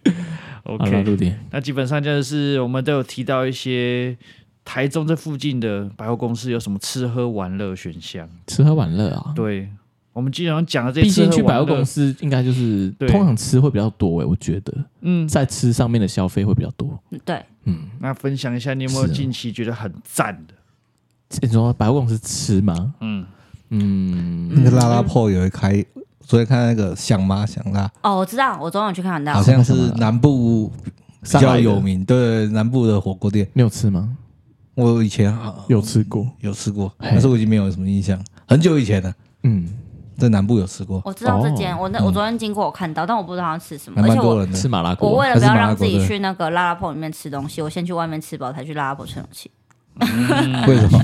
Speaker 1: 好了，
Speaker 4: OK。
Speaker 1: 陆迪，
Speaker 4: 那基本上就是我们都有提到一些台中这附近的百货公司有什么吃喝玩乐选项。
Speaker 1: 吃喝玩乐啊。
Speaker 4: 对，我们经常讲的这
Speaker 1: 毕
Speaker 4: 些
Speaker 1: 竟
Speaker 4: 吃喝
Speaker 1: 去百
Speaker 4: 玩
Speaker 1: 货
Speaker 4: 乐
Speaker 1: 公，司，应该就是
Speaker 4: 对
Speaker 1: 通常吃会比较多诶、我觉得
Speaker 4: 嗯，
Speaker 1: 在吃上面的消费会比较多。
Speaker 3: 对，
Speaker 1: 嗯，
Speaker 4: 那分享一下你有没有
Speaker 1: 是啊
Speaker 4: 近期觉得很赞的？
Speaker 1: 你说百货公司吃吗？
Speaker 4: 嗯，
Speaker 1: 嗯，
Speaker 2: 那个拉拉破有一开，昨天看那个想妈想辣，
Speaker 3: 哦，我知道，我总有去看到
Speaker 2: 好。像是南部比
Speaker 1: 上来
Speaker 2: 较
Speaker 1: 的
Speaker 2: 有名，对南部的火锅店，
Speaker 1: 你有吃吗？
Speaker 2: 我以前好
Speaker 1: 有吃过。
Speaker 2: 有吃过，
Speaker 1: 嘿
Speaker 2: 但是我已经没有什么印象，很久以前了，
Speaker 1: 嗯，
Speaker 2: 在南部有吃过，
Speaker 3: 我知道这间，
Speaker 1: 哦
Speaker 3: 我那我昨天经过，我看到，但我不知道它吃什么。
Speaker 2: 还
Speaker 3: 而
Speaker 2: 蛮
Speaker 3: 且
Speaker 2: 多
Speaker 3: 我
Speaker 2: 人
Speaker 1: 吃
Speaker 2: 的。
Speaker 1: 麻辣
Speaker 3: 我
Speaker 1: 锅。
Speaker 3: 为了不
Speaker 2: 它
Speaker 3: 要
Speaker 2: 是麻辣
Speaker 3: 让自己
Speaker 2: 锅对
Speaker 3: 去那个拉拉铺里面吃东西，我先去外面吃饱，才去拉拉铺吃东西。
Speaker 2: 为什么？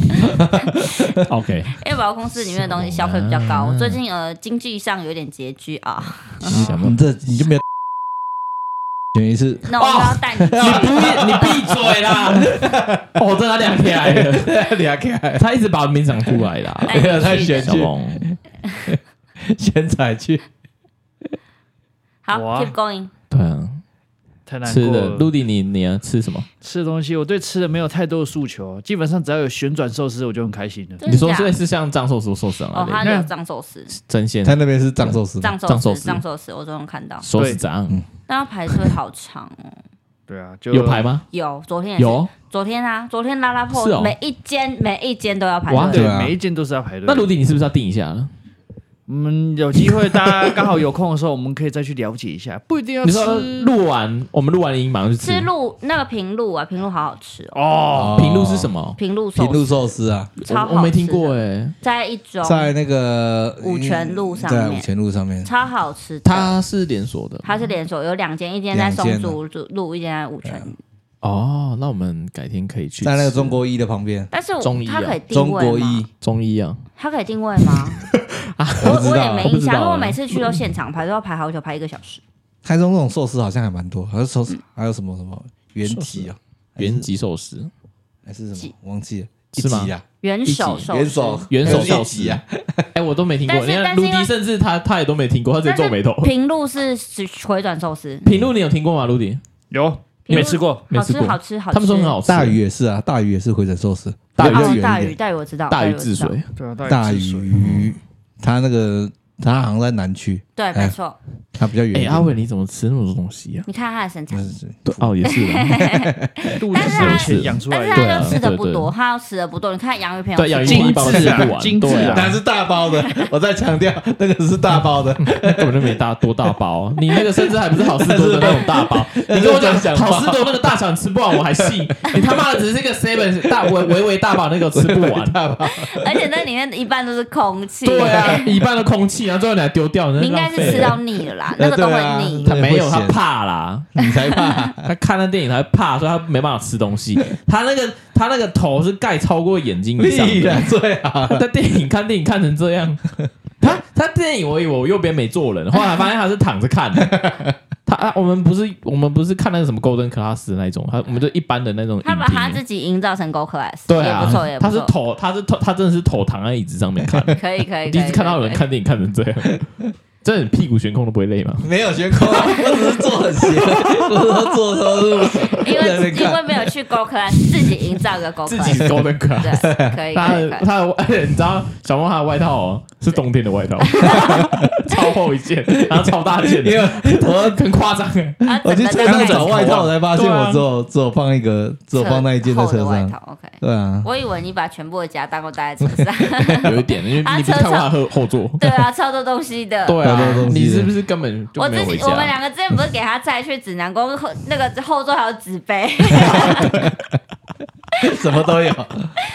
Speaker 1: OK，
Speaker 3: 因为百货公司里面的东西消费比较高，我最近呃经济上有点拮据啊，
Speaker 1: 想不
Speaker 2: 你这你就没有选一次？
Speaker 3: 那我就要带你去。
Speaker 1: 你不要，你闭嘴啦！ 哦，真的亮起来了，
Speaker 2: 你还看
Speaker 1: 他一直把我名讲出来啦。
Speaker 3: 带你去
Speaker 2: 太玄
Speaker 1: 小萌，
Speaker 2: 先踩去？
Speaker 3: 好
Speaker 4: 哇
Speaker 3: ，keep going。
Speaker 1: 对啊，
Speaker 4: 太难
Speaker 1: 吃
Speaker 4: 过
Speaker 1: 的，
Speaker 4: 了。
Speaker 1: 陆迪，你你要吃什么？
Speaker 4: 吃的东西，我对吃的没有太多的诉求，基本上只要有旋转寿司，我就很开心了。
Speaker 3: 真
Speaker 1: 你
Speaker 3: 的
Speaker 1: 说
Speaker 3: 假
Speaker 1: 这
Speaker 3: 的
Speaker 1: 类似像藏寿司、寿司
Speaker 3: 哦
Speaker 1: 啊，，
Speaker 3: 他
Speaker 4: 那
Speaker 3: 有藏寿司，
Speaker 1: 真鲜
Speaker 2: 他那边是藏寿司吗，
Speaker 3: 藏
Speaker 1: 藏
Speaker 3: 寿
Speaker 1: 寿
Speaker 3: 司，
Speaker 1: 司
Speaker 3: 藏寿司，我昨天有看到，
Speaker 1: 寿司长
Speaker 3: 但要排队好长哦。
Speaker 4: 对啊，就
Speaker 1: 有排吗？
Speaker 3: 有，昨天也是，
Speaker 1: 有。
Speaker 3: 昨天啊，昨天拉拉铺
Speaker 1: 是哦
Speaker 3: 每一间每一间都要排
Speaker 1: 哇
Speaker 3: 队。
Speaker 4: 对
Speaker 2: 对啊
Speaker 4: 每一间都是要排队。
Speaker 1: 那卢迪，你是不是要定一下了？
Speaker 4: 我们有机会，大家刚好有空的时候，我们可以再去了解一下，不一定要
Speaker 1: 你
Speaker 4: 吃
Speaker 1: 说录完，我们录完音马上去
Speaker 3: 吃鹿那个平鹿啊，平鹿好好吃哦，
Speaker 4: 哦。
Speaker 1: 平路是什么？
Speaker 3: 平鹿寿
Speaker 2: 平路
Speaker 3: 司
Speaker 2: 寿司啊，
Speaker 3: 超好吃
Speaker 1: 我
Speaker 3: 的
Speaker 1: 没听过，哎，
Speaker 3: 在一中
Speaker 2: 在那个
Speaker 3: 五泉路上
Speaker 2: 在
Speaker 3: 面
Speaker 2: 五泉路上面，
Speaker 3: 超好吃的，
Speaker 1: 它是连锁的
Speaker 3: 它是连锁，有两间，一间在
Speaker 2: 两间
Speaker 3: 松
Speaker 2: 啊
Speaker 3: 竹路，一间在五泉。
Speaker 1: 哦。那我们改天可以去
Speaker 2: 在那个
Speaker 1: 吃
Speaker 2: 中国一的旁边，
Speaker 3: 但是我
Speaker 1: 中医啊
Speaker 3: 它可以定
Speaker 2: 中
Speaker 3: 位
Speaker 2: 国
Speaker 3: 吗
Speaker 2: 一？
Speaker 1: 中医啊，
Speaker 3: 它可以定位吗？
Speaker 2: 我不
Speaker 3: 我
Speaker 2: 知
Speaker 3: 我也
Speaker 2: 道啊
Speaker 3: 没印
Speaker 1: 不知
Speaker 3: 象，
Speaker 1: 道
Speaker 3: 因为我
Speaker 1: 啊
Speaker 3: 每次去都现场排，都要排好久，排一个小时。
Speaker 2: 台中这种寿司好像还蛮多，还有
Speaker 3: 嗯
Speaker 2: 寿司，还有什么什么原吉啊，
Speaker 1: 原吉寿司，
Speaker 2: 还是什
Speaker 3: 吉
Speaker 2: 么忘记了，
Speaker 1: 是吗
Speaker 2: 一吉啊，
Speaker 3: 元首寿
Speaker 2: 元
Speaker 3: 司
Speaker 2: 首
Speaker 1: 元首寿
Speaker 2: 一
Speaker 1: 司
Speaker 2: 吉啊，，
Speaker 1: 哎，我都没听过。
Speaker 3: 但是
Speaker 1: 你看
Speaker 3: 但是
Speaker 1: 卢
Speaker 3: 因
Speaker 1: 迪，
Speaker 3: 为
Speaker 1: 甚至他他也都没听过，他直接皱眉头。
Speaker 3: 平路是只回转寿司，
Speaker 1: 平路你有听过吗？卢迪，
Speaker 4: 有啊
Speaker 3: 平
Speaker 4: 没
Speaker 3: 路
Speaker 4: 吃过？
Speaker 1: 没
Speaker 3: 好
Speaker 1: 吃
Speaker 3: 吃
Speaker 1: 过
Speaker 3: 好吃好吃。
Speaker 1: 他们说很好吃。
Speaker 2: 大鱼也是啊，大鱼也是回转寿司，
Speaker 1: 大鱼
Speaker 2: 比较
Speaker 3: 哦
Speaker 2: 远，
Speaker 3: 大
Speaker 2: 一
Speaker 3: 鱼
Speaker 2: 点
Speaker 3: 大鱼我知道，
Speaker 1: 大
Speaker 3: 鱼
Speaker 1: 禹
Speaker 3: 我
Speaker 1: 治
Speaker 3: 知道
Speaker 1: 水，
Speaker 4: 对啊，
Speaker 2: 大
Speaker 4: 禹治水
Speaker 2: 鱼，它那个它好像在南区，
Speaker 3: 对，
Speaker 2: 哎
Speaker 3: 没错。
Speaker 2: 它比较远一
Speaker 1: 哎，
Speaker 2: 点。
Speaker 1: 阿伟你怎么吃那么多东西啊呀？
Speaker 3: 你看他的身材
Speaker 2: 不，是
Speaker 1: 哦，也是啊，
Speaker 4: 肚子是有钱养出
Speaker 3: 但
Speaker 4: 来
Speaker 3: 是
Speaker 4: 的，
Speaker 1: 对
Speaker 3: 他
Speaker 1: 啊
Speaker 3: 又吃的不
Speaker 1: 对对
Speaker 3: 多，他要吃的不多。你看洋芋 片，
Speaker 1: 对， 养鱼
Speaker 4: 精致
Speaker 1: 一包吃
Speaker 4: 啊
Speaker 1: 不完，
Speaker 4: 精致
Speaker 1: 对
Speaker 4: 啊
Speaker 1: 啊，
Speaker 2: 但是大包的，我再强调，那个是大包的，
Speaker 1: 根本就没大多大包，啊你那个甚至还不是好事多的那种大 包。你跟我讲好事多那个大小你吃不完，我还信。你他妈的只是一个 seven 大微微微大包那个吃不完，
Speaker 3: 而且那里面一半都是空气。
Speaker 1: 对啊，一半的空气，然后最后你还丢掉，
Speaker 3: 你
Speaker 1: 你
Speaker 3: 应该是吃到腻了啦，
Speaker 2: 那
Speaker 3: 那个都
Speaker 2: 对
Speaker 3: 会
Speaker 2: 啊
Speaker 3: 腻。
Speaker 1: 他没有，
Speaker 2: 会
Speaker 1: 他
Speaker 2: 咸
Speaker 1: 怕啦，
Speaker 2: 你才怕。
Speaker 1: 他看那电影他会怕，所以他没办法吃东西。他那个他那个头是盖超过眼睛以上
Speaker 2: 必
Speaker 1: 的
Speaker 2: 然。最好
Speaker 1: 他电影看电影看成这 样，他他电影我以为我右边没坐人，后来发现他是躺着 看的。他啊，我们不是我们不是看那个什么 Golden Class 的那种，他我们就一般的那种影
Speaker 3: 他把他自
Speaker 1: 厅。
Speaker 3: 己营造成 Go Class，
Speaker 1: 对
Speaker 3: 也不错，
Speaker 1: 啊
Speaker 3: 也，不
Speaker 1: 他是
Speaker 3: 错。
Speaker 1: 头，他是头，他真的是头躺在椅子上面 看。
Speaker 3: 可以可以，
Speaker 1: 第一次看到有人
Speaker 3: 人
Speaker 1: 看电影看成这样，真的屁股悬空都不会累吗？
Speaker 2: 没有悬空，我只是坐很斜，我说坐的时候是不行
Speaker 3: 因
Speaker 2: 在那
Speaker 3: 为
Speaker 2: 边
Speaker 3: 因
Speaker 2: 看
Speaker 3: 为没有去 Go Class，自己营造 个 Go
Speaker 1: 自己
Speaker 3: Class，
Speaker 1: 是 Golden Class。
Speaker 3: 对，可以
Speaker 1: 他
Speaker 3: 可
Speaker 1: 的
Speaker 3: 以可以。
Speaker 1: 他的，而 且你知道小猫他的外套哦，是冬天的 外套，超厚一件，然后超大件的，
Speaker 2: 因为
Speaker 1: 我很夸张哎。
Speaker 3: 啊
Speaker 2: 我去车上找外套，我才发现
Speaker 1: 对啊
Speaker 2: 我只有只有放一个，只有放那一件在车
Speaker 3: 厚的外
Speaker 2: 上。
Speaker 3: 套，OK。
Speaker 2: 对啊，
Speaker 3: 我以为你把全部的家当都带在车上，
Speaker 1: 有一点，因为
Speaker 3: 啊
Speaker 1: 你不是
Speaker 3: 车
Speaker 1: 看过
Speaker 3: 上
Speaker 1: 他后后座，
Speaker 3: 对啊，超多东西的。
Speaker 1: 对
Speaker 2: 超多
Speaker 1: 啊
Speaker 2: 东，西
Speaker 1: 你是不是根本就
Speaker 3: 我
Speaker 1: 没
Speaker 3: 之
Speaker 1: 有回
Speaker 3: 前我们
Speaker 1: 家？
Speaker 3: 两个之前不是给他载去指南宫后那个后座还有纸 杯，
Speaker 2: 什么都 有。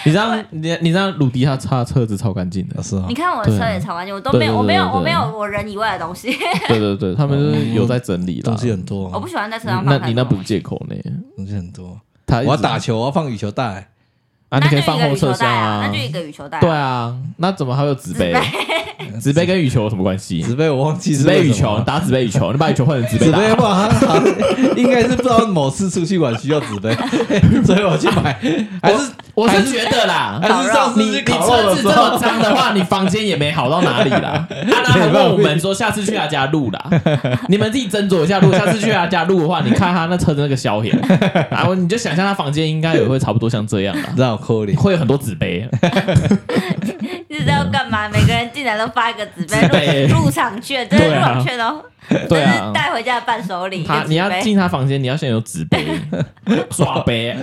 Speaker 1: 你知道，你你知道鲁迪他他车子超干净的，
Speaker 2: 是啊
Speaker 3: 你，看我的车
Speaker 1: 对啊
Speaker 3: 也超干净，我都没有
Speaker 1: 对对对
Speaker 3: 我没有
Speaker 1: 对对
Speaker 3: 我没有我人以外的东西，
Speaker 1: 对对对，他们就是哦有在整理啦
Speaker 2: 东。西很多啊
Speaker 3: 我，不喜欢在车上放
Speaker 1: 那
Speaker 3: 太多
Speaker 1: 你那不
Speaker 3: 东
Speaker 1: 是
Speaker 3: 西
Speaker 1: 借口呢？
Speaker 2: 东西很多。
Speaker 1: 他
Speaker 2: 我
Speaker 1: 一直
Speaker 2: 要打球，我要放羽球带。
Speaker 1: 啊，你可
Speaker 3: 那就
Speaker 1: 以
Speaker 3: 一
Speaker 1: 放
Speaker 3: 个
Speaker 1: 后
Speaker 3: 羽
Speaker 1: 车
Speaker 3: 球
Speaker 1: 厢
Speaker 3: 袋啊，
Speaker 1: 啊
Speaker 3: 那就。一个羽球袋啊。
Speaker 1: 对啊，那怎么还有纸杯？纸杯跟羽球有什么关系？
Speaker 2: 纸杯我忘记是
Speaker 1: 纸杯
Speaker 2: 为
Speaker 1: 羽
Speaker 2: 什么
Speaker 1: 球，
Speaker 2: 了
Speaker 1: 打纸杯羽球，你把羽球换成啊纸
Speaker 2: 纸
Speaker 1: 杯打。
Speaker 2: 杯吧， 好像应该是不知道某次出去玩需要 纸杯，所以我去买。还是
Speaker 1: 我
Speaker 2: 还
Speaker 1: 是觉得啦，
Speaker 2: 还是上
Speaker 1: 你
Speaker 2: 次
Speaker 1: 你
Speaker 2: 去烤
Speaker 1: 车子
Speaker 2: 肉的时
Speaker 1: 这么
Speaker 2: 候，
Speaker 1: 脏的话，你房间也没好到哪里 啦。他他还问我们说，下次去他家录啦，你们自己斟酌一下。如果下次去他家录的话，你看他那车子那个消 炎，然后你就想象他房间应该也会差不多像这样啦，
Speaker 2: 让我扣脸。
Speaker 1: 会有很多纸 杯。
Speaker 3: 你知道干嘛？每个人进来都发一个纸
Speaker 1: 纸杯
Speaker 3: 杯入入场券，这是入
Speaker 1: 对啊
Speaker 3: 场券哦，
Speaker 1: 对
Speaker 3: 这
Speaker 1: 啊
Speaker 3: 是，带回家的伴手礼。
Speaker 1: 他
Speaker 3: 一个纸
Speaker 1: 你要
Speaker 3: 杯
Speaker 1: 进他房间，你要先有纸 杯、抓杯。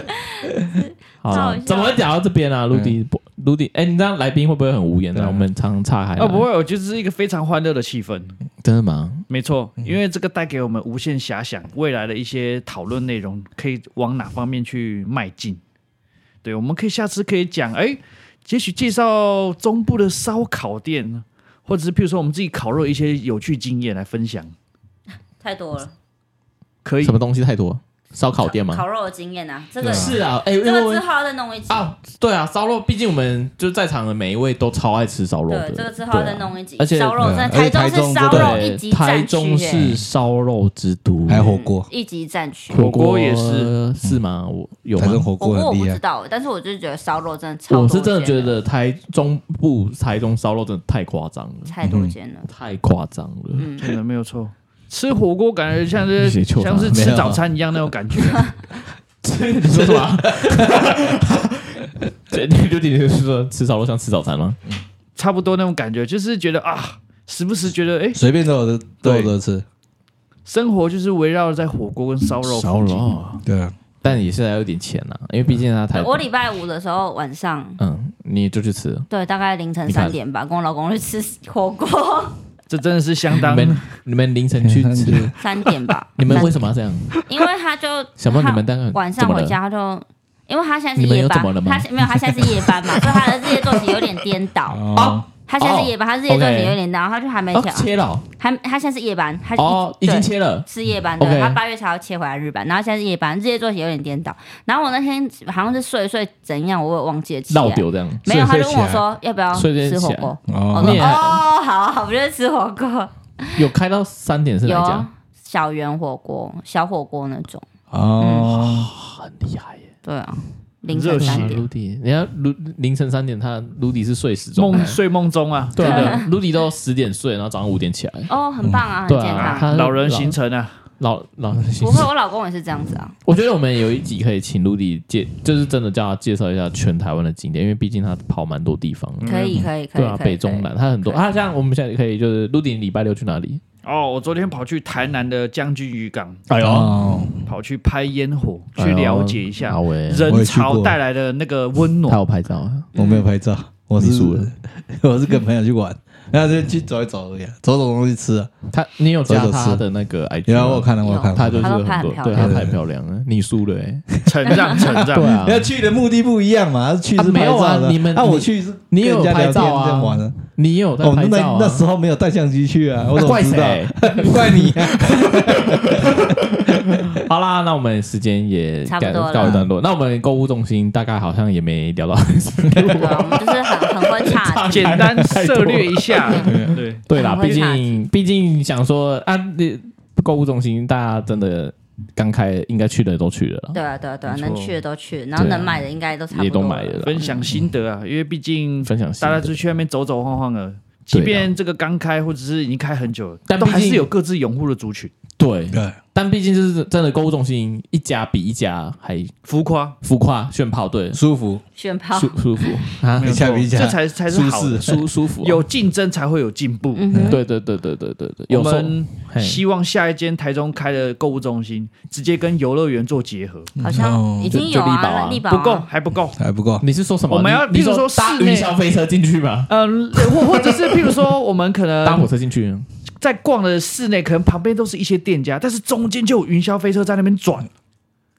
Speaker 1: 好
Speaker 3: 好
Speaker 1: 啦
Speaker 3: 笑，
Speaker 1: 怎么会讲到这边啊？陆
Speaker 2: 嗯
Speaker 1: 迪，陆迪，哎，你这样来宾会不会很无言
Speaker 2: 对
Speaker 1: 呢？
Speaker 2: 啊
Speaker 1: 我们常常岔开。
Speaker 4: 哦，不，会，我就是一个非常欢乐的气氛，
Speaker 1: 真的吗？
Speaker 4: 没错，因为这个带给我们无限遐想，未来的一些讨论内容可以往哪方面去迈进？对，我们可以下次可以讲，哎，也许介绍中部的烧烤店，或者是譬如说我们自己烤肉一些有趣经验来分享，
Speaker 3: 太多了，
Speaker 4: 可以
Speaker 1: 什么东西太多？烧烤店吗？
Speaker 3: 烤肉的经验啊，这
Speaker 2: 对
Speaker 3: 个
Speaker 2: 啊
Speaker 1: 是啊，哎、因
Speaker 3: 这
Speaker 1: 为
Speaker 3: 个之
Speaker 1: 我
Speaker 3: 后要再弄一集。
Speaker 1: 啊，对啊，烧肉，毕竟我们就在场的每一位都超爱吃烧肉的。
Speaker 3: 对，这个之后再
Speaker 1: 对啊
Speaker 3: 弄一集。
Speaker 1: 而且
Speaker 3: 烧肉真的，
Speaker 2: 对啊
Speaker 3: 台中是烧肉一级
Speaker 1: 对，台
Speaker 3: 战
Speaker 1: 中
Speaker 3: 区耶，嗯
Speaker 1: 是烧肉之都，
Speaker 2: 还有火锅，
Speaker 3: 一级战区。
Speaker 4: 火锅也是
Speaker 1: 是吗？我有
Speaker 2: 反正
Speaker 1: 吗？
Speaker 2: 火
Speaker 3: 火
Speaker 2: 锅
Speaker 3: 锅我
Speaker 2: 很
Speaker 3: 不
Speaker 2: 厉
Speaker 3: 知
Speaker 2: 害。
Speaker 3: 道，但是我就是觉得烧肉真的超多
Speaker 1: 我
Speaker 3: 间
Speaker 1: 是真的觉得台中部台中烧肉真的太夸张了，
Speaker 3: 太多间了。
Speaker 1: 太夸张了。
Speaker 3: 嗯，
Speaker 4: 真的没有错。吃火锅感觉像是
Speaker 1: 你写错了
Speaker 4: 像是
Speaker 2: 没有
Speaker 4: 吃
Speaker 2: 啊
Speaker 4: 早餐一样那种感觉，
Speaker 1: 你说什 么？对，你就你是说吃烧肉像吃早餐吗？
Speaker 4: 差不多那种感觉，就是觉得啊，时不时觉得哎，
Speaker 2: 随便都有的都有得吃。
Speaker 4: 生活就是围绕在火锅跟烧肉附近。
Speaker 1: 肉，
Speaker 2: 对啊，
Speaker 1: 啊但也是要有点钱呐、因为毕竟他台
Speaker 3: 我礼拜五的时候晚上
Speaker 1: 嗯，你你就去吃了。
Speaker 3: 对，大概凌晨
Speaker 1: 你看
Speaker 3: 三点吧，跟我老公去吃火锅，
Speaker 4: 这真的是相
Speaker 1: 你
Speaker 4: 当
Speaker 1: 们你们凌晨去 吃，
Speaker 3: 三点吧
Speaker 1: 。你们为
Speaker 3: 么？
Speaker 1: 什么要这样？
Speaker 3: 因为他就
Speaker 1: 想问
Speaker 3: 他
Speaker 1: 你们大概
Speaker 3: 晚上
Speaker 1: 怎么了
Speaker 3: 回家他就，因为他现在
Speaker 1: 你
Speaker 3: 是
Speaker 1: 们
Speaker 3: 夜
Speaker 1: 又
Speaker 3: 班
Speaker 1: 怎么了，吗
Speaker 3: 他现没有，他现在是夜班嘛，所以他的日夜作息有点颠倒。
Speaker 2: 哦，
Speaker 3: 他现在是夜班，他日夜作息有点颠倒，然后他就还没
Speaker 1: 哦，
Speaker 3: 调，
Speaker 1: 切了
Speaker 3: 还他现在是夜班，他
Speaker 1: 哦哦，已经
Speaker 3: 对
Speaker 1: 切了。
Speaker 3: 是夜班，对
Speaker 1: OK
Speaker 3: 他八月才要切回来日班，然后现在是夜班，日夜作息有点颠倒。然后我那天好像是睡一睡怎样，我也忘记了起来
Speaker 1: 闹丢这样，
Speaker 3: 没有，他
Speaker 2: 睡
Speaker 3: 就
Speaker 2: 睡
Speaker 3: 问我
Speaker 2: 起来
Speaker 3: 说要不要
Speaker 1: 睡睡
Speaker 3: 吃火
Speaker 1: 起来
Speaker 3: 锅。我
Speaker 2: 哦
Speaker 1: 你
Speaker 3: 说
Speaker 1: 也
Speaker 3: 哦，好，好我们就吃火锅，
Speaker 1: 有开到三点 是哪
Speaker 3: 有
Speaker 1: 一家？
Speaker 3: 啊小圆火锅、小火锅那种，
Speaker 2: 哦，
Speaker 1: 很厉害耶！
Speaker 3: 对啊，凌
Speaker 4: 热
Speaker 3: 晨
Speaker 4: 血
Speaker 3: 三
Speaker 1: 啊
Speaker 3: 点。
Speaker 1: ，Rudy，人家卢凌晨三点，他 Rudy 是睡时钟
Speaker 4: 梦，睡梦中啊，
Speaker 1: 对啊，Rudy 都十点睡，然后早上五点起来。
Speaker 3: 哦，很棒啊，
Speaker 1: 对
Speaker 3: 很
Speaker 1: 啊
Speaker 3: 健康。
Speaker 1: 他
Speaker 4: 老人行程啊，
Speaker 1: 老老人行
Speaker 3: 不会，我老公也是这样子啊。
Speaker 1: 我觉得我们有一集可以请 Rudy 介，就是真的叫他介绍一下全台湾的景点，因为毕竟他跑蛮多地方的。
Speaker 3: 可以，可以，可以。
Speaker 1: 对啊，
Speaker 3: 可以
Speaker 1: 北中。
Speaker 3: 可以
Speaker 1: 南，他很多
Speaker 3: 可以
Speaker 1: 啊。像我们现在可以就是 Rudy 礼拜六去哪里？
Speaker 4: 哦，我昨天跑去台南的将军渔港，
Speaker 1: 哎
Speaker 3: 啊
Speaker 2: 哦，
Speaker 4: 跑去拍烟火，去了解一下
Speaker 1: 阿伟，
Speaker 2: 我
Speaker 4: 人哦
Speaker 2: 也去过
Speaker 4: 潮带来的那个温
Speaker 1: 他
Speaker 4: 暖。
Speaker 1: 有拍照啊。
Speaker 2: 我没有拍照，我是
Speaker 1: 你输了
Speaker 2: 我是跟朋友去
Speaker 1: 嗯
Speaker 2: 玩，然后就去走一走而已啊，走走东西吃啊。
Speaker 1: 他你有加
Speaker 2: 走走
Speaker 1: 他
Speaker 2: 吃
Speaker 1: 的那个 IG？
Speaker 2: 然
Speaker 1: 吗
Speaker 2: 后我有看了，我有看啊了，
Speaker 1: 他就是
Speaker 3: 他都拍
Speaker 1: 很
Speaker 3: 很
Speaker 1: 多，
Speaker 3: 漂
Speaker 1: 对
Speaker 3: 亮
Speaker 1: 他太漂亮了，你输了欸。
Speaker 4: 承让，承 让。
Speaker 1: 对啊
Speaker 2: 要去的目的不一样嘛，他去
Speaker 1: 啊
Speaker 2: 是
Speaker 1: 没
Speaker 2: 拍
Speaker 1: 有
Speaker 2: 照
Speaker 1: 啊
Speaker 2: 的，
Speaker 1: 你们
Speaker 2: 那
Speaker 1: 你
Speaker 2: 我去是
Speaker 1: 你
Speaker 2: 跟人
Speaker 1: 有
Speaker 2: 家
Speaker 1: 拍
Speaker 2: 聊天
Speaker 1: 照啊
Speaker 2: 这样玩的。
Speaker 1: 你也有在
Speaker 2: 哦，
Speaker 1: 拍
Speaker 2: 那
Speaker 1: 照啊？
Speaker 2: 那时候没有带相机去啊，我
Speaker 1: 那
Speaker 2: 怎么
Speaker 1: 怪
Speaker 2: 知道？
Speaker 1: 谁？
Speaker 2: 怪你啊！
Speaker 1: 好啦，那我们时间也
Speaker 3: 差不多
Speaker 1: 告
Speaker 3: 了
Speaker 1: 告一段落。那我们购物中心大概好像也没聊到。
Speaker 3: 对啊，我们就是很很会差。
Speaker 4: 简单涉略一下，对，
Speaker 1: 对啊啦，
Speaker 3: 很会
Speaker 1: 毕
Speaker 3: 查
Speaker 1: 竟毕竟想说啊，你购物中心大家真的刚开，应该去的都去了啦，
Speaker 3: 对啊，对啊，对啊，
Speaker 4: 没错
Speaker 3: 能去的都去，然后
Speaker 1: 哦对啊
Speaker 3: 能买的应该都差不多。
Speaker 1: 也都买了。啦，
Speaker 4: 分享心得啊，因为毕竟
Speaker 1: 分享心
Speaker 4: 大家
Speaker 1: 得。
Speaker 4: 就去那边走走晃晃的，
Speaker 1: 对
Speaker 4: 即
Speaker 1: 的
Speaker 4: 便这个刚开或者是已经开很久了，
Speaker 1: 但
Speaker 4: 都还
Speaker 1: 毕
Speaker 4: 是
Speaker 1: 竟
Speaker 4: 有各自拥护的族群，
Speaker 1: 对，
Speaker 2: 对，
Speaker 1: 但毕竟就是真的购物中心一家比一家还
Speaker 4: 浮夸，
Speaker 1: 浮夸炫炮，对，
Speaker 2: 舒服，
Speaker 3: 炫炮
Speaker 1: 舒。舒服啊
Speaker 4: 没，有
Speaker 2: 一 下
Speaker 4: 错
Speaker 2: 比一下
Speaker 4: 这才才是
Speaker 2: 舒
Speaker 4: 好的，
Speaker 1: 舒舒服啊。
Speaker 4: 有竞争才会有进步。
Speaker 3: 嗯哼，
Speaker 1: 对对对对对对对，
Speaker 4: 我
Speaker 1: 有时候
Speaker 4: 们
Speaker 1: 嘿
Speaker 4: 希望下一间台中开的购物中心直接跟游乐园做结合，
Speaker 3: 好像已经有
Speaker 1: 就就力宝啊
Speaker 3: 力宝啊
Speaker 4: 不够还不够。
Speaker 2: 还不够。
Speaker 1: 你是说什么？
Speaker 4: 我们要
Speaker 1: 你你
Speaker 4: 例如说
Speaker 1: 搭
Speaker 4: 室内
Speaker 1: 云霄飞车进去吗？
Speaker 4: 嗯，或或者是譬如说，我们可
Speaker 1: 搭火
Speaker 4: 能
Speaker 1: 车进去？
Speaker 4: 在逛的室内，可能旁边都是一些店家，但是中间就有云霄飞车在那边转，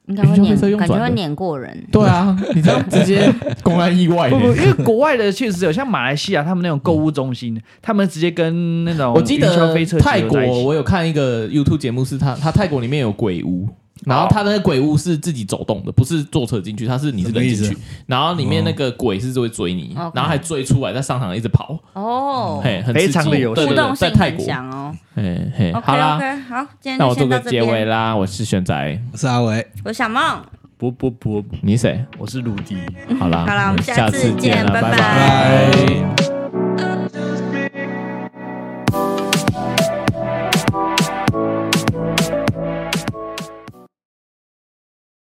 Speaker 3: 应该会
Speaker 1: 云霄飞车
Speaker 3: 碾，
Speaker 1: 用
Speaker 3: 感
Speaker 1: 转
Speaker 3: 觉
Speaker 1: 的
Speaker 3: 会碾过人。
Speaker 1: 对啊，你这样直接 公安意外欸
Speaker 4: 不
Speaker 1: 呢
Speaker 4: 不，因为国外的确实有，像马来西亚他们那种购物中心，他们直接跟那种
Speaker 1: 我记
Speaker 4: 云霄
Speaker 1: 得
Speaker 4: 飞车
Speaker 1: 泰
Speaker 4: 结合
Speaker 1: 国
Speaker 4: 在一起，
Speaker 1: 我有看一个 YouTube 节目，是他他泰国里面有鬼屋。然后他的那个鬼屋是自己走动的，不是坐车进去，他是你是人进
Speaker 2: 什么
Speaker 1: 去
Speaker 2: 意，
Speaker 1: 然后里面那个鬼是就会追你，
Speaker 3: OK
Speaker 1: 然后还追出来，在商场一直跑，
Speaker 3: 哦，
Speaker 1: 嗯嘿，很
Speaker 4: 非
Speaker 1: 刺
Speaker 4: 常
Speaker 1: 激
Speaker 4: 的有
Speaker 1: 对
Speaker 3: 互
Speaker 1: 对
Speaker 3: 动
Speaker 1: 对，
Speaker 3: 性
Speaker 1: 在泰
Speaker 3: 很
Speaker 1: 国，
Speaker 3: 强哦。
Speaker 1: 嘿嘿，
Speaker 3: OK
Speaker 1: 好啦，
Speaker 3: OK，好，今天
Speaker 1: 那
Speaker 3: 就
Speaker 1: 我做
Speaker 3: 先
Speaker 1: 个
Speaker 3: 到这
Speaker 1: 结尾
Speaker 3: 边。
Speaker 1: 啦，我是玄仔，
Speaker 2: 我是阿伟，
Speaker 3: 我是小梦，
Speaker 4: 不不不，
Speaker 1: 你谁？
Speaker 4: 我是鲁迪。
Speaker 1: 好啦，
Speaker 3: 好啦我们下
Speaker 1: 下
Speaker 3: 次见
Speaker 1: 见啦，
Speaker 3: 拜
Speaker 1: 拜
Speaker 3: 拜
Speaker 2: 拜。